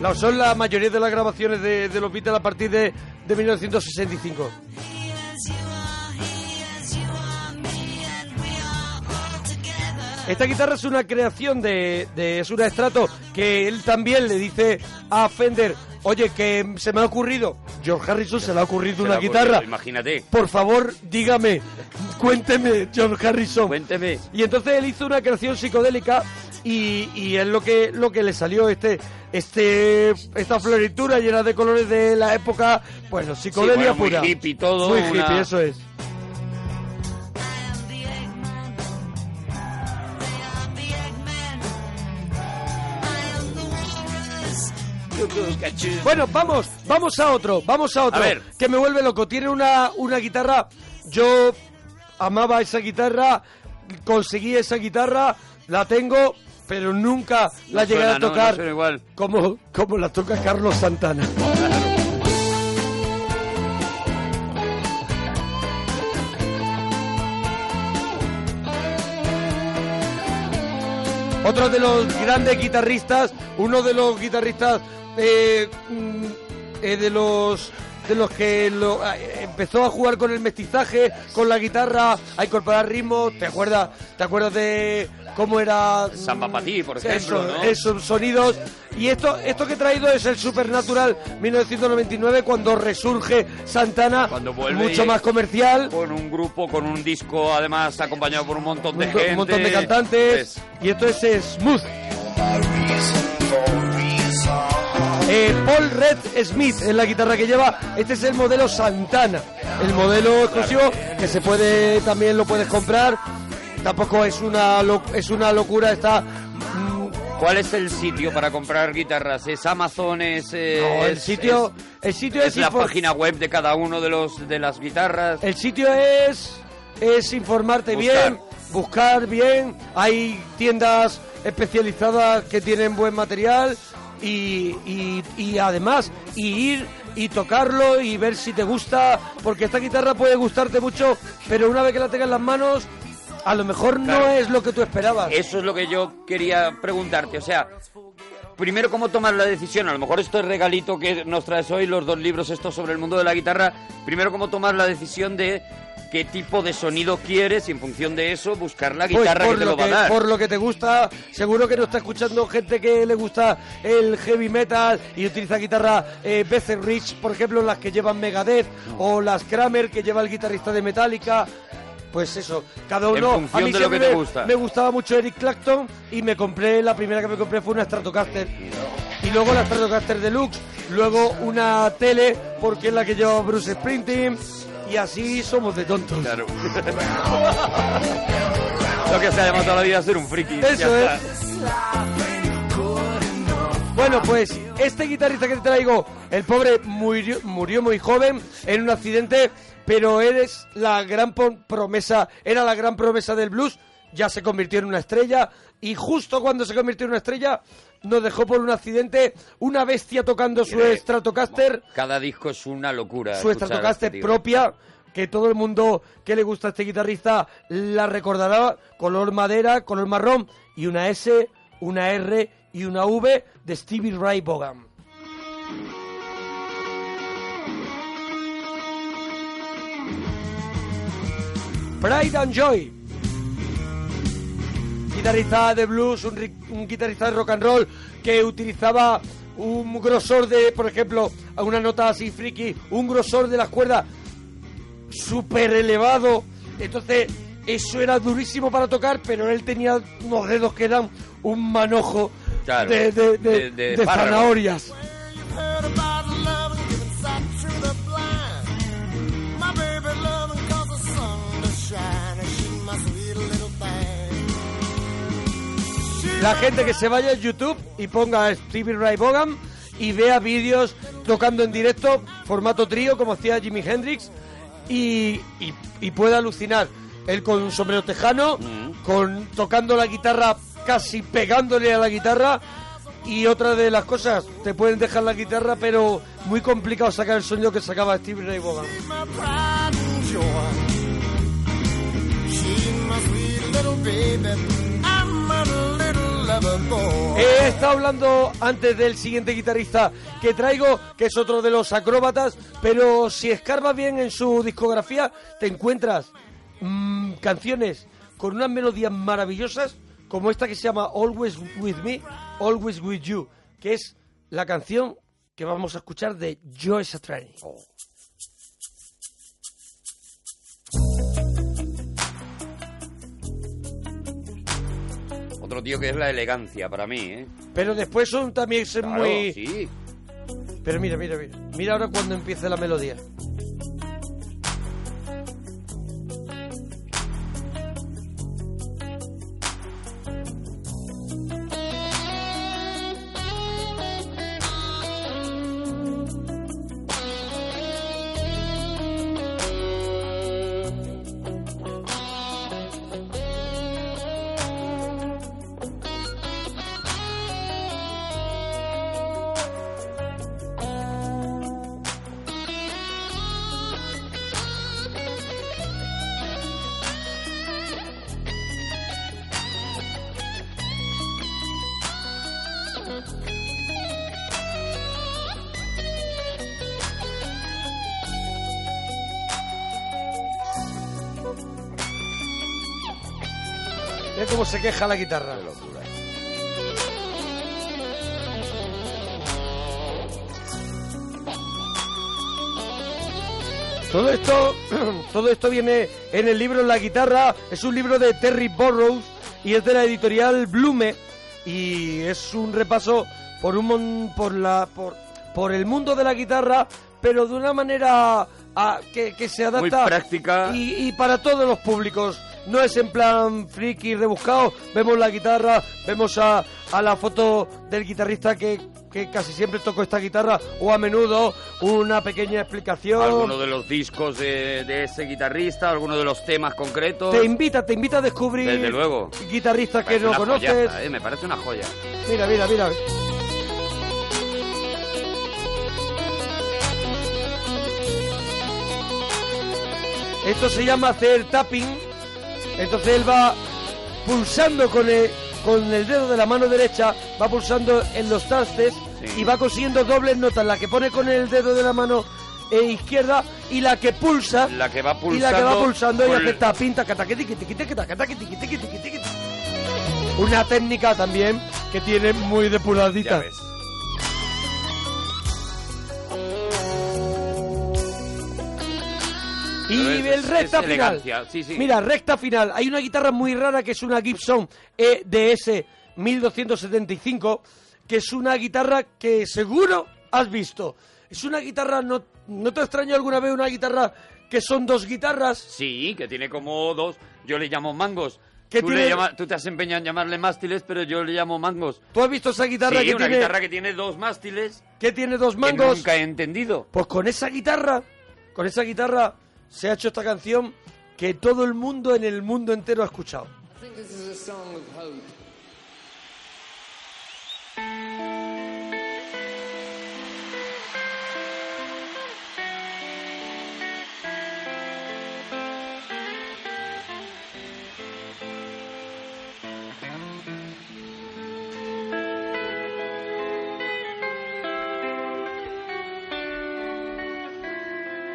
La- son la mayoría de las grabaciones de, de los Beatles a partir de, de 1965. Esta guitarra es una creación de, de es un estrato que él también le dice a Fender, oye, que se me ha ocurrido, George Harrison se le ha ocurrido Se una la- guitarra, pues, Imagínate. por favor, dígame, cuénteme, John Harrison. Cuénteme. Y entonces él hizo una creación psicodélica y, y es lo que, lo que le salió este, este, esta floritura llena de colores de la época, bueno, psicodelia bueno, muy pura. hippie todo, Muy una- hippie, eso es. Bueno, vamos, vamos a otro, vamos a otro. ver. Que me vuelve loco. Tiene una, una guitarra. Yo amaba esa guitarra, conseguí esa guitarra, la tengo, pero nunca la No llegué suena, a no, no tocar suena igual. como, como la toca Carlos Santana. otro de los grandes guitarristas, uno de los guitarristas eh, mm, eh, de los de los que lo- eh, empezó a jugar con el mestizaje, con la guitarra, a incorporar ritmos. ¿Te acuerdas? ¿Te acuerdas de cómo era mm, Samba Patí, por eso, ejemplo, ¿no? Esos sonidos. Y esto, esto que he traído es el Supernatural 1999, cuando resurge Santana, Vuelve mucho más comercial, Con un grupo, con un disco, además acompañado por un montón de un, gente. Pues, un montón de cantantes. Y esto es eh, Smooth. Eh, Paul Red Smith es la guitarra que lleva. Este es el modelo Santana, el modelo exclusivo que se puede también lo puedes comprar. Tampoco es una lo- es una locura. Está ¿Cuál es el sitio para comprar guitarras? ¿Es Amazon? ¿Es, eh, No, el es- sitio- es- el sitio es la info- página web de cada uno de los de las guitarras? El sitio es es informarte Buscar. bien, buscar bien. Hay tiendas especializadas que tienen buen material y, y- y además y ir y tocarlo y ver si te gusta, porque esta guitarra puede gustarte mucho, pero una vez que la tengas en las manos, a lo mejor no Claro. es lo que tú esperabas. Eso es lo que yo quería preguntarte. O sea, primero, ¿cómo tomar la decisión? A lo mejor esto es regalito que nos traes hoy, los dos libros estos sobre el mundo de la guitarra. Primero, ¿cómo tomar la decisión de qué tipo de sonido quieres y en función de eso buscar la Pues guitarra por que te lo lo va a dar? Por lo que te gusta, seguro que no está escuchando gente que le gusta el heavy metal y utiliza guitarra eh, Bethel Rich, por ejemplo, las que llevan Megadeth o las Kramer que lleva el guitarrista de Metallica. Pues eso, cada En uno. función a mí de lo siempre que te me- gusta. Me gustaba mucho Eric Clapton y me compré, la primera que me compré fue una Stratocaster. Y luego la Stratocaster Deluxe, luego una tele, porque es la que lleva Bruce Springsteen. Y así somos de tontos. [LAUGHS] Claro. Lo que se ha llamado toda la vida ser un friki. Eso ya es. está. Bueno, pues este guitarrista que te traigo, el pobre murió, murió muy joven en un accidente, pero eres la gran pon- promesa, era la gran promesa del blues, ya se convirtió en una estrella y justo cuando se convirtió en una estrella nos dejó por un accidente una bestia tocando su Stratocaster Cada disco es una locura. su escuchar a Stratocaster este tío. propia, que todo el mundo que le gusta a este guitarrista la recordará, color madera, color marrón, y una S, una R y una V de Stevie Ray Vaughan. Pride and Joy. Guitarrista de blues, un, ri- un guitarrista de rock and roll que utilizaba un grosor de, por ejemplo, una nota así friki, un grosor de las cuerdas súper elevado. Entonces, eso era durísimo para tocar, pero él tenía unos dedos que eran un manojo Claro, de, de- de- de- de de párrafo. zanahorias. La gente que se vaya a YouTube y ponga a Stevie Ray Vaughan y vea vídeos tocando en directo, formato trío, como hacía Jimi Hendrix, y, y, y pueda alucinar. Él con un sombrero tejano, con tocando la guitarra, casi pegándole a la guitarra. Y otra de las cosas, te pueden dejar la guitarra, pero muy complicado sacar el sonido que sacaba Stevie Ray Vaughan. He estado hablando antes del siguiente guitarrista que traigo, que es otro de los acróbatas, pero si escarbas bien en su discografía, te encuentras mm, canciones con unas melodías maravillosas, como esta que se llama Always With Me, Always With You, que es la canción que vamos a escuchar de Joe Satriani. Otro tío que es la elegancia para mí, ¿eh? Pero después son también son Claro, muy... sí. Pero mira, mira, mira. Mira ahora cuando empiece la melodía. Ve cómo se queja la guitarra. Todo esto, [CLEARS THROAT] todo esto viene en el libro La guitarra. Es un libro de Terry Burroughs y es de la editorial Blume y es un repaso por un mon- por la por, por el mundo de la guitarra, pero de una manera a- que, que se adapta Muy práctica. y, y para todos los públicos. No es en plan friki rebuscado. Vemos la guitarra, vemos a, a la foto del guitarrista que, que casi siempre tocó esta guitarra o a menudo una pequeña explicación. Alguno de los discos de, de ese guitarrista, alguno de los temas concretos. Te invita, te invita a descubrir Desde luego. guitarristas que Parece no una conoces. joyaza, eh, Me parece una joya. Mira, mira, mira. Esto se llama hacer tapping. Entonces él va pulsando con el, con el dedo de la mano derecha, va pulsando en los trastes y va consiguiendo dobles notas, la que pone con el dedo de la mano eh, izquierda y la que pulsa La que va pulsando. y la que va pulsando y con- hace tapping, taca, taca, tiqui, tiqui, tiqui, taca, taca, tiqui, tiqui, tiqui, tiqui. Una técnica también que tiene muy depuradita. Y Pero es- el recta final. es elegancia, sí, sí. Mira, recta final. Hay una guitarra muy rara que es una Gibson E EDS 1275, que es una guitarra que seguro has visto. Es una guitarra, ¿no, no te extraño alguna vez una guitarra que son dos guitarras? Sí, que tiene como dos. Yo le llamo mangos. ¿Qué tú, tiene? le llama- tú te has empeñado en llamarle mástiles, pero yo le llamo mangos. ¿Tú has visto esa guitarra sí, que una tiene- guitarra que tiene dos mástiles. que tiene dos mangos? nunca he entendido. Pues con esa guitarra, con esa guitarra se ha hecho esta canción que todo el mundo en el mundo entero ha escuchado. I think this is a song of hope.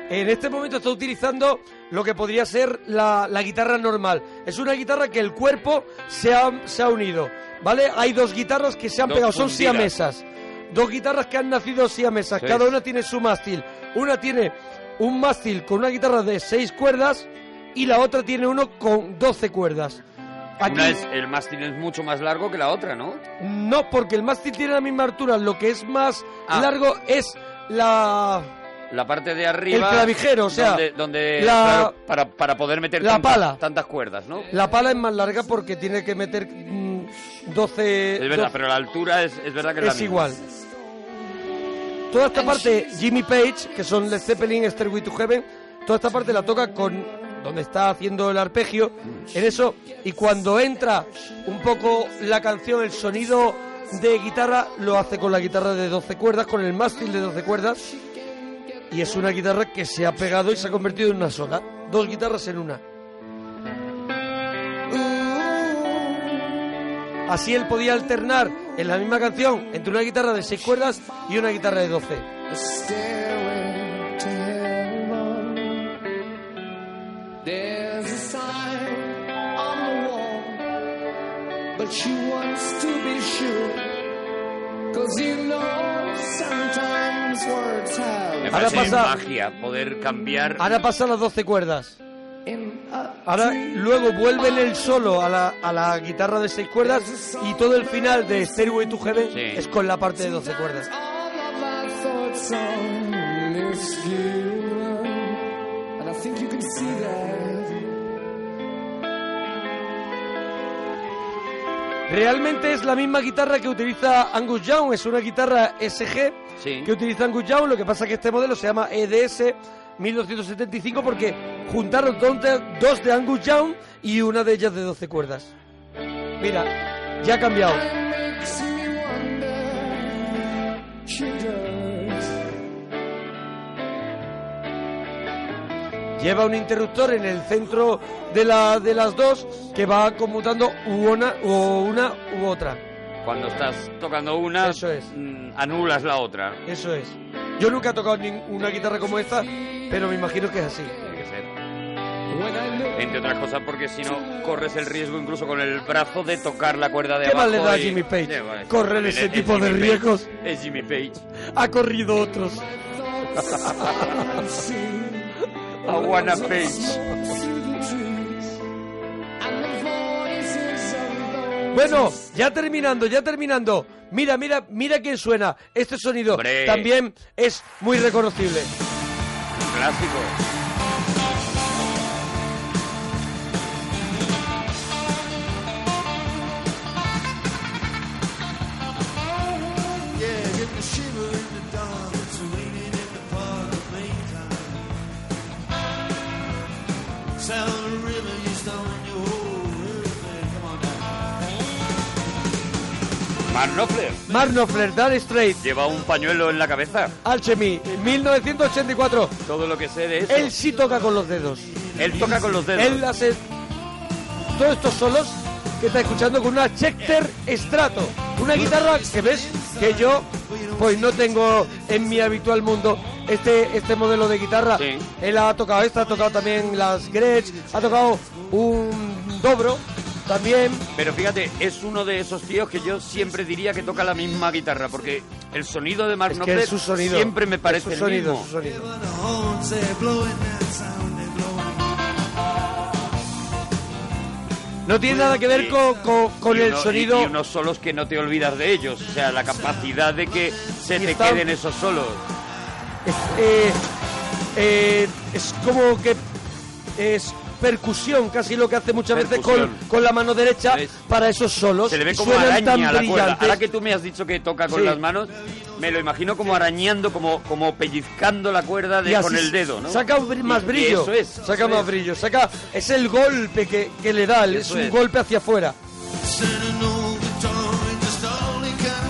En este momento está utilizando lo que podría ser la, la guitarra normal. Es una guitarra que el cuerpo se ha, se ha unido, ¿vale? Hay dos guitarras que se han Dos pegado, son fundidas. siamesas. Dos guitarras que han nacido siamesas, Sí. cada una tiene su mástil. Una tiene un mástil con una guitarra de seis cuerdas y la otra tiene uno con 12 cuerdas. Aquí- Una es- el mástil es mucho más largo que la otra, ¿no? No, porque el mástil tiene la misma altura. Lo que es más largo es la, La parte de arriba. El clavijero, o sea, Donde, donde, la- claro, para, para poder meter la tantas, pala. Eh, tantas cuerdas, ¿no? la pala es más larga porque tiene que meter mm, 12... Es verdad, pero la altura es, es verdad que es, la es misma. igual. Toda esta parte, Jimmy Page, que son Led Zeppelin, Stairway to Heaven, toda esta parte la toca con donde está haciendo el arpegio, en eso, y cuando entra un poco la canción, el sonido de guitarra, lo hace con la guitarra de 12 cuerdas, con el mástil de 12 cuerdas, y es una guitarra que se ha pegado y se ha convertido en una sola. Dos guitarras en una. Así él podía alternar en la misma canción entre una guitarra de 6 cuerdas y una guitarra de 12. A stairway to heaven. There's a sign on the wall, but she wants to be sure. Cause you know sometimes words have Me Ahora parece pasa- magia poder cambiar. Ahora pasan las 12 cuerdas. Ahora luego vuelven el solo a la, a la guitarra de 6 cuerdas y todo el final de Stairway to Heaven es con la parte de 12 cuerdas. my thoughts on this given. And I think you can see that. Realmente es la misma guitarra que utiliza Angus Young, es una guitarra SG que utiliza Angus Young, lo que pasa que este modelo se llama EDS 1275 porque juntaron dos de, dos de Angus Young y una de ellas de 12 cuerdas. Mira, ya ha cambiado. Makes me wonder. She does. Lleva un interruptor en el centro de, la, de las dos que va conmutando u una, o una u otra. Cuando estás tocando una, mm, anulas la otra. Eso es. Yo nunca he tocado ninguna guitarra como esta, pero me imagino que es así. Tiene que ser. Entre otras cosas, porque si no, corres el riesgo incluso con el brazo de tocar la cuerda de ¿Qué más abajo. le da a y- Jimmy Page? Eh, bueno, es- Correr es- ese es tipo de Jimmy Page. riesgos. Es Jimmy Page. Ha corrido [LAUGHS] otros. A wanna Page. Bueno, ya terminando, ya terminando. Mira, mira, mira quién suena. Este sonido Hombre. también es muy reconocible. Clásico. Yeah, get the shiver in the dark. It's raining in the park at nighttime. Sound of the river is down in your whole everything. Come on now. Mark Knopfler. Mark Knopfler, Dire Straits. Lleva un pañuelo en la cabeza. Alchemy, 1984. Todo lo que sé de eso. Él sí toca con los dedos. Él toca con los dedos. Él hace todos estos solos que está escuchando con una Chester Strato. Una guitarra que ves que yo pues no tengo en mi habitual mundo este, este modelo de guitarra. Él ha tocado esta, ha tocado también las Gretsch, ha tocado un dobro también. Pero fíjate, es uno de esos tíos que yo siempre diría que toca la misma guitarra, porque el sonido de Mark Es que Knopfler es su sonido. siempre me es parece su el sonido, mismo. su sonido. When the horns they're blowing that sound they're blowing. No tiene nada que ver Sí. con, con- con Y el uno- y- sonido. Y, unos solos que no te olvidas de ellos. O sea, la capacidad de que se Y te está- queden esos solos. Es, eh, eh, es como que es percusión, casi lo que hace muchas veces Percusión. con, con la mano derecha para esos solos. Se le ve y como suenan tan araña a la cuerda. brillantes. Ahora que tú me has dicho que toca con Sí. las manos, me lo imagino como arañando, como, como pellizcando la cuerda de- Y así con el dedo, ¿no? Saca br- Y- más y brillo. Eso es. saca eso más es. brillo. Saca, es el golpe que, que le da, el- es Eso un es. golpe hacia afuera. Standing on the door in just all he can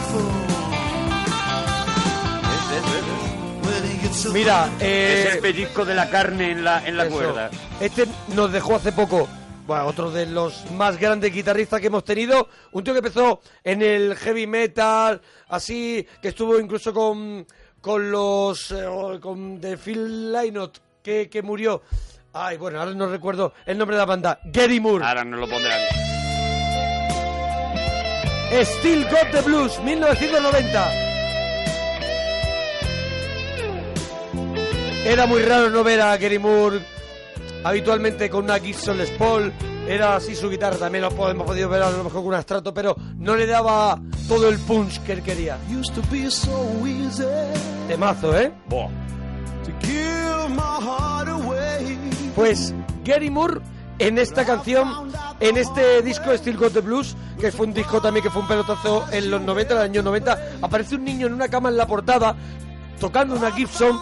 afford. When he gets up Mira, on the eh, Es el pellizco de la carne en la, en la Eso. cuerda. Este nos dejó hace poco. Bueno, otro de los más grandes guitarristas que hemos tenido. Un tío que empezó en el heavy metal, así, que estuvo incluso con, con los. eh, o- con de Phil Lynott, que, que murió. Ay, bueno, ahora no recuerdo el nombre de la banda. Gary Moore. Ahora nos lo pondrán. Still Got the Blues, 1990. Era muy raro no ver a Gary Moore habitualmente con una Gibson Les Paul. Era así su guitarra, también lo po- hemos podido ver a lo mejor con un astrato, pero no le daba todo el punch que él quería. Used to be so easy Temazo, ¿eh? to give my heart away. Pues Gary Moore en esta canción, en este disco Steel Got the Blues, que fue un disco también que fue un pelotazo en los 90, en los años 90, aparece un niño en una cama en la portada tocando una Gibson.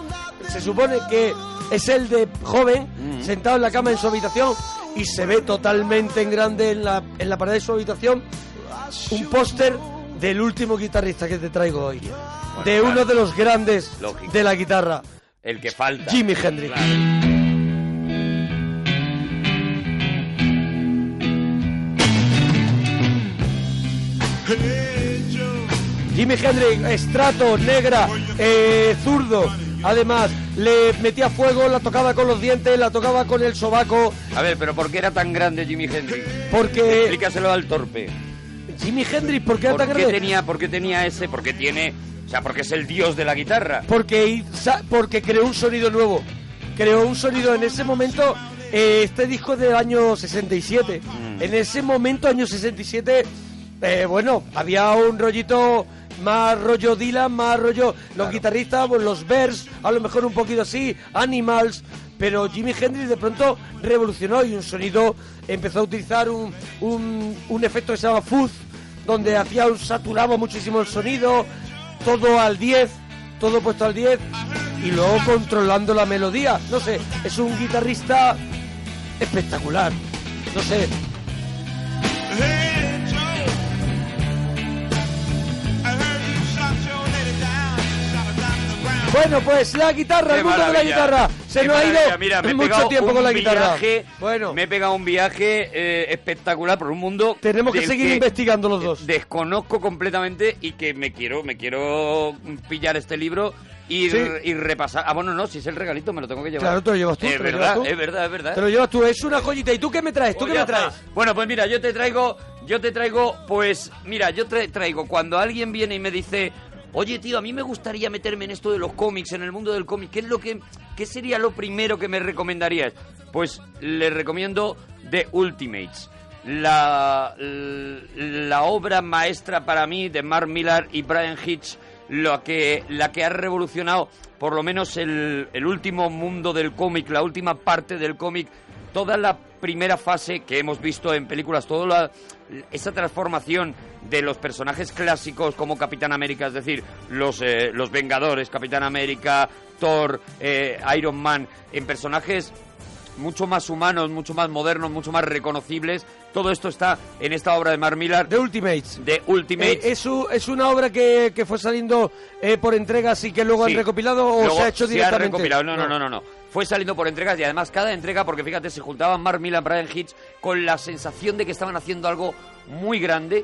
Se supone que es el de joven, sentado en la cama en su habitación y se ve totalmente en grande en la, en la pared de su habitación un póster del último guitarrista que te traigo hoy. de claro. uno de los grandes Lógico. de la guitarra, El que falta. Jimi Hendrix. Jimi Hendrix, estrato, negra, eh, zurdo. Además, le metía fuego, la tocaba con los dientes, la tocaba con el sobaco, A ver, pero ¿por qué era tan grande Jimi Hendrix? porque... Explícaselo al torpe. Jimi Hendrix, ¿por qué era ¿Por tan qué grande? tenía, por qué tenía ese? Porque tiene, o sea, porque es el dios de la guitarra. Porque, hizo- porque creó un sonido nuevo. Creó un sonido en ese momento. eh, este disco es del año 67. En ese momento, año 67, eh, bueno, había un rollito más rollo Dylan, más rollo los guitarristas, pues, los Bears, a lo mejor un poquito así, Animals. Pero Jimi Hendrix de pronto revolucionó y un sonido empezó a utilizar un, un, un efecto que se llama fuzz, donde hacía un, saturaba muchísimo el sonido, todo al 10, todo puesto al 10 y luego controlando la melodía. No sé, es un guitarrista espectacular. No sé, Hey, Joe, I heard you shot your lady down. You shot her down to the ground. Bueno, pues la guitarra, Qué el mundo de la maravilla, guitarra. Se qué nos ha ido maravilla. Mira, me he mucho pegado tiempo un con la guitarra. viaje, Me he pegado un viaje eh, espectacular por un mundo. Tenemos que del seguir investigando los dos. Desconozco completamente y que me quiero, me quiero pillar este libro. Y, Sí. y repasar. Ah, bueno, no, si es el regalito, me lo tengo que llevar. Claro, te lo llevas tú, Es te lo verdad, llevas tú. es verdad, es verdad. Te lo llevas tú, es una joyita. ¿Y tú qué me traes? ¿Tú Pues qué ya me traes? está. Bueno, pues mira, yo te traigo, yo te traigo, pues, mira, yo te traigo cuando alguien viene y me dice, oye tío, a mí me gustaría meterme en esto de los cómics, en el mundo del cómic, ¿qué es lo que, qué sería lo primero que me recomendarías? Pues le recomiendo The Ultimates. La, la obra maestra para mí de Mark Millar y Brian Hitch lo que, la que ha revolucionado por lo menos el, el último mundo del cómic, la última parte del cómic, toda la primera fase que hemos visto en películas, toda la- esa transformación de los personajes clásicos como Capitán América, es decir, los, eh, los Vengadores, Capitán América, Thor, eh, Iron Man, en personajes mucho más humanos, mucho más modernos, mucho más reconocibles. Todo esto está en esta obra de Mark Millar. The Ultimates. De Ultimates. Eh, es, u- es una obra que, que fue saliendo eh, por entregas y que luego Sí. han recopilado o Luego se ha hecho directamente. recopilado. No, no, no, no, no. Fue saliendo por entregas y además cada entrega, porque fíjate, se juntaban Mark Millar, Brian Hitch con la sensación de que estaban haciendo algo muy grande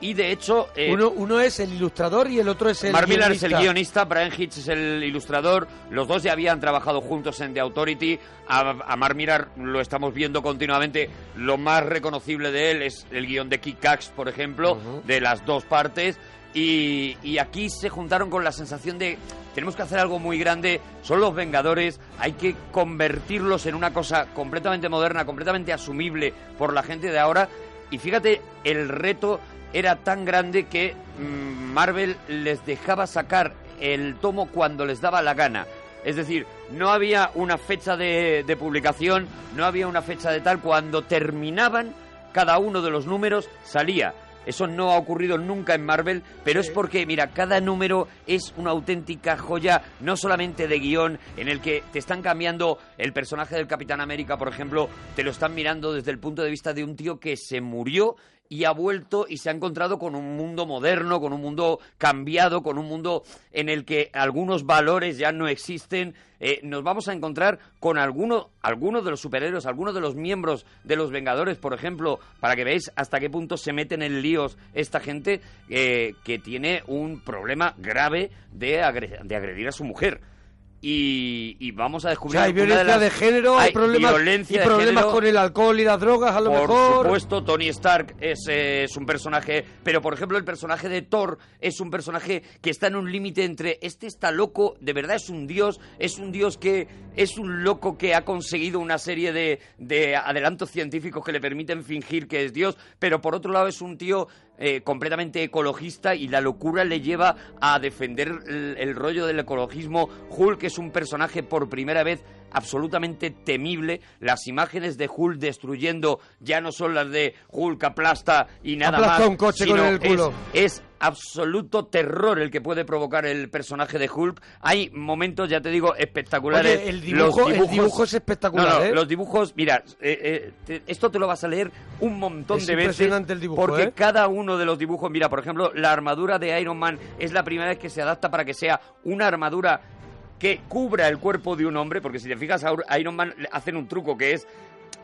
y de hecho... eh, Uno, uno es el ilustrador y el otro es el Mark Millar es guionista. el guionista, Brian Hitch es el ilustrador. Los dos ya habían trabajado juntos en The Authority. A, a Mark Millar lo estamos viendo continuamente. Lo más reconocible de él es el guión de Kick Axe, por ejemplo, Ujú. de las dos partes. Y, y aquí se juntaron con la sensación de tenemos que hacer algo muy grande. Son los Vengadores, hay que convertirlos en una cosa completamente moderna, completamente asumible por la gente de ahora. Y fíjate, el reto era tan grande que mm, Marvel les dejaba sacar el tomo cuando les daba la gana. Es decir, no había una fecha de, de publicación, no había una fecha de tal. Cuando terminaban cada uno de los números, salía. Eso no ha ocurrido nunca en Marvel, pero es porque, mira, cada número es una auténtica joya, no solamente de guión, en el que te están cambiando el personaje del Capitán América, por ejemplo, te lo están mirando desde el punto de vista de un tío que se murió y ha vuelto y se ha encontrado con un mundo moderno, con un mundo cambiado, con un mundo en el que algunos valores ya no existen. Eh, nos vamos a encontrar con alguno, alguno de los superhéroes, algunos de los miembros de los Vengadores, por ejemplo, para que veáis hasta qué punto se meten en líos esta gente eh, que tiene un problema grave de, agre- de agredir a su mujer. Y, y vamos a O descubrir... sea, hay alguna de violencia de, las- género, hay problemas, violencia y de problemas género. con el alcohol y las drogas, a lo Por mejor. supuesto, Tony Stark es, eh, es un personaje, pero por ejemplo el personaje de Thor es un personaje que está en un límite entre este está loco, de verdad es un dios, es un dios que es un loco que ha conseguido una serie de, de adelantos científicos que le permiten fingir que es dios, pero por otro lado es un tío eh, completamente ecologista y la locura le lleva a defender el, el rollo del ecologismo. Hulk es un personaje por primera vez absolutamente temible. Las imágenes de Hulk destruyendo ya no son las de Hulk aplasta y nada Aplasta más. un coche con sino el culo. Es, es absoluto terror el que puede provocar el personaje de Hulk. Hay momentos, ya te digo, espectaculares. Oye, el Los dibujo- el dibujo es espectacular, No, no, ¿eh? Los dibujos, mira, eh, eh, te- esto te lo vas a leer un montón Es de veces. impresionante el dibujo, Porque ¿eh? cada uno de los dibujos, mira, por ejemplo, la armadura de Iron Man es la primera vez que se adapta para que sea una armadura que cubra el cuerpo de un hombre, porque si te fijas a Iron Man le hacen un truco que es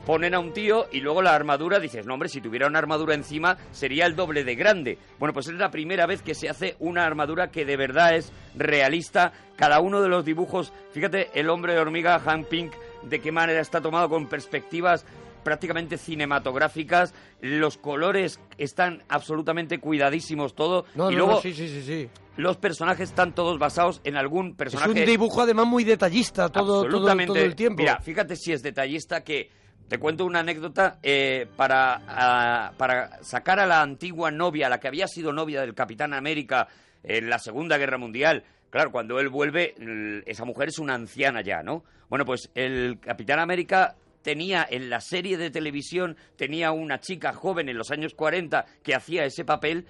ponen a un tío y luego la armadura dices, no hombre, si tuviera una armadura encima sería el doble de grande. Bueno, pues es la primera vez que se hace una armadura que de verdad es realista. Cada uno de los dibujos, fíjate, el hombre de hormiga, Hank Pink, de qué manera está tomado con perspectivas prácticamente cinematográficas, los colores están absolutamente cuidadísimos todo No, y no, luego no, sí, sí, sí, sí. los personajes están todos basados en algún Es personaje un dibujo además muy detallista todo, todo, absolutamente. todo el tiempo. Mira, fíjate si es detallista que te cuento una anécdota eh, para, ah, para sacar a la antigua novia, la que había sido novia del Capitán América en la Segunda Guerra Mundial. Claro, cuando él vuelve, l- esa mujer es una anciana ya, ¿no? Bueno, pues el Capitán América tenía en la serie de televisión, tenía una chica joven en los años 40 que hacía ese papel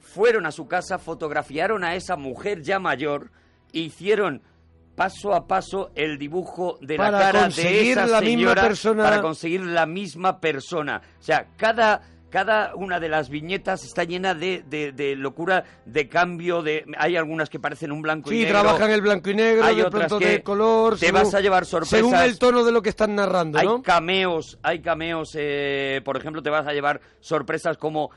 fueron a su casa, fotografiaron a esa mujer ya mayor, e hicieron paso a paso el dibujo de la Para cara de conseguir esa la misma señora persona. para conseguir la misma persona. O sea, cada cada una de las viñetas está llena de, de- de locura, de cambio, de hay algunas que parecen un blanco y Sí, negro. trabajan el blanco y negro, hay de otras pronto que de color. Te según- vas a llevar sorpresas. Según el tono de lo que están narrando, hay ¿no? cameos, hay cameos, eh, por ejemplo, te vas a llevar sorpresas como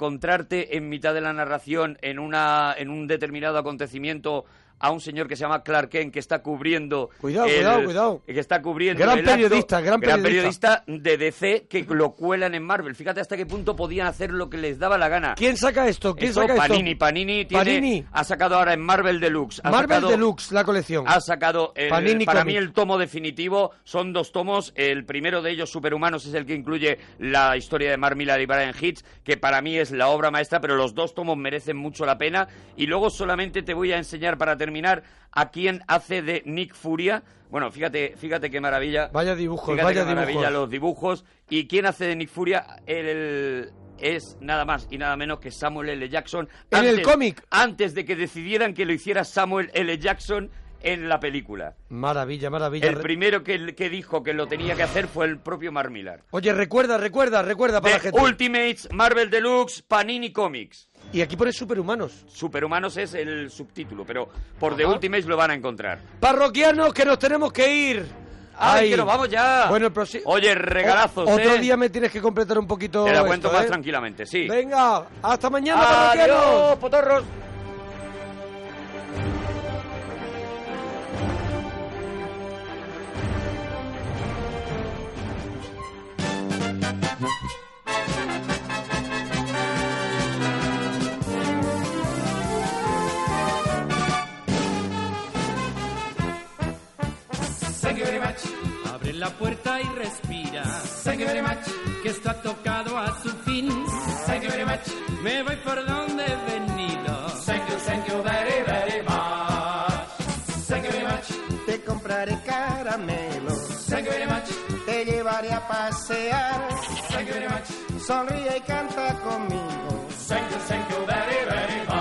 encontrarte en mitad de la narración en una en un determinado acontecimiento a un señor que se llama Clark Kent que está cubriendo Cuidado, el- cuidado, cuidado. que está cubriendo Gran el acto- periodista, gran periodista. periodista de DC que lo cuelan en Marvel. Fíjate hasta qué punto podían hacer lo que les daba la gana. ¿Quién saca esto? ¿Quién Eso, saca esto? Panini, Panini, tiene- Panini. ha sacado ahora en Marvel Deluxe. ha Marvel sacado- Deluxe, la colección. ha sacado el- eh, Panini para Comics. mí el tomo definitivo son dos tomos el primero de ellos Superhumanos es el que incluye la historia de Mark Millar y Brian Hitch que para mí es la obra maestra pero los dos tomos merecen mucho la pena y luego solamente te voy a enseñar para terminar a quién hace de Nick Furia bueno fíjate fíjate qué maravilla Vaya dibujos, Fíjate vaya qué maravilla dibujos. los dibujos. ¿Y quién hace de Nick Furia? El, es nada más y nada menos que Samuel L. Jackson. En el cómic. Antes de que decidieran que lo hiciera Samuel L. Jackson en la película. Maravilla, maravilla. El primero que, que dijo que lo tenía que hacer fue el propio Mark Millar. Oye, recuerda, recuerda, recuerda para la The gente. Ultimates, Marvel Deluxe, Panini Comics. Y aquí pones superhumanos. Superhumanos es el subtítulo, pero por The Ajá. Ultimates lo van a encontrar. Parroquianos, que nos tenemos que ir. ¡Ay, que nos vamos ya! Bueno, el próximo. Oye, regalazos, Otro ¿eh? día me tienes que completar un poquito. Te la esto, cuento más ¿eh? tranquilamente, sí. Venga, hasta mañana, parroquianos. ¡Adiós, potorros! Thank you very much. Abre la puerta y respira. Thank you very much. Que está tocado a su fin. Thank you very much. Me voy por donde he venido. Thank you, thank you very, very much. Thank you very much. Te compraré caramelos. Thank you very much. Te llevaré a pasear. Thank you very much. Sonríe y canta conmigo. Thank you, thank you very, very much.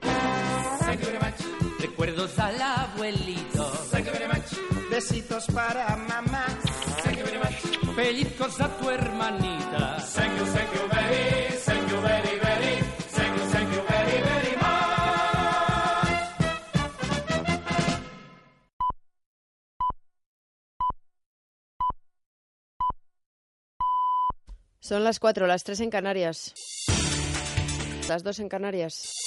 Thank you very much. Recuerdos al abuelito. Thank you very much. Besitos para mamá. Thank you very much. Pellizcos a tu hermanita. Thank you, thank you very, thank you very, very, thank you, thank you very, very much. Son las 4, las 3 en Canarias. Las 2 en Canarias.